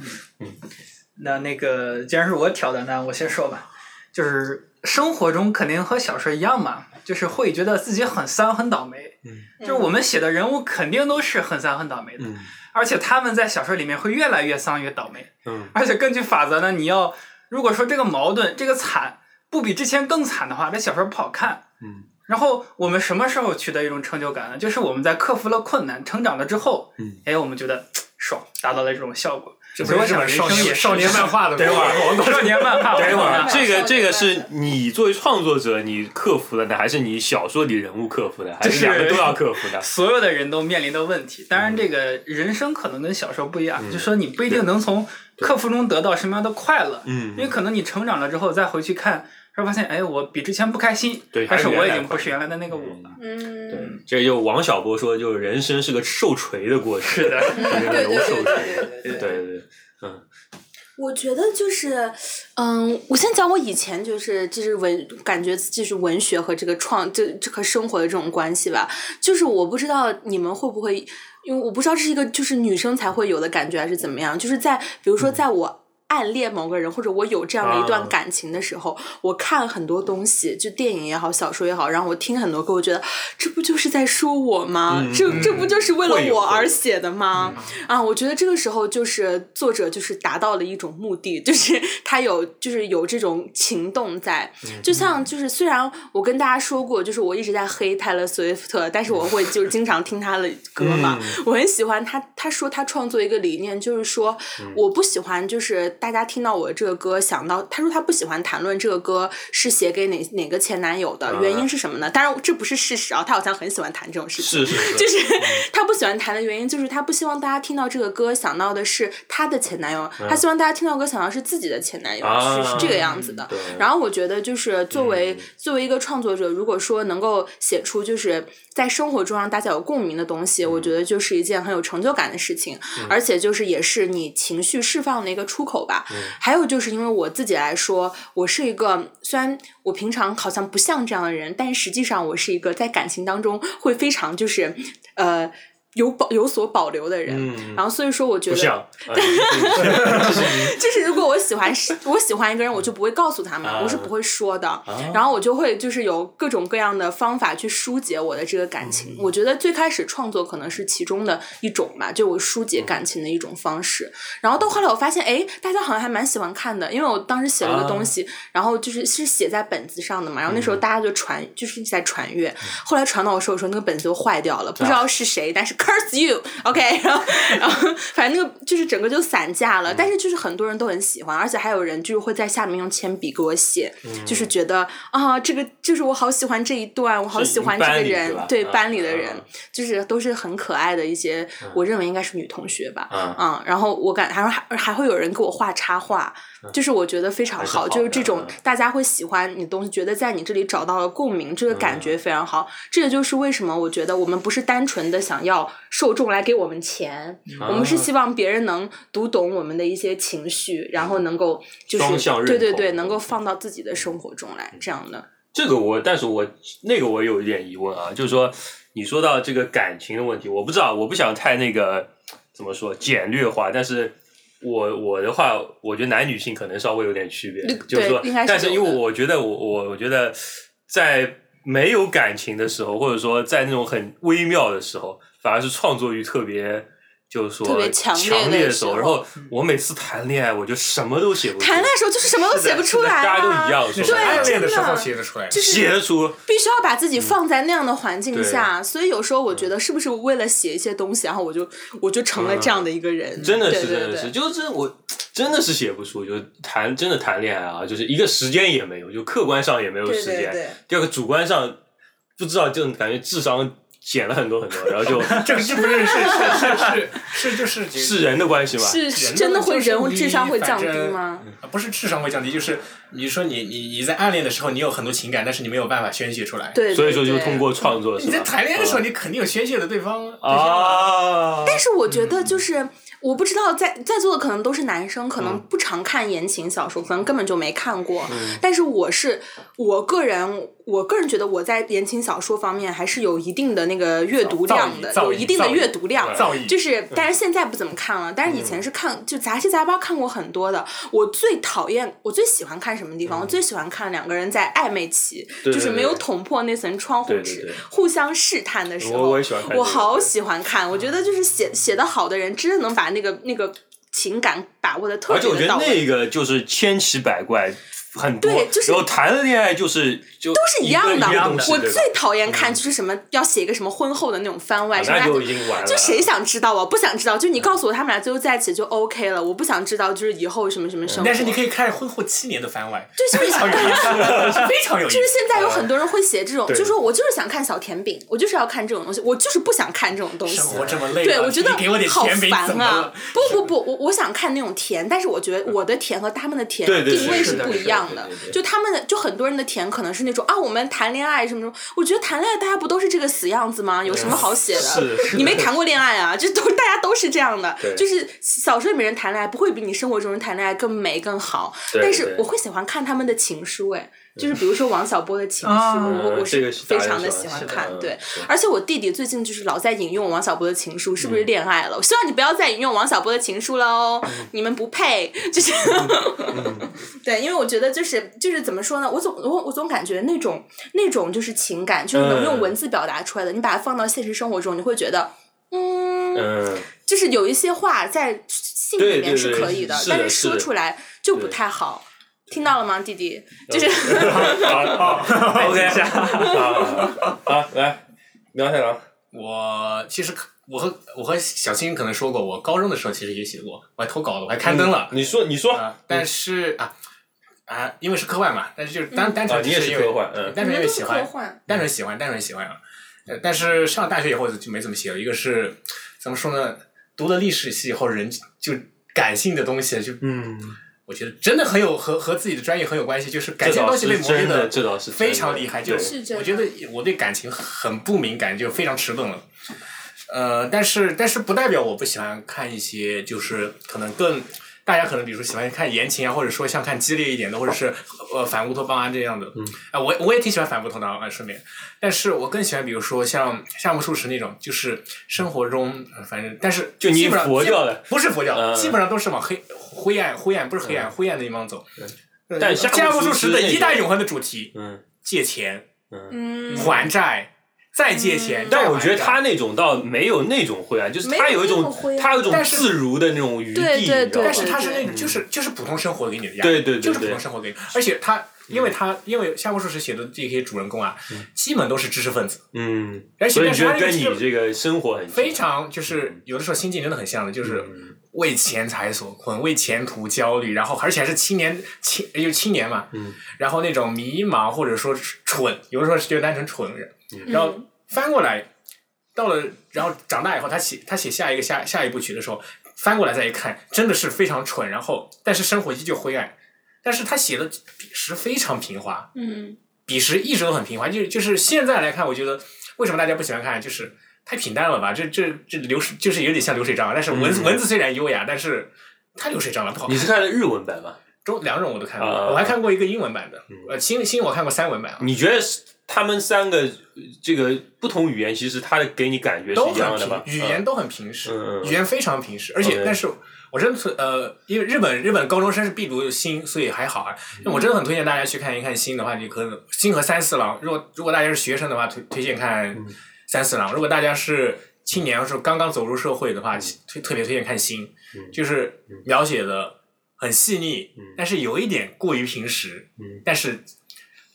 [SPEAKER 4] 那那个既然是我挑的，那我先说吧。就是生活中肯定和小说一样嘛，就是会觉得自己很丧很倒霉。
[SPEAKER 1] 嗯，
[SPEAKER 4] 就是我们写的人物肯定都是很丧很倒霉的，
[SPEAKER 1] 嗯
[SPEAKER 4] 而且他们在小说里面会越来越丧越倒霉。
[SPEAKER 1] 嗯
[SPEAKER 4] 而且根据法则呢，你要如果说这个矛盾这个惨不比之前更惨的话，这小说不好看。
[SPEAKER 1] 嗯，
[SPEAKER 4] 然后我们什么时候取得一种成就感呢？就是我们在克服了困难、成长了之后，
[SPEAKER 1] 嗯，
[SPEAKER 4] 哎，我们觉得嘖爽，达到了这种效 果。
[SPEAKER 2] 这
[SPEAKER 4] 所以
[SPEAKER 2] 不
[SPEAKER 4] 我
[SPEAKER 2] 是日本
[SPEAKER 4] 想人
[SPEAKER 2] 少
[SPEAKER 4] 生也
[SPEAKER 2] 年
[SPEAKER 4] 是
[SPEAKER 2] 少年漫画的吗？
[SPEAKER 1] 等会儿
[SPEAKER 2] 我
[SPEAKER 4] 少年漫画，
[SPEAKER 1] 等一会儿，
[SPEAKER 3] 嗯
[SPEAKER 1] 这个
[SPEAKER 3] 嗯
[SPEAKER 1] 这个是你作为创作者你克服的呢，还是你小说里人物克服的，还
[SPEAKER 4] 就是是
[SPEAKER 1] 两个都要克服的？
[SPEAKER 4] 所有的人都面临的问题。当然，这个人生可能跟小时候不一样，
[SPEAKER 1] 嗯
[SPEAKER 4] 就说你不一定能从克服中得到什么样的快乐，
[SPEAKER 1] 嗯
[SPEAKER 4] 因为可能你成长了之后再回去看，会发现，哎，我比之前不开心，
[SPEAKER 1] 对
[SPEAKER 4] 但是
[SPEAKER 1] 还是
[SPEAKER 4] 我
[SPEAKER 1] 原
[SPEAKER 4] 已
[SPEAKER 1] 来
[SPEAKER 4] 经
[SPEAKER 1] 快
[SPEAKER 4] 不是原来的那个我了。
[SPEAKER 3] 嗯，
[SPEAKER 1] 对，这就王小波说，就是人生是个受锤的过程，
[SPEAKER 4] 是的，
[SPEAKER 1] 就是那
[SPEAKER 3] 对对
[SPEAKER 1] 种受
[SPEAKER 3] 对对
[SPEAKER 1] 锤。
[SPEAKER 3] 对对
[SPEAKER 1] 对对
[SPEAKER 3] 对。
[SPEAKER 1] 对，嗯
[SPEAKER 3] 我觉得就是，嗯，我先讲我以前就是就是文感觉就是文学和这个创这这和生活的这种关系吧。就是我不知道你们会不会，因为我不知道这是一个就是女生才会有的感觉还是怎么样。就是在比如说在我。暗恋某个人，或者我有这样的一
[SPEAKER 1] 嗯啊
[SPEAKER 3] 段感情的时候，我看很多东西，就电影也好，小说也好，然后我听很多歌，我觉得这不就是在说我吗？
[SPEAKER 1] 嗯
[SPEAKER 3] 这这不就是为了
[SPEAKER 1] 会有嗯
[SPEAKER 3] 我
[SPEAKER 1] 会有
[SPEAKER 3] 而写的吗？啊，我觉得这个时候就是作者就是达到了一种目的，就是他有就是有这种情动在，
[SPEAKER 1] 嗯
[SPEAKER 3] 就像就是虽然我跟大家说过，就是我一直在黑泰勒·斯威夫特，但是我会就是经常听他的歌嘛，
[SPEAKER 1] 嗯
[SPEAKER 3] 我很喜欢他。他说他创作一个理念，就是说
[SPEAKER 1] 嗯
[SPEAKER 3] 我不喜欢就是大家听到我这个歌想到，他说他不喜欢谈论这个歌是写给哪哪个前男友
[SPEAKER 1] 啊
[SPEAKER 3] 的，原因是什么呢？当然这不是事实啊，他好像很喜欢谈这种事情。
[SPEAKER 1] 是是是，
[SPEAKER 3] 就是他不喜欢谈的原因，就是他不希望大家听到这个歌想到的是他的前男友，他希望大家听到歌想到是自己的前男友，
[SPEAKER 1] 啊
[SPEAKER 3] 是是这个样子的
[SPEAKER 1] 对。
[SPEAKER 3] 然后我觉得，就是作为、
[SPEAKER 1] 嗯
[SPEAKER 3] 作为一个创作者，如果说能够写出就是在生活中让大家有共鸣的东西，
[SPEAKER 1] 嗯
[SPEAKER 3] 我觉得就是一件很有成就感的事情，而且就是也是你情绪释放的一个出口
[SPEAKER 1] 嗯
[SPEAKER 3] 吧。还有就是因为我自己来说，我是一个虽然我平常好像不像这样的人，但实际上我是一个在感情当中会非常就是呃有保有所保留的人。
[SPEAKER 1] 嗯，
[SPEAKER 3] 然后所以说，我觉
[SPEAKER 1] 不
[SPEAKER 3] 得
[SPEAKER 1] 像，啊你 是是是你
[SPEAKER 3] 就是如果我喜欢是我喜欢一个人，我就不会告诉他们
[SPEAKER 1] 啊，
[SPEAKER 3] 我是不会说的
[SPEAKER 1] 啊。
[SPEAKER 3] 然后我就会就是有各种各样的方法去疏解我的这个感
[SPEAKER 1] 嗯
[SPEAKER 3] 情。我觉得最开始创作可能是其中的一种吧，就我疏
[SPEAKER 1] 嗯
[SPEAKER 3] 解感情的一种方式。然后到后来我发现，哎，大家好像还蛮喜欢看的，因为我当时写了一
[SPEAKER 1] 啊嗯
[SPEAKER 3] 个东西，然后就是是写在本子上的嘛。然后那时
[SPEAKER 1] 啊
[SPEAKER 3] 候大家就传，就是一直在传阅。后来传到我手的时候，那个本子就坏掉了，不知道是谁，但是 curse you，OK，、然后 然后反正那个就是整个就散架
[SPEAKER 1] 嗯
[SPEAKER 3] 了，但是就是很多人都很喜欢，而且还有人就是会在下面用铅笔给我写，
[SPEAKER 1] 嗯
[SPEAKER 3] 就是觉得啊，这个就是我好喜欢这一段，我好
[SPEAKER 1] 是
[SPEAKER 3] 喜欢这
[SPEAKER 1] 班
[SPEAKER 3] 个
[SPEAKER 1] 里是
[SPEAKER 3] 人
[SPEAKER 1] 吧，
[SPEAKER 3] 对
[SPEAKER 1] 嗯
[SPEAKER 3] 班里的人
[SPEAKER 1] 嗯，
[SPEAKER 3] 就是都是很可爱的一些，我认为应该是女同学吧，
[SPEAKER 1] 嗯
[SPEAKER 3] 嗯，然后我感还还还会有人给我画插画，就是我觉得非常
[SPEAKER 1] 嗯还是
[SPEAKER 3] 好，
[SPEAKER 1] 好
[SPEAKER 3] 就是
[SPEAKER 1] 的
[SPEAKER 3] 这种
[SPEAKER 1] 嗯
[SPEAKER 3] 大家会喜欢你的东西，觉得在你这里找到了共鸣，这个
[SPEAKER 1] 嗯
[SPEAKER 3] 感觉非常好。这也就是为什么我觉得我们不是单纯的想要受众来给我们钱，
[SPEAKER 1] 嗯
[SPEAKER 3] 我们是希望别人能读懂我们的一些情绪，然后能够就
[SPEAKER 1] 嗯双
[SPEAKER 3] 是
[SPEAKER 1] 向认
[SPEAKER 3] 对对
[SPEAKER 1] 同
[SPEAKER 3] 对，能够放到自己的生活中
[SPEAKER 1] 嗯
[SPEAKER 3] 来，这样的。
[SPEAKER 1] 这个我，但是我那个我有一点疑问啊，就是说你说到这个感情的问题，我不知道，我不想太那个怎么说简略化，但是我我的话，我觉得男女性可能稍微有点区别
[SPEAKER 3] 对，
[SPEAKER 1] 就是说
[SPEAKER 3] 应该，是
[SPEAKER 1] 但是因为
[SPEAKER 3] 有的
[SPEAKER 1] 我觉得我我我觉得在没有感情的时候，或者说在那种很微妙的时候，反而是创作欲特别。就是说
[SPEAKER 3] 特别强烈的
[SPEAKER 1] 烈的
[SPEAKER 3] 时候
[SPEAKER 1] 然后我每次谈恋爱，我就什么都写不出，
[SPEAKER 3] 谈恋爱的时候就是什么都
[SPEAKER 1] 是的
[SPEAKER 3] 写不出来、啊，
[SPEAKER 1] 是的大家都一样，
[SPEAKER 2] 这
[SPEAKER 1] 说
[SPEAKER 2] 是
[SPEAKER 1] 白了
[SPEAKER 2] 暗恋的时
[SPEAKER 3] 真
[SPEAKER 2] 候
[SPEAKER 3] 的
[SPEAKER 2] 写得出来的。
[SPEAKER 3] 就是
[SPEAKER 1] 写得出，
[SPEAKER 3] 必须要把
[SPEAKER 1] 嗯
[SPEAKER 3] 自己放在那样的环境下，所以有时候我觉得是不是为了写一些东西，然后我就我就成了这样的一个人，
[SPEAKER 1] 嗯真的是，
[SPEAKER 3] 对
[SPEAKER 1] 真
[SPEAKER 3] 对
[SPEAKER 1] 的是，
[SPEAKER 3] 对，
[SPEAKER 1] 就是我真的是写不出，就是谈真的谈恋爱啊，就是一个时间也没有，就客观上也没有时
[SPEAKER 3] 对对
[SPEAKER 1] 间，
[SPEAKER 3] 对
[SPEAKER 1] 第二个主观上不知道，就感觉智商减了很多很 多，然后就
[SPEAKER 2] 这是不是是是是是 就是
[SPEAKER 1] 是人的关系吧，
[SPEAKER 3] 是是
[SPEAKER 2] 人
[SPEAKER 3] 真的
[SPEAKER 2] 的
[SPEAKER 3] 会
[SPEAKER 2] 就是
[SPEAKER 3] 人物
[SPEAKER 2] 你
[SPEAKER 3] 智商会
[SPEAKER 2] 反
[SPEAKER 3] 降低
[SPEAKER 2] 正
[SPEAKER 3] 吗？
[SPEAKER 2] 啊不是智商会降低，就是你说你你你在暗恋的时候，你有很多情感，但是你没有办法宣泄出来。，
[SPEAKER 3] 对，
[SPEAKER 1] 所以说
[SPEAKER 3] 对
[SPEAKER 1] 就
[SPEAKER 3] 对
[SPEAKER 1] 通过创作是
[SPEAKER 2] 你在
[SPEAKER 1] 吧？
[SPEAKER 2] 谈恋爱的时候，你肯定有宣泄的对方对象啊。
[SPEAKER 1] 啊，
[SPEAKER 3] 但是我觉得就是。我不知道在在座的可能都是男生，可能不常看言情小说，可能根本就没看过。但是我是我个人，我个人觉得我在言情小说方面还是有一定的那个阅读
[SPEAKER 2] 造
[SPEAKER 3] 量的，
[SPEAKER 2] 造
[SPEAKER 3] 有
[SPEAKER 2] 诣
[SPEAKER 3] 一定的
[SPEAKER 2] 造诣
[SPEAKER 3] 阅读量。
[SPEAKER 2] 造诣
[SPEAKER 3] 就是，但是现在不怎么看了。但是以前是看，就杂七杂八看过很多的。我最讨厌，我最喜欢看什么地方？我最喜欢看两个人在暧昧期，
[SPEAKER 1] 对
[SPEAKER 3] 就是
[SPEAKER 1] 对
[SPEAKER 3] 没有
[SPEAKER 1] 对
[SPEAKER 3] 捅破那层窗户
[SPEAKER 1] 对对
[SPEAKER 3] 纸，
[SPEAKER 1] 对
[SPEAKER 3] 互相试探的时候。
[SPEAKER 1] 我我也喜欢看这
[SPEAKER 3] 我
[SPEAKER 1] 个
[SPEAKER 3] 好
[SPEAKER 1] 对嗯
[SPEAKER 3] 喜欢看，我觉得就是写写的好的人，真的能把那个那个情感把握的特
[SPEAKER 1] 而且我
[SPEAKER 3] 别
[SPEAKER 1] 觉
[SPEAKER 3] 的
[SPEAKER 1] 得
[SPEAKER 3] 到位。
[SPEAKER 1] 那个就是千奇百怪。很多，
[SPEAKER 3] 对就是
[SPEAKER 1] 然后谈了恋爱就是就都
[SPEAKER 3] 都是一样的，
[SPEAKER 1] 一个东西
[SPEAKER 3] 我
[SPEAKER 1] 对吧嗯
[SPEAKER 3] 最讨厌看就是什么要写一个什么婚后的那种番外，
[SPEAKER 1] 啊
[SPEAKER 3] 什么
[SPEAKER 1] 那
[SPEAKER 3] 大
[SPEAKER 1] 就已经完了，嗯
[SPEAKER 3] 就谁想知道啊？不想知道，就你告诉我他们俩最后在一起就 OK 了，我不想知道就是以后什么
[SPEAKER 1] 嗯
[SPEAKER 3] 什么生活。
[SPEAKER 2] 但是你可以看婚后七年的番外，
[SPEAKER 3] 就是
[SPEAKER 2] 非常有 意思，非常有意
[SPEAKER 3] 就是
[SPEAKER 2] 思。
[SPEAKER 3] 现在有很多人会写这种，
[SPEAKER 1] 嗯对
[SPEAKER 3] 就说我就是想看小甜饼，我就是要看这种东西，我就是不想看这种东西。
[SPEAKER 2] 生活这
[SPEAKER 1] 哎
[SPEAKER 2] 么累啊，
[SPEAKER 3] 对，我觉得
[SPEAKER 2] 你给我点
[SPEAKER 3] 好
[SPEAKER 2] 甜饼怎
[SPEAKER 3] 烦
[SPEAKER 2] 么
[SPEAKER 3] 啊
[SPEAKER 2] 了？！
[SPEAKER 3] 不不不，我我想看那种甜，但是我觉得我的甜和他们的甜
[SPEAKER 1] 对对对
[SPEAKER 3] 定位
[SPEAKER 1] 是的
[SPEAKER 3] 不
[SPEAKER 1] 是的
[SPEAKER 3] 一样的
[SPEAKER 1] 对对。对
[SPEAKER 3] 就他们的，就很多人的甜可能是那种啊，我们谈恋爱什么什么。我觉得谈恋爱大家不都是这个死样子吗？有什么好写
[SPEAKER 1] 是是
[SPEAKER 3] 你没谈过恋爱啊？就都大家都是这样的
[SPEAKER 1] 对，
[SPEAKER 3] 就是小说里面人谈恋爱不会比你生活中人谈恋爱更美更好，
[SPEAKER 1] 对
[SPEAKER 3] 但
[SPEAKER 1] 对
[SPEAKER 3] 是我会喜欢看他们的情书，哎，就是比如说王小波的情 书，
[SPEAKER 4] 啊
[SPEAKER 3] 我我
[SPEAKER 1] 这
[SPEAKER 3] 是
[SPEAKER 1] 个
[SPEAKER 3] 非常的
[SPEAKER 1] 的嗯
[SPEAKER 3] 喜欢看，对。
[SPEAKER 1] 是的
[SPEAKER 3] 而且我弟弟最近就是老在引用王小波的情书，是不是
[SPEAKER 1] 嗯
[SPEAKER 3] 恋爱了？我希望你不要再引用王小波的情书了哦，
[SPEAKER 1] 嗯
[SPEAKER 3] 你们不配。就是， 对，因为我觉得就是就是怎么说呢，我总我我总感觉那种那种就是情感，就是能用
[SPEAKER 1] 嗯
[SPEAKER 3] 文字表达出来的，你把它放到现实生活中，你会觉得，嗯，
[SPEAKER 1] 嗯，
[SPEAKER 3] 就是有一些话在信
[SPEAKER 1] 对
[SPEAKER 3] 里
[SPEAKER 1] 对
[SPEAKER 3] 面是
[SPEAKER 1] 对
[SPEAKER 3] 可以的，
[SPEAKER 1] 是的
[SPEAKER 3] 但
[SPEAKER 1] 是
[SPEAKER 3] 说
[SPEAKER 1] 的
[SPEAKER 3] 出来就不
[SPEAKER 1] 对嗯
[SPEAKER 3] 太好。听到了吗，弟弟？就是。
[SPEAKER 1] 好好，OK，好，好，来，苗太郎，
[SPEAKER 2] 我其实我和我和小青可能说过，我高中的时候其实也写过，我还投稿了，我还刊登了。
[SPEAKER 1] 你说，你说，
[SPEAKER 2] 啊，但是啊啊，因为是科幻嘛，但是就是
[SPEAKER 3] 嗯
[SPEAKER 2] 单单
[SPEAKER 1] 啊，
[SPEAKER 2] 纯
[SPEAKER 1] 你
[SPEAKER 2] 只
[SPEAKER 1] 也
[SPEAKER 2] 是
[SPEAKER 1] 是
[SPEAKER 2] 因为
[SPEAKER 1] 科，幻，嗯，
[SPEAKER 2] 单纯因为喜
[SPEAKER 3] 科
[SPEAKER 2] 欢，
[SPEAKER 3] 幻，
[SPEAKER 2] 单纯喜欢，单纯喜欢啊。呃但是上了大学以后就没怎么写了。一个是怎么说呢？读了历史系以后，人就感性的东西就，
[SPEAKER 1] 嗯，
[SPEAKER 2] 我觉得真的很有和和自己的专业很有关系，就是感
[SPEAKER 1] 这
[SPEAKER 2] 性
[SPEAKER 1] 倒
[SPEAKER 2] 东西被
[SPEAKER 1] 是
[SPEAKER 2] 磨
[SPEAKER 1] 真
[SPEAKER 2] 灭
[SPEAKER 1] 的，
[SPEAKER 2] 的
[SPEAKER 1] 这倒是
[SPEAKER 2] 非常厉害，就是
[SPEAKER 3] 真的
[SPEAKER 2] 我觉得我对感情很不敏感，就非常迟钝了。呃，但是但是不代表我不喜欢看一些，就是可能更大家可能比如说喜欢看言情啊，或者说像看激烈一点的，或者是呃反乌托邦啊这样的。嗯，啊、我我也挺喜欢反乌托邦啊，顺便，但是我更喜欢比如说像夏目漱石那种，就是生活中、呃反正但是
[SPEAKER 1] 就你
[SPEAKER 2] 基本上
[SPEAKER 1] 佛教的
[SPEAKER 2] 基本不是佛教，
[SPEAKER 1] 嗯
[SPEAKER 2] 基本上都是往黑灰暗灰暗不是黑暗、灰暗的地方走。呃
[SPEAKER 1] 但夏
[SPEAKER 2] 夏
[SPEAKER 1] 目
[SPEAKER 2] 目
[SPEAKER 1] 漱
[SPEAKER 2] 漱
[SPEAKER 1] 石
[SPEAKER 2] 石的
[SPEAKER 1] 那
[SPEAKER 2] 一代
[SPEAKER 1] 种
[SPEAKER 2] 永恒的主题，
[SPEAKER 1] 嗯
[SPEAKER 2] 借钱、
[SPEAKER 3] 嗯，
[SPEAKER 2] 还债、再借钱。
[SPEAKER 1] 但
[SPEAKER 2] 照
[SPEAKER 1] 我觉得
[SPEAKER 2] 还
[SPEAKER 1] 他那种倒没有那种灰暗，就是他有一
[SPEAKER 6] 没有那么
[SPEAKER 1] 种
[SPEAKER 6] 灰暗
[SPEAKER 1] 他有一种
[SPEAKER 2] 但是
[SPEAKER 1] 自如的那种余地，
[SPEAKER 3] 对
[SPEAKER 1] 你
[SPEAKER 3] 对
[SPEAKER 1] 知道吧
[SPEAKER 3] 对
[SPEAKER 2] 但？是
[SPEAKER 3] 对
[SPEAKER 2] 他是
[SPEAKER 3] 对
[SPEAKER 2] 那种就是就是普通生活给你的压力，
[SPEAKER 1] 对对对
[SPEAKER 2] 就是普
[SPEAKER 1] 对
[SPEAKER 2] 通生活给你，而且他。因为他，因为夏目漱石写的这些主人公啊，基本都是知识分子，
[SPEAKER 1] 嗯，
[SPEAKER 2] 而且
[SPEAKER 1] 所以你觉得
[SPEAKER 2] 但
[SPEAKER 1] 跟
[SPEAKER 2] 是
[SPEAKER 1] 你
[SPEAKER 2] 他那个
[SPEAKER 1] 这个生活很
[SPEAKER 2] 非常就是有的时候心境真的很像的，就是为钱财所困，为前途焦虑，然后而且还是青年青有青年嘛，
[SPEAKER 1] 嗯
[SPEAKER 2] 然后那种迷茫或者说蠢，有的时候就单纯蠢人，然后翻过来到了，然后长大以后，他写他写下一个下下一部曲的时候，翻过来再一看，真的是非常蠢，然后但是生活依旧灰暗，但是他写的笔时非常平滑，
[SPEAKER 3] 嗯，
[SPEAKER 2] 彼时一直都很平滑，就是就是现在来看，我觉得为什么大家不喜欢看，就是太平淡了吧？这这这流水就是有点像流水账，但是文字、
[SPEAKER 1] 嗯
[SPEAKER 2] 文字虽然优雅，但是太流水账了，不好
[SPEAKER 1] 你
[SPEAKER 2] 看。
[SPEAKER 1] 是看的日文版吗？
[SPEAKER 2] 中两种我都看过，
[SPEAKER 1] 啊嗯
[SPEAKER 2] 我还看过一个英文版的，呃，新新我看过三文版啊，
[SPEAKER 1] 你觉得是他们三个呃这个不同语言，其实它的给你感觉是一
[SPEAKER 2] 都
[SPEAKER 1] 样
[SPEAKER 2] 很
[SPEAKER 1] 的吧
[SPEAKER 2] 平，？语言都很平实，
[SPEAKER 1] 嗯嗯嗯
[SPEAKER 2] 语言非常平实，而且
[SPEAKER 1] OK
[SPEAKER 2] 但是我真的推呃，因为日本日本高中生是必读新，所以还好啊。那我真的很推荐大家去看一看新的话，你可能新和三四郎。如果如果大家是学生的话，推推荐看
[SPEAKER 1] 嗯
[SPEAKER 2] 三四郎；如果大家是青年，是刚刚走入社会的话，推特别推荐看新，
[SPEAKER 1] 嗯
[SPEAKER 2] 就是描写的很细腻，
[SPEAKER 1] 嗯
[SPEAKER 2] 但是有一点过于平实，
[SPEAKER 1] 嗯
[SPEAKER 2] 但是。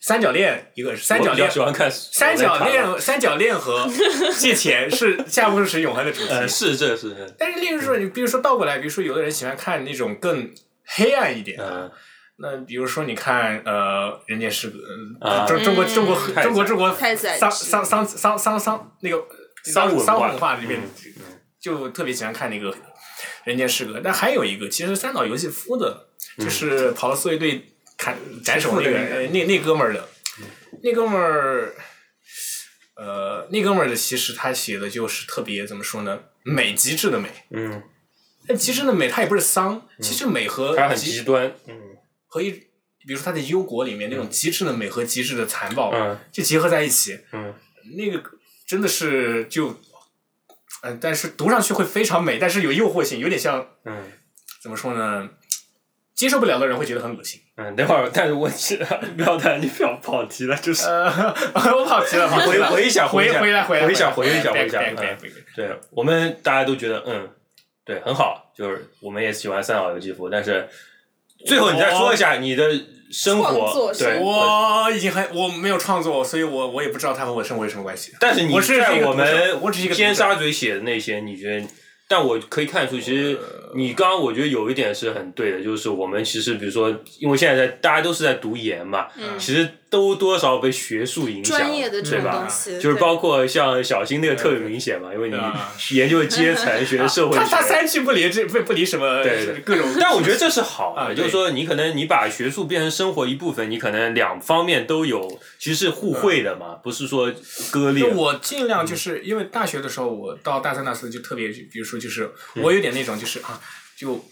[SPEAKER 2] 三角恋一个是三
[SPEAKER 1] 我
[SPEAKER 2] 角
[SPEAKER 1] 比较
[SPEAKER 2] 恋
[SPEAKER 1] 喜欢看
[SPEAKER 2] 三角
[SPEAKER 1] 我在看吧，
[SPEAKER 2] 恋、三角恋和借钱是夏目漱石永恒的主
[SPEAKER 1] 呃，
[SPEAKER 2] 题。
[SPEAKER 1] 是这是嗯
[SPEAKER 2] 但是，例如说，你比如说倒过来，比如说有的人喜欢看那种更黑暗一点的，
[SPEAKER 1] 嗯
[SPEAKER 2] 那比如说你看呃，人家是
[SPEAKER 1] 啊
[SPEAKER 2] 呃中中国中国
[SPEAKER 1] 太
[SPEAKER 2] 中国中国
[SPEAKER 6] 嗯太宰
[SPEAKER 2] 丧
[SPEAKER 6] 治
[SPEAKER 2] 丧丧丧丧丧那个
[SPEAKER 1] 丧文化
[SPEAKER 2] 丧文化里面
[SPEAKER 1] 嗯
[SPEAKER 2] 就特别喜欢看那个人间失格。但还有一个，其实三岛由纪夫的，
[SPEAKER 1] 嗯
[SPEAKER 2] 就是跑到自卫队砍斩首那
[SPEAKER 4] 欺
[SPEAKER 2] 个
[SPEAKER 4] 负的那个
[SPEAKER 2] 呃那那哥们儿的，
[SPEAKER 1] 嗯
[SPEAKER 2] 那哥们儿，呃，那哥们儿的其实他写的就是特别怎么说呢，美极致的美。
[SPEAKER 1] 嗯，
[SPEAKER 2] 但其实呢，美它也不是丧，其实美和
[SPEAKER 1] 它很
[SPEAKER 2] 极
[SPEAKER 1] 极端，嗯
[SPEAKER 2] 和一，比如说他的忧国里面那种极致的美和极致的残暴，
[SPEAKER 1] 嗯
[SPEAKER 2] 就结合在一起，
[SPEAKER 1] 嗯，
[SPEAKER 2] 那个真的是就，嗯、但是读上去会非常美，但是有诱惑性，有点像
[SPEAKER 1] 嗯
[SPEAKER 2] 怎么说呢？接受不了的人会觉得很恶心。
[SPEAKER 1] 嗯，等会儿，但是我记得廖丹，你不要跑题了，就是
[SPEAKER 2] 呃，我跑题了，跑题
[SPEAKER 1] 回
[SPEAKER 2] 了。
[SPEAKER 1] 回想
[SPEAKER 2] 回
[SPEAKER 1] 想
[SPEAKER 2] 回来回来
[SPEAKER 1] 回想回想回想，
[SPEAKER 2] back, back,
[SPEAKER 1] 嗯
[SPEAKER 2] back, back
[SPEAKER 1] 对我们大家都觉得嗯，对，很好，就是我们也喜欢三岛由纪夫，但是最后你再说一下你的生
[SPEAKER 6] 创
[SPEAKER 1] 活，
[SPEAKER 6] 作
[SPEAKER 1] 对，
[SPEAKER 2] 我已经很我没有创作，所以我我也不知道它和我的生活有什么关系。
[SPEAKER 1] 但是你
[SPEAKER 2] 我是一
[SPEAKER 1] 在
[SPEAKER 2] 个
[SPEAKER 1] 我
[SPEAKER 2] 读者
[SPEAKER 1] 们
[SPEAKER 2] 我只是一个读者
[SPEAKER 1] 尖沙咀写的那些，你觉得？但我可以看出，其实你刚刚我觉得有一点是很对的，就是我们其实比如说，因为现在在大家都是在读研嘛，
[SPEAKER 3] 嗯
[SPEAKER 1] 其实都多少被学术影响，
[SPEAKER 3] 专业的这
[SPEAKER 1] 对
[SPEAKER 3] 种
[SPEAKER 1] 吧？
[SPEAKER 3] 东西，
[SPEAKER 1] 就是
[SPEAKER 3] 对
[SPEAKER 1] 包括像小新那个特别明显嘛，因为你
[SPEAKER 2] 对啊
[SPEAKER 1] 研究阶层、学社会
[SPEAKER 2] 他他
[SPEAKER 1] 学。
[SPEAKER 2] 三句不离这不不离什么
[SPEAKER 1] 对对
[SPEAKER 2] 各种，
[SPEAKER 1] 但我觉得这是好
[SPEAKER 2] 啊
[SPEAKER 1] 的，就
[SPEAKER 2] 对
[SPEAKER 1] 是说你可能你把学术变成生活一部分，你可能两方面都有，其实是互惠的嘛，不是说割裂
[SPEAKER 2] 就。我尽量
[SPEAKER 1] 嗯
[SPEAKER 2] 就是因为大学的时候，我到大三、大四就特别，比如说就是
[SPEAKER 1] 嗯
[SPEAKER 2] 我有点那种就是啊，就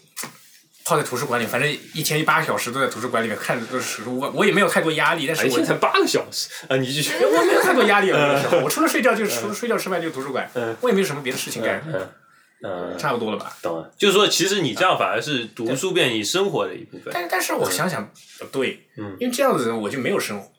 [SPEAKER 2] 泡在图书馆里，反正一天一八个小时都在图书馆里面看的都是书，我我也没有太多压力，但是
[SPEAKER 1] 哎，
[SPEAKER 2] 我
[SPEAKER 1] 现在才八个小时啊，你继续。
[SPEAKER 2] 我没有太多压力了，那个时候我除了睡觉就是除了睡觉吃饭就是图书馆
[SPEAKER 1] 嗯，
[SPEAKER 2] 我也没有什么别的事情干，
[SPEAKER 1] 嗯嗯，
[SPEAKER 2] 差不多了吧。
[SPEAKER 1] 懂了。就是说，其实你这样反而是读书变你生活的一部分。
[SPEAKER 2] 但是但是我想想不对，
[SPEAKER 1] 嗯
[SPEAKER 2] 因为这样子我就没有生活了，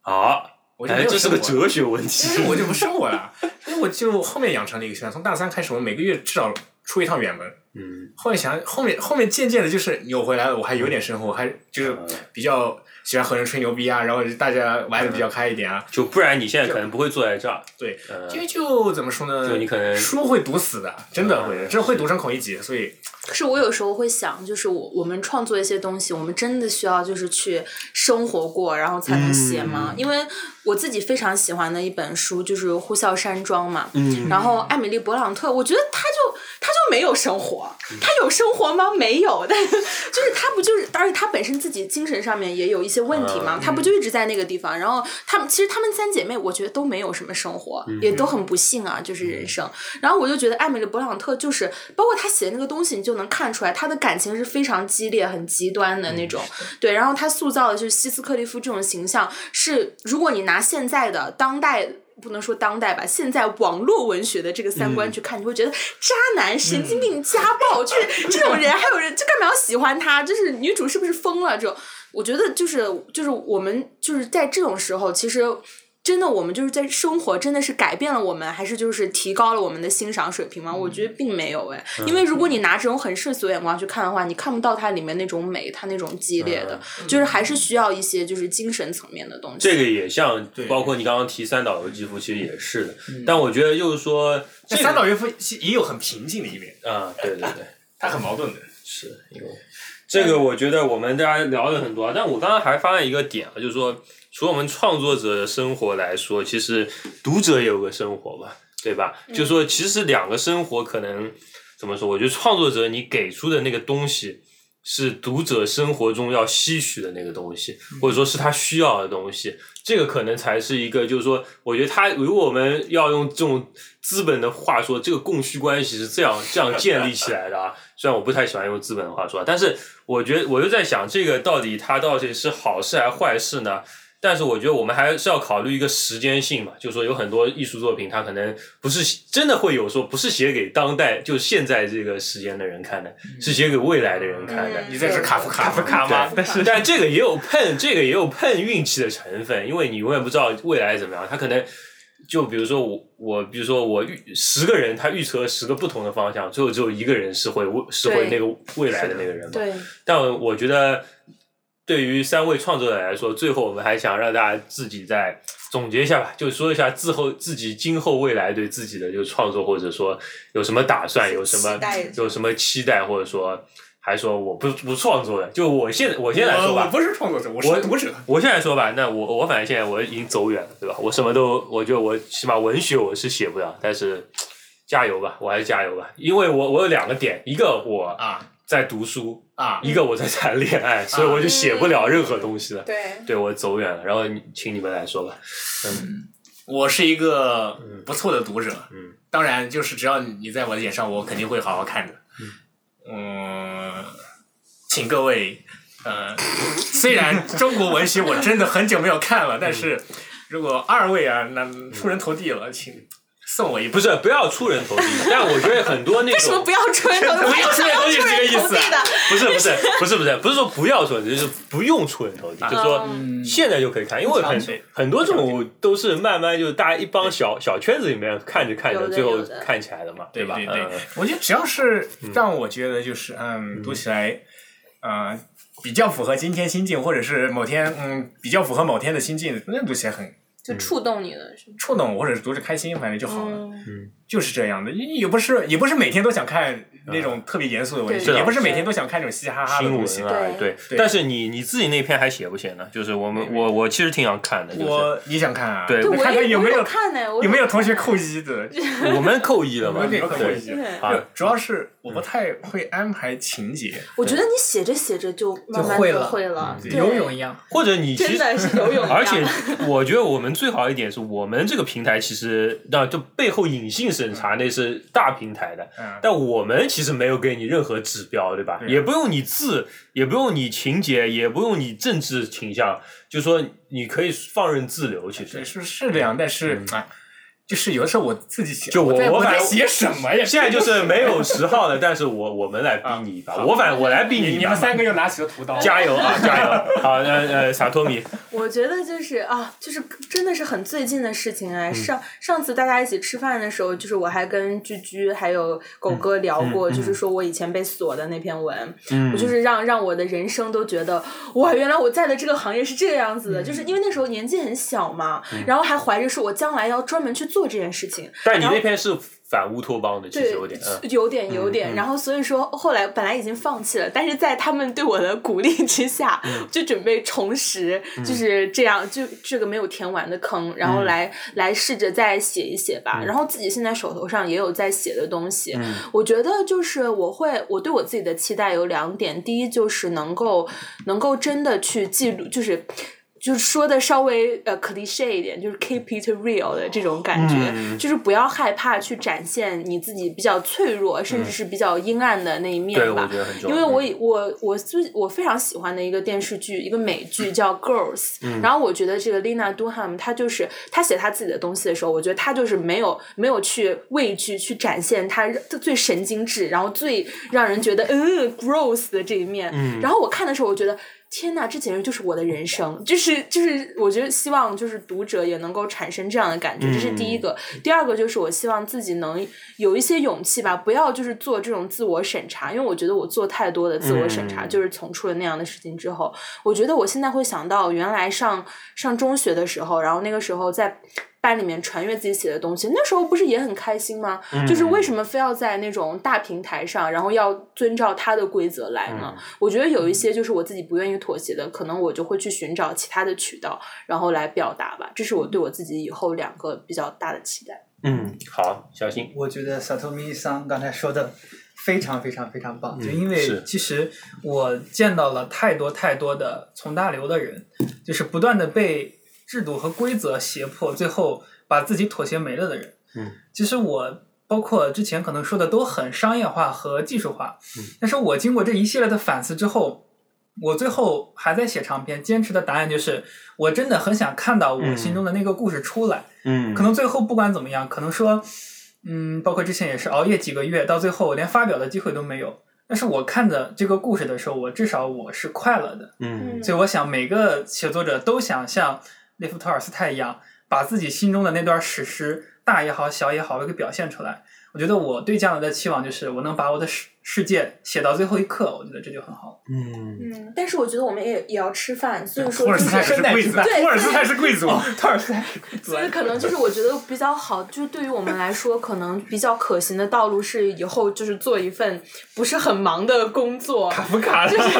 [SPEAKER 1] 好，
[SPEAKER 2] 我就没
[SPEAKER 1] 哎，
[SPEAKER 2] 有
[SPEAKER 1] 这是
[SPEAKER 2] 生
[SPEAKER 1] 个
[SPEAKER 2] 活了。
[SPEAKER 1] 哲学问题
[SPEAKER 2] 其。实我就不生活了，所以我就后面养成了一个习惯，从大三开始，我每个月至少出一趟远门，
[SPEAKER 1] 嗯，
[SPEAKER 2] 后面想，后面后面渐渐的，就是扭回来了，我还有点生活，还就是
[SPEAKER 1] 嗯
[SPEAKER 2] 比较喜欢和人吹牛逼啊，然后大家玩的比较开一点啊，
[SPEAKER 1] 就不然你现在可能不会坐在这儿。
[SPEAKER 2] 对，
[SPEAKER 1] 嗯
[SPEAKER 2] 因为就怎么说呢，
[SPEAKER 1] 就你可能嗯
[SPEAKER 2] 书会读死的，真的会，真会读成孔乙己，所以
[SPEAKER 3] 可是我有时候会想，就是我我们创作一些东西，我们真的需要就是去生活过，然后才能写吗？因为我自己非常喜欢的一本书就是《呼啸山庄》嘛，
[SPEAKER 1] 嗯
[SPEAKER 3] 然后艾米丽·勃朗特，我觉得她就她就没有生活，她有生活吗？没有，但是就是她不就是，而且她本身自己精神上面也有一些问题嘛，她不就一直在那个地方，然后她们其实她们三姐妹，我觉得都没有什么生活，也都很不幸啊，就是人生。然后我就觉得艾米丽·勃朗特就是，包括她写的那个东西，你就能看出来她的感情是非常激烈、很极端的那种。对，然后她塑造的就是希斯克利夫这种形象，是如果你拿现在的当代。不能说当代吧，现在网络文学的这个三观去看，你会觉得渣男、神经病、家暴，就是这种人，还有人就干嘛要喜欢他？就是女主是不是疯了？这种，我觉得就是就是我们就是在这种时候，其实真的我们就是在生活真的是改变了我们，还是就是提高了我们的欣赏水平吗？我觉得
[SPEAKER 2] 嗯
[SPEAKER 3] 并没有哎，因为如果你拿这种很世俗的眼光去看的话，你看不到它里面那种美，它那种激烈的，
[SPEAKER 2] 嗯
[SPEAKER 3] 就是还是需要一些就是精神层面的东西。
[SPEAKER 1] 这个也像
[SPEAKER 2] 对，
[SPEAKER 1] 包括你刚刚提三岛由纪夫，其实也是的。但我觉得就是说，这
[SPEAKER 2] 这
[SPEAKER 1] 个
[SPEAKER 2] 三岛由夫也有很平静的一面，
[SPEAKER 1] 啊，对对对，
[SPEAKER 2] 他很矛盾的。
[SPEAKER 1] 是因为这个，我觉得我们大家聊了很多啊，但我刚刚还发现一个点啊，就是说，除了我们创作者的生活来说，其实读者也有个生活嘛，对吧？就是说，其实两个生活可能怎么说？我觉得创作者你给出的那个东西。是读者生活中要吸取的那个东西，或者说是他需要的东西，这个可能才是一个，就是说，我觉得他如果我们要用这种资本的话说，这个供需关系是这样这样建立起来的啊。 虽然我不太喜欢用资本的话说，但是我觉得我就在想，这个到底它到底是好事还是坏事呢？但是我觉得我们还是要考虑一个时间性嘛，就是说有很多艺术作品，它可能不是真的会有说不是写给当代就现在这个时间的人看的，是写给未来的人看的。
[SPEAKER 3] 嗯
[SPEAKER 2] 你这是卡夫卡，卡夫
[SPEAKER 1] 卡吗？但是但这个也有碰，这个也有碰运气的成分，因为你永远不知道未来怎么样，他可能。就比如说我我比如说我预十个人，他预测了十个不同的方向，最后只有一个人是会是会那
[SPEAKER 3] 对
[SPEAKER 1] 个未来的那个人嘛。
[SPEAKER 3] 对，
[SPEAKER 1] 但我觉得，对于三位创作者来说，最后我们还想让大家自己再总结一下吧，就说一下自后自己今后未来对自己的就创作，或者说有什么打算，有什么
[SPEAKER 3] 期待
[SPEAKER 1] 有什么期待，或者说还说我不不创作了，就我现我现在来说
[SPEAKER 2] 我我
[SPEAKER 1] 吧。
[SPEAKER 2] 不是创作者，我
[SPEAKER 1] 我
[SPEAKER 2] 是读者。
[SPEAKER 1] 我现在说吧，那我我反正现在我已经走远了，对吧？我什么都，我觉得我起码文学我是写不了，但是加油吧，我还是加油吧，因为我我有两个点，一个我
[SPEAKER 2] 啊
[SPEAKER 1] 在读书，
[SPEAKER 2] 啊！
[SPEAKER 1] 一个我在谈恋爱，所以我就写不了任何东西了。
[SPEAKER 3] 对，
[SPEAKER 1] 对我走远了，然后你请你们来说吧。
[SPEAKER 2] 我是一个不错的读者，
[SPEAKER 1] 嗯，
[SPEAKER 2] 当然就是只要你在我的眼上，我肯定会好好看的。嗯，请各位， 呃，虽然中国文学我真的很久没有看 了，但是如果二位啊，那出人头地了，请送我一
[SPEAKER 1] 不
[SPEAKER 2] 部。
[SPEAKER 1] 是不要出人头地，但我觉得很多那
[SPEAKER 3] 为什么
[SPEAKER 1] 种
[SPEAKER 3] 不要出人头地？
[SPEAKER 2] 不要出人头地
[SPEAKER 3] 为什
[SPEAKER 2] 这
[SPEAKER 3] 么要出人头地
[SPEAKER 2] 个意思
[SPEAKER 3] 的
[SPEAKER 2] 啊，
[SPEAKER 1] 不是不是不是不是不是说不要出人头地，就是不用出人头地，就是说
[SPEAKER 4] 嗯
[SPEAKER 1] 现在就可以看，因为很
[SPEAKER 4] 不强求
[SPEAKER 1] 很多这种都是慢慢就是大家一帮小小圈子里面看着看着，
[SPEAKER 3] 有的
[SPEAKER 1] 最后
[SPEAKER 3] 有的
[SPEAKER 1] 看起来的嘛，
[SPEAKER 2] 对
[SPEAKER 1] 吧？
[SPEAKER 2] 对对
[SPEAKER 1] 嗯，
[SPEAKER 2] 我觉得只要是让我觉得就是嗯，读起来，呃，比较符合今天心境，或者是某天嗯比较符合某天的心境，那读起来很
[SPEAKER 3] 就触动你了，是吗？
[SPEAKER 2] 触动我，或者是读着开心，反正就好了。
[SPEAKER 3] 嗯
[SPEAKER 2] 就是这样的，也也不是也不是每天都想看那种特别严肃的文
[SPEAKER 1] 对
[SPEAKER 2] 学，也不是每天都想看这种嘻嘻哈哈的
[SPEAKER 1] 新
[SPEAKER 2] 东西
[SPEAKER 1] 闻。啊，
[SPEAKER 3] 对
[SPEAKER 1] 对。但是你你自己那篇还写不写呢？就是我们我我其实挺想看的，就是
[SPEAKER 2] 我你想看啊？
[SPEAKER 1] 对
[SPEAKER 3] 对，
[SPEAKER 2] 你看
[SPEAKER 3] 我
[SPEAKER 2] 看
[SPEAKER 3] 也
[SPEAKER 2] 有没
[SPEAKER 3] 我
[SPEAKER 2] 有
[SPEAKER 3] 看呢，我
[SPEAKER 2] 有没有同学
[SPEAKER 3] 看
[SPEAKER 2] 扣一的？
[SPEAKER 1] 我们扣一了
[SPEAKER 2] 我
[SPEAKER 1] 嘛，
[SPEAKER 2] 们得扣
[SPEAKER 1] 对
[SPEAKER 2] 一。
[SPEAKER 3] 对
[SPEAKER 1] 啊
[SPEAKER 2] 就主要是我不太会安排情节，
[SPEAKER 3] 我觉得你写着写着就慢慢
[SPEAKER 4] 就会
[SPEAKER 3] 就
[SPEAKER 4] 了
[SPEAKER 3] 会了，对
[SPEAKER 4] 游泳一样，
[SPEAKER 1] 或者你其实
[SPEAKER 3] 真的是游泳一样
[SPEAKER 1] 而且我觉得我们最好一点是我们这个平台其实那就背后隐性审查那是大平台的，
[SPEAKER 2] 嗯
[SPEAKER 1] 但我们其实没有给你任何指标，对吧？
[SPEAKER 2] 对
[SPEAKER 1] 也不用你字，也不用你情节，也不用你政治倾向，就说你可以放任自流，其
[SPEAKER 2] 对，
[SPEAKER 1] 实。
[SPEAKER 2] 是是这样，但是哎，就是有的时候我自己写，
[SPEAKER 1] 就我
[SPEAKER 2] 我在
[SPEAKER 1] 我
[SPEAKER 2] 在
[SPEAKER 1] 反正
[SPEAKER 2] 写什么呀？
[SPEAKER 1] 现在就是没有十号的，但是我我们来逼你一把，我反我来逼
[SPEAKER 2] 你
[SPEAKER 1] 你一
[SPEAKER 2] 你
[SPEAKER 1] 把
[SPEAKER 2] 们，三个又拿起了屠刀，
[SPEAKER 1] 加油啊，加油！好，呃呃，萨托米，
[SPEAKER 3] 我觉得就是啊，就是真的是很最近的事情哎。上上次大家一起吃饭的时候，就是我还跟居居还有狗哥聊过，就是说我以前被锁的那篇文，我就是让让我的人生都觉得哇，原来我在的这个行业是这个样子的，就是因为那时候年纪很小嘛，然后还怀着说我将来要专门去做这件事情，
[SPEAKER 1] 但你那篇是反乌托邦的，其
[SPEAKER 3] 对，
[SPEAKER 1] 实有点，嗯，
[SPEAKER 3] 有点有点。
[SPEAKER 1] 嗯
[SPEAKER 3] 然后所以说后来本来已经放弃了，但是在他们对我的鼓励之下，
[SPEAKER 1] 嗯
[SPEAKER 3] 就准备重拾，就是这样，就这个没有填完的坑，然
[SPEAKER 1] 嗯
[SPEAKER 3] 后来、来试着再写一写吧。然后自己现在手头上也有在写的东西，
[SPEAKER 1] 嗯
[SPEAKER 3] 我觉得就是我会，我对我自己的期待有两点，第一就是能够能够真的去记录，就是。就是说的稍微呃 cliche 一点，就是 keep it real 的这种感觉，
[SPEAKER 1] 嗯
[SPEAKER 3] 就是不要害怕去展现你自己比较脆弱，甚至是比较阴暗的那一
[SPEAKER 1] 嗯对，
[SPEAKER 3] 面
[SPEAKER 1] 我
[SPEAKER 3] 吧
[SPEAKER 1] 觉。得嗯很重
[SPEAKER 3] 因
[SPEAKER 1] 要。
[SPEAKER 3] 为我以我我最我非常喜欢的一个电视剧，一个美 剧叫《Girls》，然
[SPEAKER 1] 嗯
[SPEAKER 3] 后我觉得这个 Lina Dunham 她就是她写她自己的东西的时候，我觉得她就是没有没有去畏惧去展现她最呃神经质，然后最让人觉得嗯 gross 的这一面。然后我看的时候，我觉得天呐，这简直就是我的人生，就是就是，我觉得希望就是读者也能够产生这样的感觉，这是第一个。第二个就是我希望自己能有一些勇气吧，不要就是做这种自我审查，因为我觉得我做太多的自我审查，
[SPEAKER 1] 嗯
[SPEAKER 3] 就是从出了那样的事情之后，我觉得我现在会想到原来上上中学的时候，然后那个时候在。班里面传阅自己写的东西，那时候不是也很开心吗？
[SPEAKER 1] 嗯
[SPEAKER 3] 就是为什么非要在那种大平台上，然后要遵照他的规则来呢？我觉得有一些就是我自己不愿意妥协的，可能我就会去寻找其他的渠道，然后来表达吧。这是我对我自己以后两个比较大的期待。
[SPEAKER 1] 嗯，好，小心。
[SPEAKER 4] 我觉得 Satomi 桑刚才说的非常非常非常棒，
[SPEAKER 1] 嗯
[SPEAKER 4] 就因
[SPEAKER 1] 是
[SPEAKER 4] 为其实我见到了太多太多的从大流的人，就是不断的被制度和规则胁迫，最后把自己妥协没了的人。
[SPEAKER 1] 嗯，
[SPEAKER 4] 其实我包括之前可能说的都很商业化和技术化，
[SPEAKER 1] 嗯
[SPEAKER 4] 但是我经过这一系列的反思之后。我最后还在写长篇，坚持的答案就是，我真的很想看到我心中的那个故事出来，
[SPEAKER 1] 嗯，
[SPEAKER 4] 可能最后不管怎么样，可能说，嗯，包括之前也是熬夜几个月，到最后我连发表的机会都没有。但是我看着这个故事的时候，我至少我是快乐的。
[SPEAKER 1] 嗯
[SPEAKER 4] 所以我想，每个写作者都想像列夫·托尔斯泰一样，把自己心中的那段史诗，大也好，小也好，给表现出来。我觉得我对将来的期望就是，我能把我的世世界写到最后一刻，我觉得这就很好了。
[SPEAKER 1] 嗯，
[SPEAKER 3] 嗯，但是我觉得我们也也要吃饭，所以说
[SPEAKER 2] 托尔斯泰
[SPEAKER 3] 就是
[SPEAKER 2] 是贵族，
[SPEAKER 3] 对
[SPEAKER 2] 托尔斯泰是贵族，
[SPEAKER 4] 托尔斯泰，
[SPEAKER 3] 所以可能就是我觉得比较好，就是对于我们来说，可能比较可行的道路是以后就是做一份不是很忙的工作，
[SPEAKER 2] 卡夫卡
[SPEAKER 3] 就是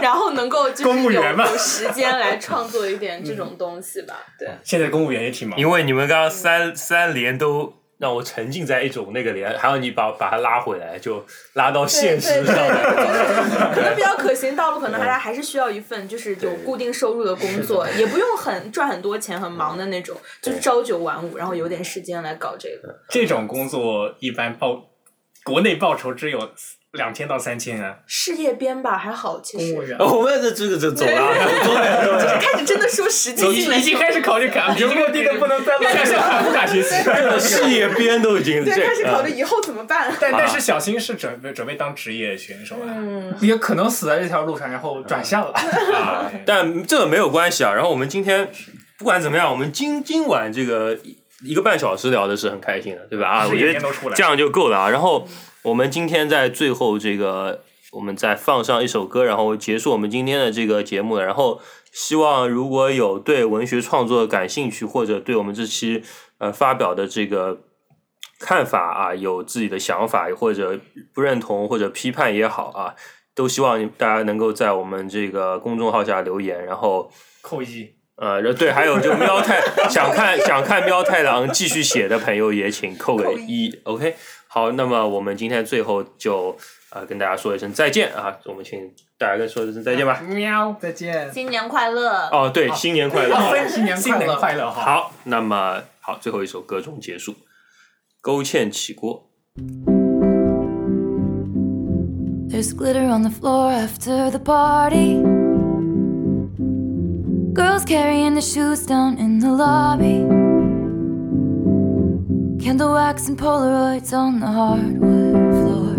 [SPEAKER 3] 然后能够就是
[SPEAKER 2] 公务
[SPEAKER 3] 有
[SPEAKER 2] 员嘛
[SPEAKER 3] 有时间来创作一点这种东西吧。对，
[SPEAKER 2] 现在公务员也挺忙，
[SPEAKER 1] 因为你们刚刚三三连都让我沉浸在一种那个连，还有你把把它拉回来，就拉到现实上来。
[SPEAKER 3] 可能比较可行道路，可能大家还是 需要一份就是有固定收入的工作，也不用很赚很多钱、很忙的那种，就是朝九晚五，然后有点时间来搞这个。
[SPEAKER 2] 这种工作一般报国内报酬只有两千到三千啊，
[SPEAKER 3] 事业编吧还好，其
[SPEAKER 4] 公务
[SPEAKER 3] 实
[SPEAKER 4] 员。
[SPEAKER 1] 我们这这个这走了，
[SPEAKER 3] 开始真的说实际性 了
[SPEAKER 2] 已经开始考虑卡，你落地的不能再落，向卡夫卡学习。
[SPEAKER 1] 事业编都已经
[SPEAKER 3] 对，
[SPEAKER 1] 这嗯
[SPEAKER 3] 开始考虑以后怎么办。
[SPEAKER 2] 但但是小新是准备准备当职业选手啊，
[SPEAKER 3] 嗯，
[SPEAKER 4] 也可能死在这条路上，然后转向了。
[SPEAKER 2] 啊
[SPEAKER 1] 但这个没有关系啊。然后我们今天不管怎么样，我们今今晚这个一一个半小时聊的是很开心的，对吧？啊，我
[SPEAKER 2] 是
[SPEAKER 1] 觉
[SPEAKER 2] 一
[SPEAKER 1] 得
[SPEAKER 2] 天都出来
[SPEAKER 1] 这样就够了啊。然后我们今天在最后这个，我们再放上一首歌，然后结束我们今天的这个节目了。然后希望如果有对文学创作感兴趣，或者对我们这期呃发表的这个看法啊，有自己的想法，或者不认同或者批判也好啊，都希望大家能够在我们这个公众号下留言，然后。
[SPEAKER 2] 扣一。
[SPEAKER 1] 呃，对，还有就喵太 想看想看喵太郎继续写的朋友也请扣个
[SPEAKER 3] 扣
[SPEAKER 1] 一，OK。好，那么我们今天最后就呃跟大家说一声再见啊，我们请大家跟说一声再见吧。
[SPEAKER 4] 喵，再见，
[SPEAKER 3] 新年快乐！
[SPEAKER 1] 哦，对，新年快乐。
[SPEAKER 4] 新年
[SPEAKER 2] 新
[SPEAKER 4] 快
[SPEAKER 2] 年
[SPEAKER 4] 乐。
[SPEAKER 2] 快乐哈！
[SPEAKER 1] 好，那么好，最后一首歌中结束，勾芡起锅。
[SPEAKER 7] There's glitter on the floor after the party. Girls carrying their shoes down in the lobby. Candle wax and Polaroids on the hardwood floor.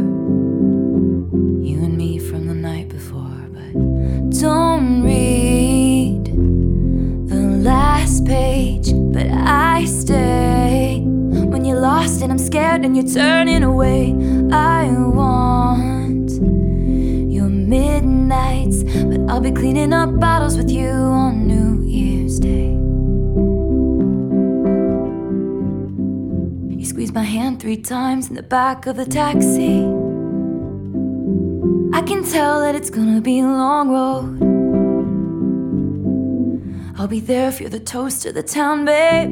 [SPEAKER 7] You and me from the night before, but don't read the last page. But I stay when you're lost and I'm scared and you're turning away. I want your midnights, but I'll be cleaning up bottles with you on New Year's Day. You squeezed my hand three times in the back of the taxi. I can tell that it's gonna be a long road. I'll be there if you're the toast of the town, babe.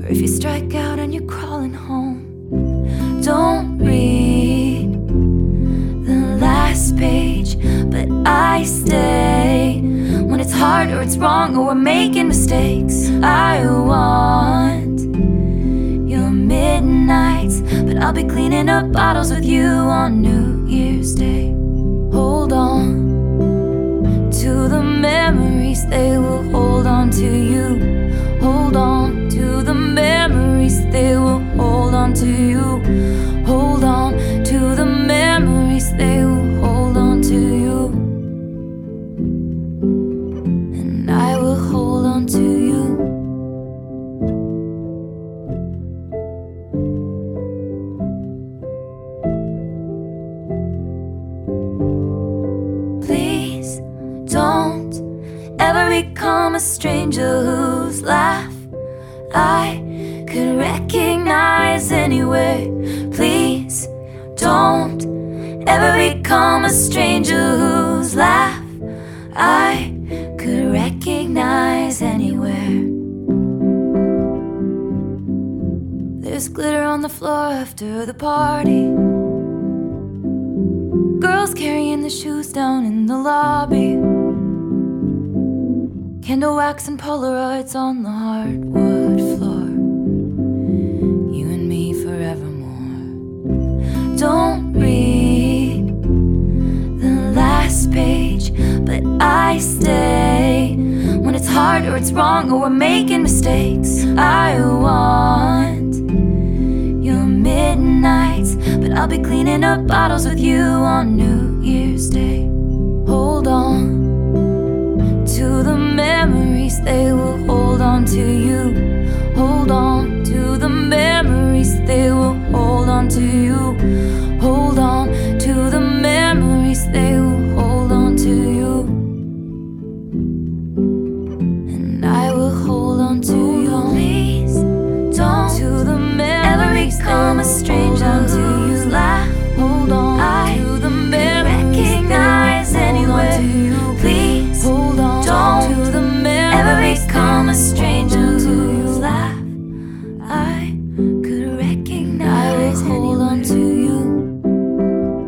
[SPEAKER 7] Or if you strike out and you're crawling home. Don't read the last page, but I stay when it's hard or it's wrong or we're making mistakes. I want your midnights, but I'll be cleaning up bottles with you on New Year's Day. Hold on to the memories, they will hold on to you. Hold on to the memories, they will hold on to you. Hold on to the memories, they will hold on to you. ever become a stranger whose laugh I could recognize anywhere. Please don't ever become a stranger whose laugh I could recognize anywhere. There's glitter on the floor after the party. Girls carrying the shoes down in the lobby. Candle wax and Polaroids on the hardwood floor. You and me forevermore. Don't read the last page, but I stay. When it's hard or it's wrong or we're making mistakes, I want your midnights, but I'll be cleaning up bottles with you on New Year's Day. Hold on to the memories they will hold on to you hold on to the memories they will hold on to you hold on to the memories they will hold on to you and i will hold on to you please don't to the memories ever become a stranger to you laugh hold on to the memories recognize anywhere please hold on don't to the memories ever become a stranger to you laugh i could recognize i will hold on to you